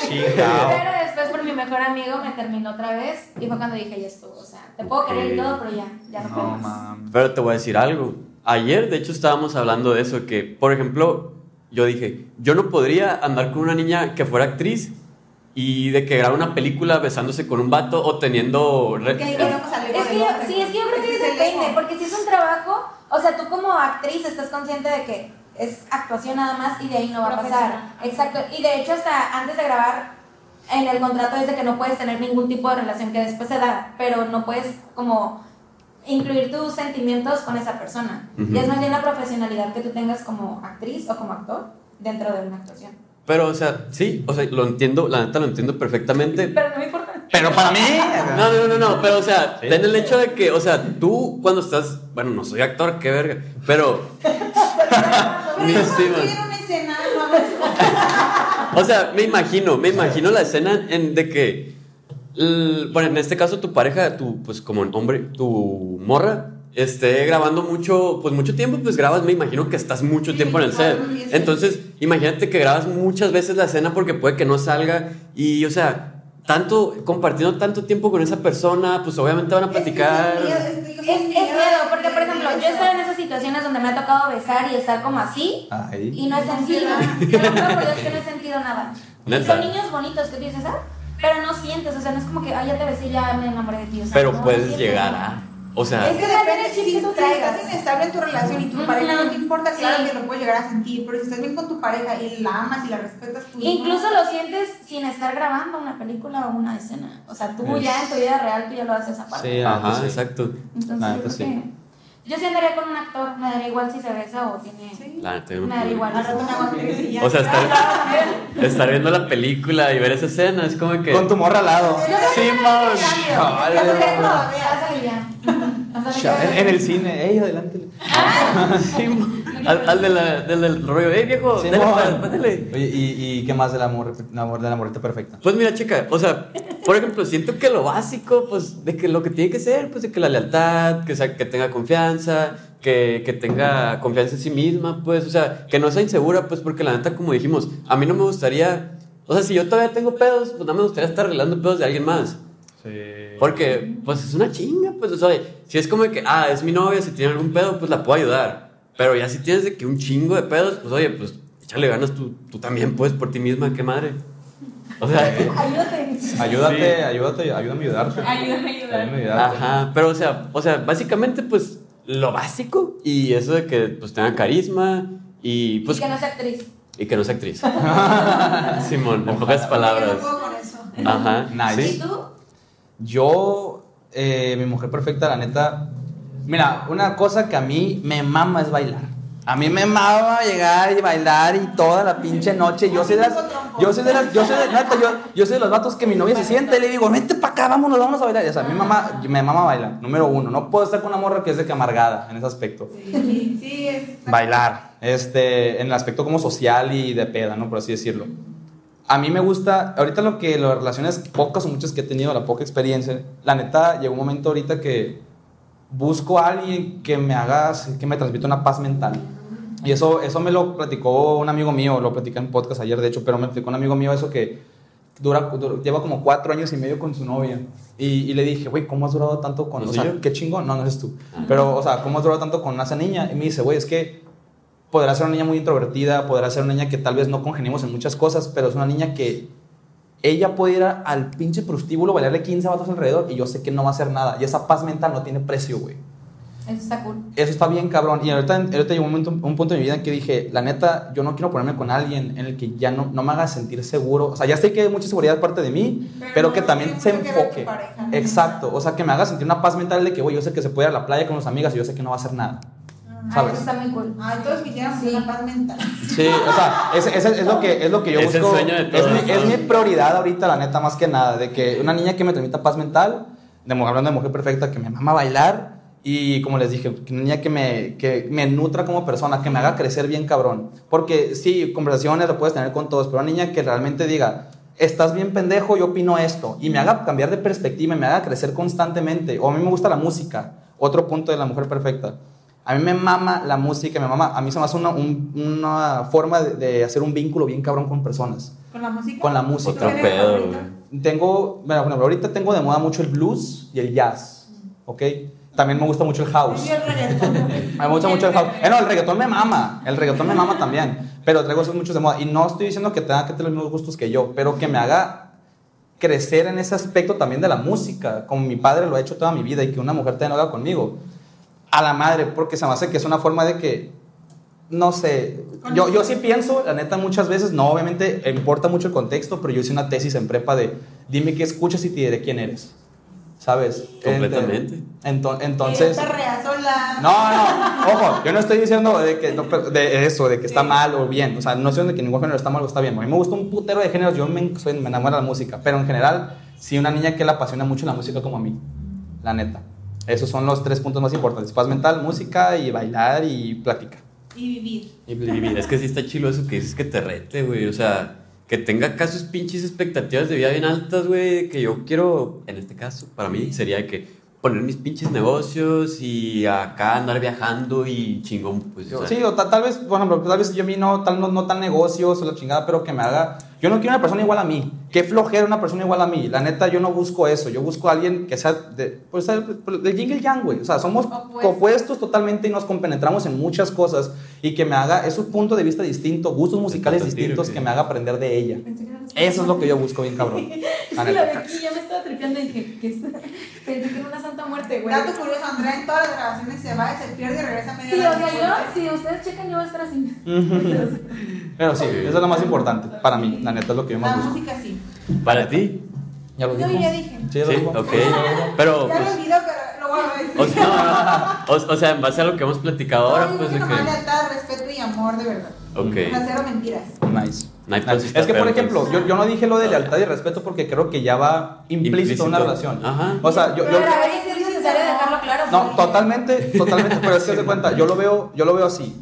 Speaker 6: Chingao.
Speaker 3: Pero después por mi mejor amigo me terminó otra vez. Y fue cuando dije ya estuvo. O sea, te puedo querer y
Speaker 2: Ok.
Speaker 3: todo, pero ya, ya no puedo
Speaker 6: No
Speaker 3: más.
Speaker 6: mames.
Speaker 2: Pero te voy a decir algo. Ayer, de hecho, estábamos hablando de eso. Que, por ejemplo, yo dije: Yo no podría andar con una niña que fuera actriz y de que grabara una película besándose con un vato o teniendo. re-
Speaker 4: Que ahí
Speaker 2: eh,
Speaker 4: volvemos al ego
Speaker 3: Es que
Speaker 4: del
Speaker 3: yo,
Speaker 4: hombre.
Speaker 3: sí, es que yo creo que
Speaker 4: Ese es el
Speaker 3: depende,
Speaker 4: ego.
Speaker 3: porque si es un trabajo, o sea, tú como actriz estás consciente de que es actuación nada más y de ahí no va a pasar.
Speaker 5: Profesional.
Speaker 3: Exacto, y de hecho hasta antes de grabar en el contrato dice que no puedes tener ningún tipo de relación que después se da, pero no puedes como incluir tus sentimientos con esa persona.
Speaker 2: Ujú.
Speaker 3: Y es más bien la profesionalidad que tú tengas como actriz o como actor dentro de una actuación.
Speaker 2: Pero, o sea, sí, o sea, lo entiendo, la neta lo entiendo perfectamente.
Speaker 3: Pero no me importa.
Speaker 6: Pero para mí.
Speaker 2: No, no, no, no, pero o sea,
Speaker 6: Sí.
Speaker 2: ten el hecho de que, o sea, tú cuando estás, bueno, no soy actor, qué verga, pero,
Speaker 4: Pero
Speaker 2: Mi
Speaker 4: yo cuando
Speaker 2: estima.
Speaker 4: estoy en una escena, no hago eso.
Speaker 2: o sea, me imagino, me imagino la escena en de que, l- bueno, en este caso tu pareja, tu, pues como hombre, tu morra, esté grabando mucho, pues mucho tiempo, pues grabas, me imagino que estás mucho
Speaker 4: Sí,
Speaker 2: tiempo en el set.
Speaker 4: claro, sí, sí.
Speaker 2: Entonces, imagínate que grabas muchas veces la escena porque puede que no salga y, o sea, tanto, compartiendo tanto tiempo con esa persona, pues obviamente van a platicar.
Speaker 4: Es, que yo soy miedo, es que yo
Speaker 3: Es,
Speaker 4: soy
Speaker 3: es
Speaker 4: miedo. Ah.
Speaker 3: miedo, porque por ejemplo, yo he estado en esas situaciones donde me ha tocado besar y estar como así.
Speaker 6: Ahí.
Speaker 3: Y no he sentido, te lo juro por Dios que no he sentido nada. Y
Speaker 2: Neta.
Speaker 3: son niños bonitos que tú dices, ah, pero no sientes, o sea, no es como que, ay, ya te besé, ya me enamoré de ti. O sea,
Speaker 2: Pero
Speaker 3: no, no
Speaker 2: puedes
Speaker 3: sientes.
Speaker 2: llegar a. O
Speaker 4: Es
Speaker 2: sea,
Speaker 4: que depende, si, si estás inestable en tu relación y tu
Speaker 3: Ujú.
Speaker 4: pareja no te importa, claro
Speaker 3: Sí.
Speaker 4: que lo puedes llegar a sentir, pero si estás bien con tu pareja y la amas y la respetas pues, tú mismo,
Speaker 3: E Incluso lo sientes sin estar grabando una película o una escena. O sea, tú
Speaker 6: Es-
Speaker 3: ya en tu vida real, tú ya lo haces aparte.
Speaker 6: Sí,
Speaker 2: ajá,
Speaker 3: pues,
Speaker 6: ajá, exacto.
Speaker 2: exacto.
Speaker 3: Entonces,
Speaker 6: Ah,
Speaker 3: yo, creo
Speaker 6: entonces sí.
Speaker 3: que- yo sí andaría con un actor, me daría igual si se besa o tiene...
Speaker 4: Sí.
Speaker 2: La neta, yo
Speaker 3: Me
Speaker 2: no
Speaker 3: daría
Speaker 2: pude.
Speaker 3: igual.
Speaker 4: Al rato me hago actriz y ya.
Speaker 2: O sea, estar, estar viendo la película y ver esa escena es como que.
Speaker 6: Con tu morra al lado.
Speaker 4: Yo creo que
Speaker 2: Sí,
Speaker 3: Cambio,
Speaker 2: man.
Speaker 3: ya
Speaker 6: Chale.
Speaker 3: sabría cómo la veas ahí ya. O sea,
Speaker 6: Chale, En el cine. Ey, adelante.
Speaker 2: Sí, man. Al, al de la- del, del rollo. ¡Eh, viejo!
Speaker 6: Sí,
Speaker 2: dale,
Speaker 6: mon.
Speaker 2: pa- pásale".
Speaker 6: Oye, ¿y, ¿y qué más del amor, del amor de la morrita perfecta?
Speaker 2: Pues mira, chica, o sea, por ejemplo, siento que lo básico, pues, de que lo que tiene que ser, pues, de que la lealtad, que, sea, que tenga confianza, que, que tenga confianza en sí misma, pues, o sea, que no sea insegura, pues, porque la neta, como dijimos, a mí no me gustaría, o sea, si yo todavía tengo pedos, pues no me gustaría estar arreglando pedos de alguien más.
Speaker 6: Sí.
Speaker 2: Porque, pues es una chinga, pues, o sea, si es como de que, ah, es mi novia, si tiene algún pedo, pues la puedo ayudar. Pero ya si tienes de que un chingo de pedos, pues oye, pues échale ganas tú, tú también, pues, por ti misma, qué madre. O sea,
Speaker 5: Ayúdame.
Speaker 6: Ayúdate,
Speaker 2: Sí.
Speaker 6: ayúdate, ayúdame a ayudarte.
Speaker 5: Ayúdame a ayudar.
Speaker 6: Ayúdame a ayudarte.
Speaker 2: ajá, pero o sea, o sea, básicamente, pues, lo básico y eso de que, pues, tenga carisma y, pues,
Speaker 3: Y que no sea actriz.
Speaker 2: y que no sea actriz. Simón, en pocas
Speaker 4: Yo no
Speaker 2: palabras.
Speaker 4: puedo con eso.
Speaker 2: Ajá,
Speaker 6: Nice.
Speaker 3: ¿Y
Speaker 2: sí.
Speaker 3: tú?
Speaker 6: Yo, eh, mi mujer perfecta, la neta. Mira, una cosa que a mí me mama es bailar. A mí me mama llegar y bailar y toda la pinche noche. Yo soy de las. Yo soy de las. Yo soy de, neta, yo, yo soy de los vatos que mi novia se sienta y le digo, vente para acá, vámonos, vamos a bailar. Y, o sea, a mí mamá, me mama bailar. Número uno. No puedo estar con una morra que es de que amargada en ese aspecto.
Speaker 4: Sí, sí, es.
Speaker 6: Bailar. Este, en el aspecto como social y de peda, ¿no? Por así decirlo. A mí me gusta, ahorita lo que las relaciones pocas o muchas que he tenido, la poca experiencia, la neta llegó un momento ahorita que busco a alguien que me haga, que me transmita una paz mental. Y eso, eso me lo platicó un amigo mío, lo platicé en podcast ayer de hecho, pero me platicó un amigo mío eso que dura, dura- lleva como cuatro años y medio con su novia. Y, y le dije, güey, ¿cómo has durado tanto con,
Speaker 2: ¿No
Speaker 6: o
Speaker 2: soy
Speaker 6: sea,
Speaker 2: yo?
Speaker 6: qué chingón, no, no eres tú. Pero, o sea, ¿cómo has durado tanto con esa niña? Y me dice, güey, es que podrá ser una niña muy introvertida, podrá ser una niña que tal vez no congeniemos en muchas cosas, pero es una niña que ella puede ir a- al pinche prostíbulo, bailarle 15 vatos alrededor y yo sé que no va a hacer nada. Y esa paz mental no tiene precio, güey.
Speaker 3: Eso está cool.
Speaker 6: Eso está bien, cabrón. Y ahorita, ahorita llegó un, momento- un punto de mi vida en que dije, la neta, yo no quiero ponerme con alguien en el que ya no, no me haga sentir seguro. O sea, ya sé que hay mucha seguridad parte de mí, pero,
Speaker 4: Pero no
Speaker 6: que
Speaker 4: tiene
Speaker 6: también
Speaker 4: mucho
Speaker 6: se
Speaker 4: que ver tu
Speaker 6: enfoque.
Speaker 4: pareja, ¿no?
Speaker 6: Exacto. O sea, que me haga sentir una paz mental de que, güey, yo sé que se puede ir a la playa con las amigas y yo sé que no va a hacer nada.
Speaker 3: Ah,
Speaker 6: ¿Sabes?
Speaker 3: eso está muy cool.
Speaker 4: Ay, todos quisiéramos
Speaker 3: Sí.
Speaker 4: una paz mental.
Speaker 6: Sí, o sea, es, es, es lo, que, es lo que yo
Speaker 2: Es el
Speaker 6: busco.
Speaker 2: sueño de todos,
Speaker 6: es, mi,
Speaker 2: ¿no?
Speaker 6: es mi prioridad ahorita, la neta, más que nada. De que una niña que me transmita paz mental, de, mu- hablando de mujer perfecta, que me mama bailar. Y como les dije, que una niña que me, que me nutra como persona, que me haga crecer bien cabrón. Porque sí, conversaciones lo puedes tener con todos, pero una niña que realmente diga, estás bien pendejo, yo opino esto. Y me haga cambiar de perspectiva, y me haga crecer constantemente. O a mí me gusta la música. Otro punto de la mujer perfecta. A mí me mama la música, me mama. A mí se me hace una, un- una forma de, de hacer un vínculo bien cabrón con personas.
Speaker 4: Con la música.
Speaker 6: Con la música.
Speaker 2: Otro pedo, güey.
Speaker 6: Tengo, bueno, bueno, ahorita tengo de moda mucho el blues y el jazz, ¿ok? También me gusta mucho el house.
Speaker 4: Yo el reggaetón.
Speaker 6: Me gusta mucho el house. Eh, no, el reggaetón me mama. El reggaetón me mama también. Pero traigo esos muchos de moda. Y no estoy diciendo que tenga que tener los mismos gustos que yo, pero que me haga crecer en ese aspecto también de la música, como mi padre lo ha hecho toda mi vida y que una mujer también lo haga conmigo. A la madre, porque se me hace que es una forma de que, no sé, yo, yo sí pienso, la neta muchas veces, no, obviamente importa mucho el contexto, pero yo hice una tesis en prepa de, dime qué escuchas y te diré quién eres. ¿Sabes?
Speaker 2: Completamente.
Speaker 6: Ento- entonces...
Speaker 4: Esta rea sola.
Speaker 6: No, no, ojo, yo no estoy diciendo de, que, no, pero de eso, de que está mal o bien. O sea, no estoy diciendo que ningún género está mal o está bien. A mí me gusta un putero de géneros, yo me, soy- me enamoro de la música. Pero en general, sí, una niña que le apasiona mucho la música como a mí, la neta. Esos son los tres puntos más importantes: paz mental, música y bailar y plática.
Speaker 4: Y vivir.
Speaker 2: Y vivir, es que sí está chilo eso que dices que te rete, güey. O sea, que tenga acá sus pinches expectativas de vida bien altas, güey. Que yo quiero, en este caso, para mí sería de que poner mis pinches negocios y acá andar viajando y chingón, pues. o sea,
Speaker 6: Sí, o ta- tal vez, por ejemplo, tal vez yo a mí no, tal, no, no tan negocios o la chingada, pero que me haga. Yo no quiero una persona igual a mí. Qué flojera una persona igual a mí. La neta, yo no busco eso. Yo busco a alguien que sea de, pues, de Jingle Yang, güey. O sea, somos
Speaker 4: Opuesto.
Speaker 6: opuestos totalmente y nos compenetramos en muchas cosas y que me haga esos puntos de vista distintos, gustos musicales
Speaker 2: compartir,
Speaker 6: distintos,
Speaker 2: ok.
Speaker 6: que me haga aprender de ella. Eso es lo que yo busco, bien cabrón. La
Speaker 7: Es que la
Speaker 6: neta.
Speaker 7: vi aquí, ya me estaba tripeando y dije, ¿qué es? Pensé que era una santa muerte, güey.
Speaker 4: Dato curioso, Andrea en todas las grabaciones se va, se pierde y regresa a media
Speaker 7: Sí, o
Speaker 4: hora
Speaker 7: sea, yo, si
Speaker 4: después.
Speaker 7: ustedes checan, yo voy a estar así.
Speaker 6: Pero sí, eso es lo más importante para mí. La neta es lo que yo
Speaker 4: La
Speaker 6: más busco.
Speaker 4: música sí.
Speaker 2: Para ti,
Speaker 6: Ya lo
Speaker 4: No,
Speaker 6: dijo.
Speaker 4: ya dije.
Speaker 6: Sí, ya lo
Speaker 2: sí,
Speaker 6: dijo.
Speaker 2: ok. Pero,
Speaker 4: Ya lo
Speaker 2: pues.
Speaker 4: olvido, pero lo voy a decir.
Speaker 2: O sea, no, no, no. O- o sea, en base a lo que hemos platicado ahora,
Speaker 4: No,
Speaker 2: pues
Speaker 4: yo
Speaker 2: de
Speaker 4: creo que nomás
Speaker 2: que.
Speaker 4: lealtad, respeto y amor, de verdad. O sea,
Speaker 2: Ok.
Speaker 4: cero mentiras.
Speaker 6: Nice.
Speaker 2: Nice,
Speaker 6: Nice.
Speaker 2: pues, está
Speaker 6: Es que, por
Speaker 2: feo,
Speaker 6: ejemplo,
Speaker 2: entonces.
Speaker 6: yo, yo no dije lo de lealtad y respeto porque creo que ya va implícito,
Speaker 2: Implícito.
Speaker 6: una relación.
Speaker 2: Ajá.
Speaker 6: O sea, yo, yo-
Speaker 3: Pero a veces es necesario dejarlo claro.
Speaker 6: no,
Speaker 3: porque-
Speaker 6: totalmente, totalmente, pero es que haz de cuenta, yo lo veo, yo lo veo así.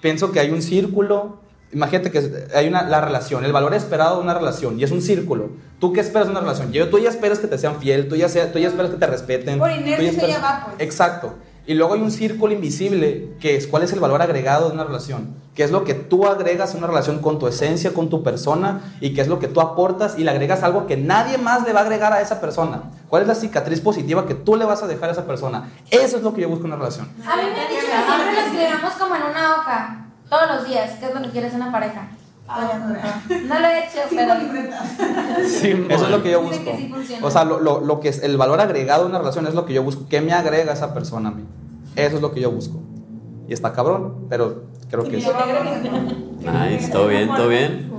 Speaker 6: Pienso que hay un círculo, imagínate que hay una la relación, el valor esperado de una relación y es un círculo. ¿Tú qué esperas de una relación? Yo, tú ya esperas que te sean fiel, tú ya sea- tú ya esperas que te respeten.
Speaker 4: Por
Speaker 6: tú ya
Speaker 4: inercia
Speaker 6: esperas-
Speaker 4: ya va, pues.
Speaker 6: Exacto. Y luego hay un círculo invisible que es cuál es el valor agregado de una relación, qué es lo que tú agregas a una relación con tu esencia, con tu persona y qué es lo que tú aportas y le agregas algo que nadie más le va a agregar a esa persona. ¿Cuál es la cicatriz positiva que tú le vas a dejar a esa persona? Eso es lo que yo busco en una relación.
Speaker 3: A mí me han dicho que siempre lo escribamos como en una hoja. Todos los días, ¿qué es lo que quieres en una pareja?
Speaker 4: Todavía Ah, no veo.
Speaker 3: No lo he hecho,
Speaker 4: Cinco
Speaker 3: pero.
Speaker 4: libretas.
Speaker 6: Eso es lo que yo
Speaker 3: Dicen
Speaker 6: busco.
Speaker 3: que sí funciona.
Speaker 6: O sea, lo, lo- lo que es el valor agregado de una relación es lo que yo busco. ¿Qué me agrega esa persona a mí? Eso es lo que yo busco. Y está cabrón, pero creo que es.
Speaker 4: Yo creo que-
Speaker 2: Nice, todo bien, todo bien.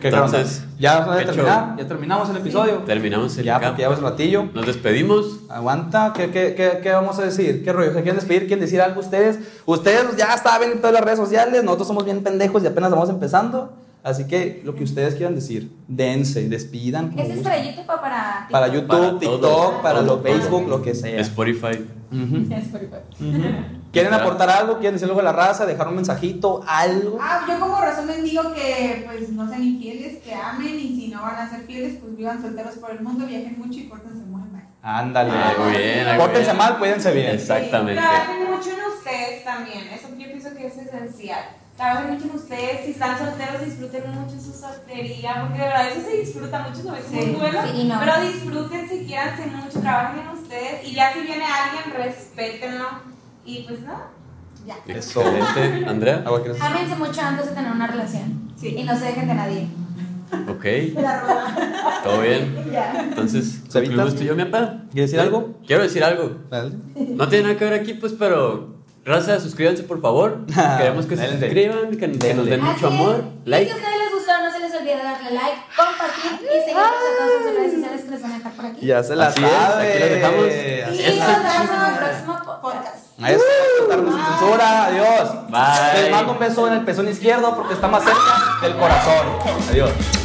Speaker 6: Qué cabrón.
Speaker 2: Entonces,
Speaker 6: ya vamos a
Speaker 2: qué
Speaker 6: terminar, ya terminamos el episodio.
Speaker 2: Terminamos el
Speaker 6: Ya,
Speaker 2: cap.
Speaker 6: porque ya es un ratillo.
Speaker 2: Nos despedimos.
Speaker 6: Aguanta, ¿qué, qué, qué, qué vamos a decir? ¿Qué rollo? ¿Se quieren despedir? ¿Quieren decir algo ustedes? Ustedes ya saben en todas las redes sociales, nosotros somos bien pendejos y apenas vamos empezando. Así que lo que ustedes quieran decir, dense, despidan. como
Speaker 3: Ese es
Speaker 6: gusten.
Speaker 3: para YouTube o para
Speaker 6: Para
Speaker 3: TikTok?
Speaker 6: YouTube,
Speaker 2: Para
Speaker 6: TikTok,
Speaker 2: todo.
Speaker 6: para
Speaker 2: Todo,
Speaker 6: lo
Speaker 2: todo.
Speaker 6: Facebook, lo que sea.
Speaker 2: Spotify.
Speaker 6: Ujú.
Speaker 7: Es por igual.
Speaker 6: ¿Quieren aportar algo? ¿Quieren decir algo a la raza? ¿Dejar un mensajito? ¿Algo?
Speaker 4: Ah, yo como resumen digo que pues no sean infieles, que amen y si no van a ser fieles, pues vivan solteros por el mundo, viajen mucho y pórtense muy mal.
Speaker 6: Ándale.
Speaker 2: Algo Ah, bien, algo
Speaker 6: Ah. Pórtense
Speaker 2: bien.
Speaker 6: mal, cuídense bien.
Speaker 2: Exactamente.
Speaker 5: Trabajen mucho en ustedes también. Eso yo pienso que es esencial. Trabajen mucho en ustedes. Si están solteros, disfruten mucho su soltería. Porque de verdad eso se disfruta mucho. Lo ves como un duelo.
Speaker 3: sí y no.
Speaker 5: Pero disfruten, si quieran, mucho. Trabajen en ustedes. Y ya si viene alguien, respétenlo. Y pues nada.
Speaker 3: Ya.
Speaker 6: Eso.
Speaker 2: Excelente. Andrea.
Speaker 6: ¿Algo quieres decir?
Speaker 3: Ámense mucho antes de tener una relación.
Speaker 4: Sí.
Speaker 3: Y no se dejen de nadie.
Speaker 2: Ok.
Speaker 4: La rola.
Speaker 2: Todo bien.
Speaker 4: Ya.
Speaker 2: Entonces,
Speaker 6: Cevita.
Speaker 2: concluimos tú y yo, mi papá.
Speaker 6: ¿Quieres decir algo?
Speaker 2: Quiero decir algo.
Speaker 6: Dale.
Speaker 2: No tiene nada que ver aquí, pues, pero. Raza, suscríbanse, por favor. Queremos que se
Speaker 6: Denle.
Speaker 2: suscriban, que, que nos den
Speaker 6: Denle.
Speaker 2: mucho
Speaker 3: Así es.
Speaker 2: amor. Like.
Speaker 3: Y si a ustedes les gustó, no se les olvide darle like, compartir y seguirnos a todas sus redes sociales que les van a dejar por aquí.
Speaker 6: Ya se la
Speaker 2: Así es, aquí la dejamos.
Speaker 3: Y
Speaker 6: Así es.
Speaker 3: nos vemos en el
Speaker 4: chingada.
Speaker 3: próximo podcast.
Speaker 6: Ahí está, tarde sin censura, adiós.
Speaker 2: Bye.
Speaker 3: Pues,
Speaker 6: Les mando un beso en el pezón izquierdo porque está más cerca del corazón. Adiós.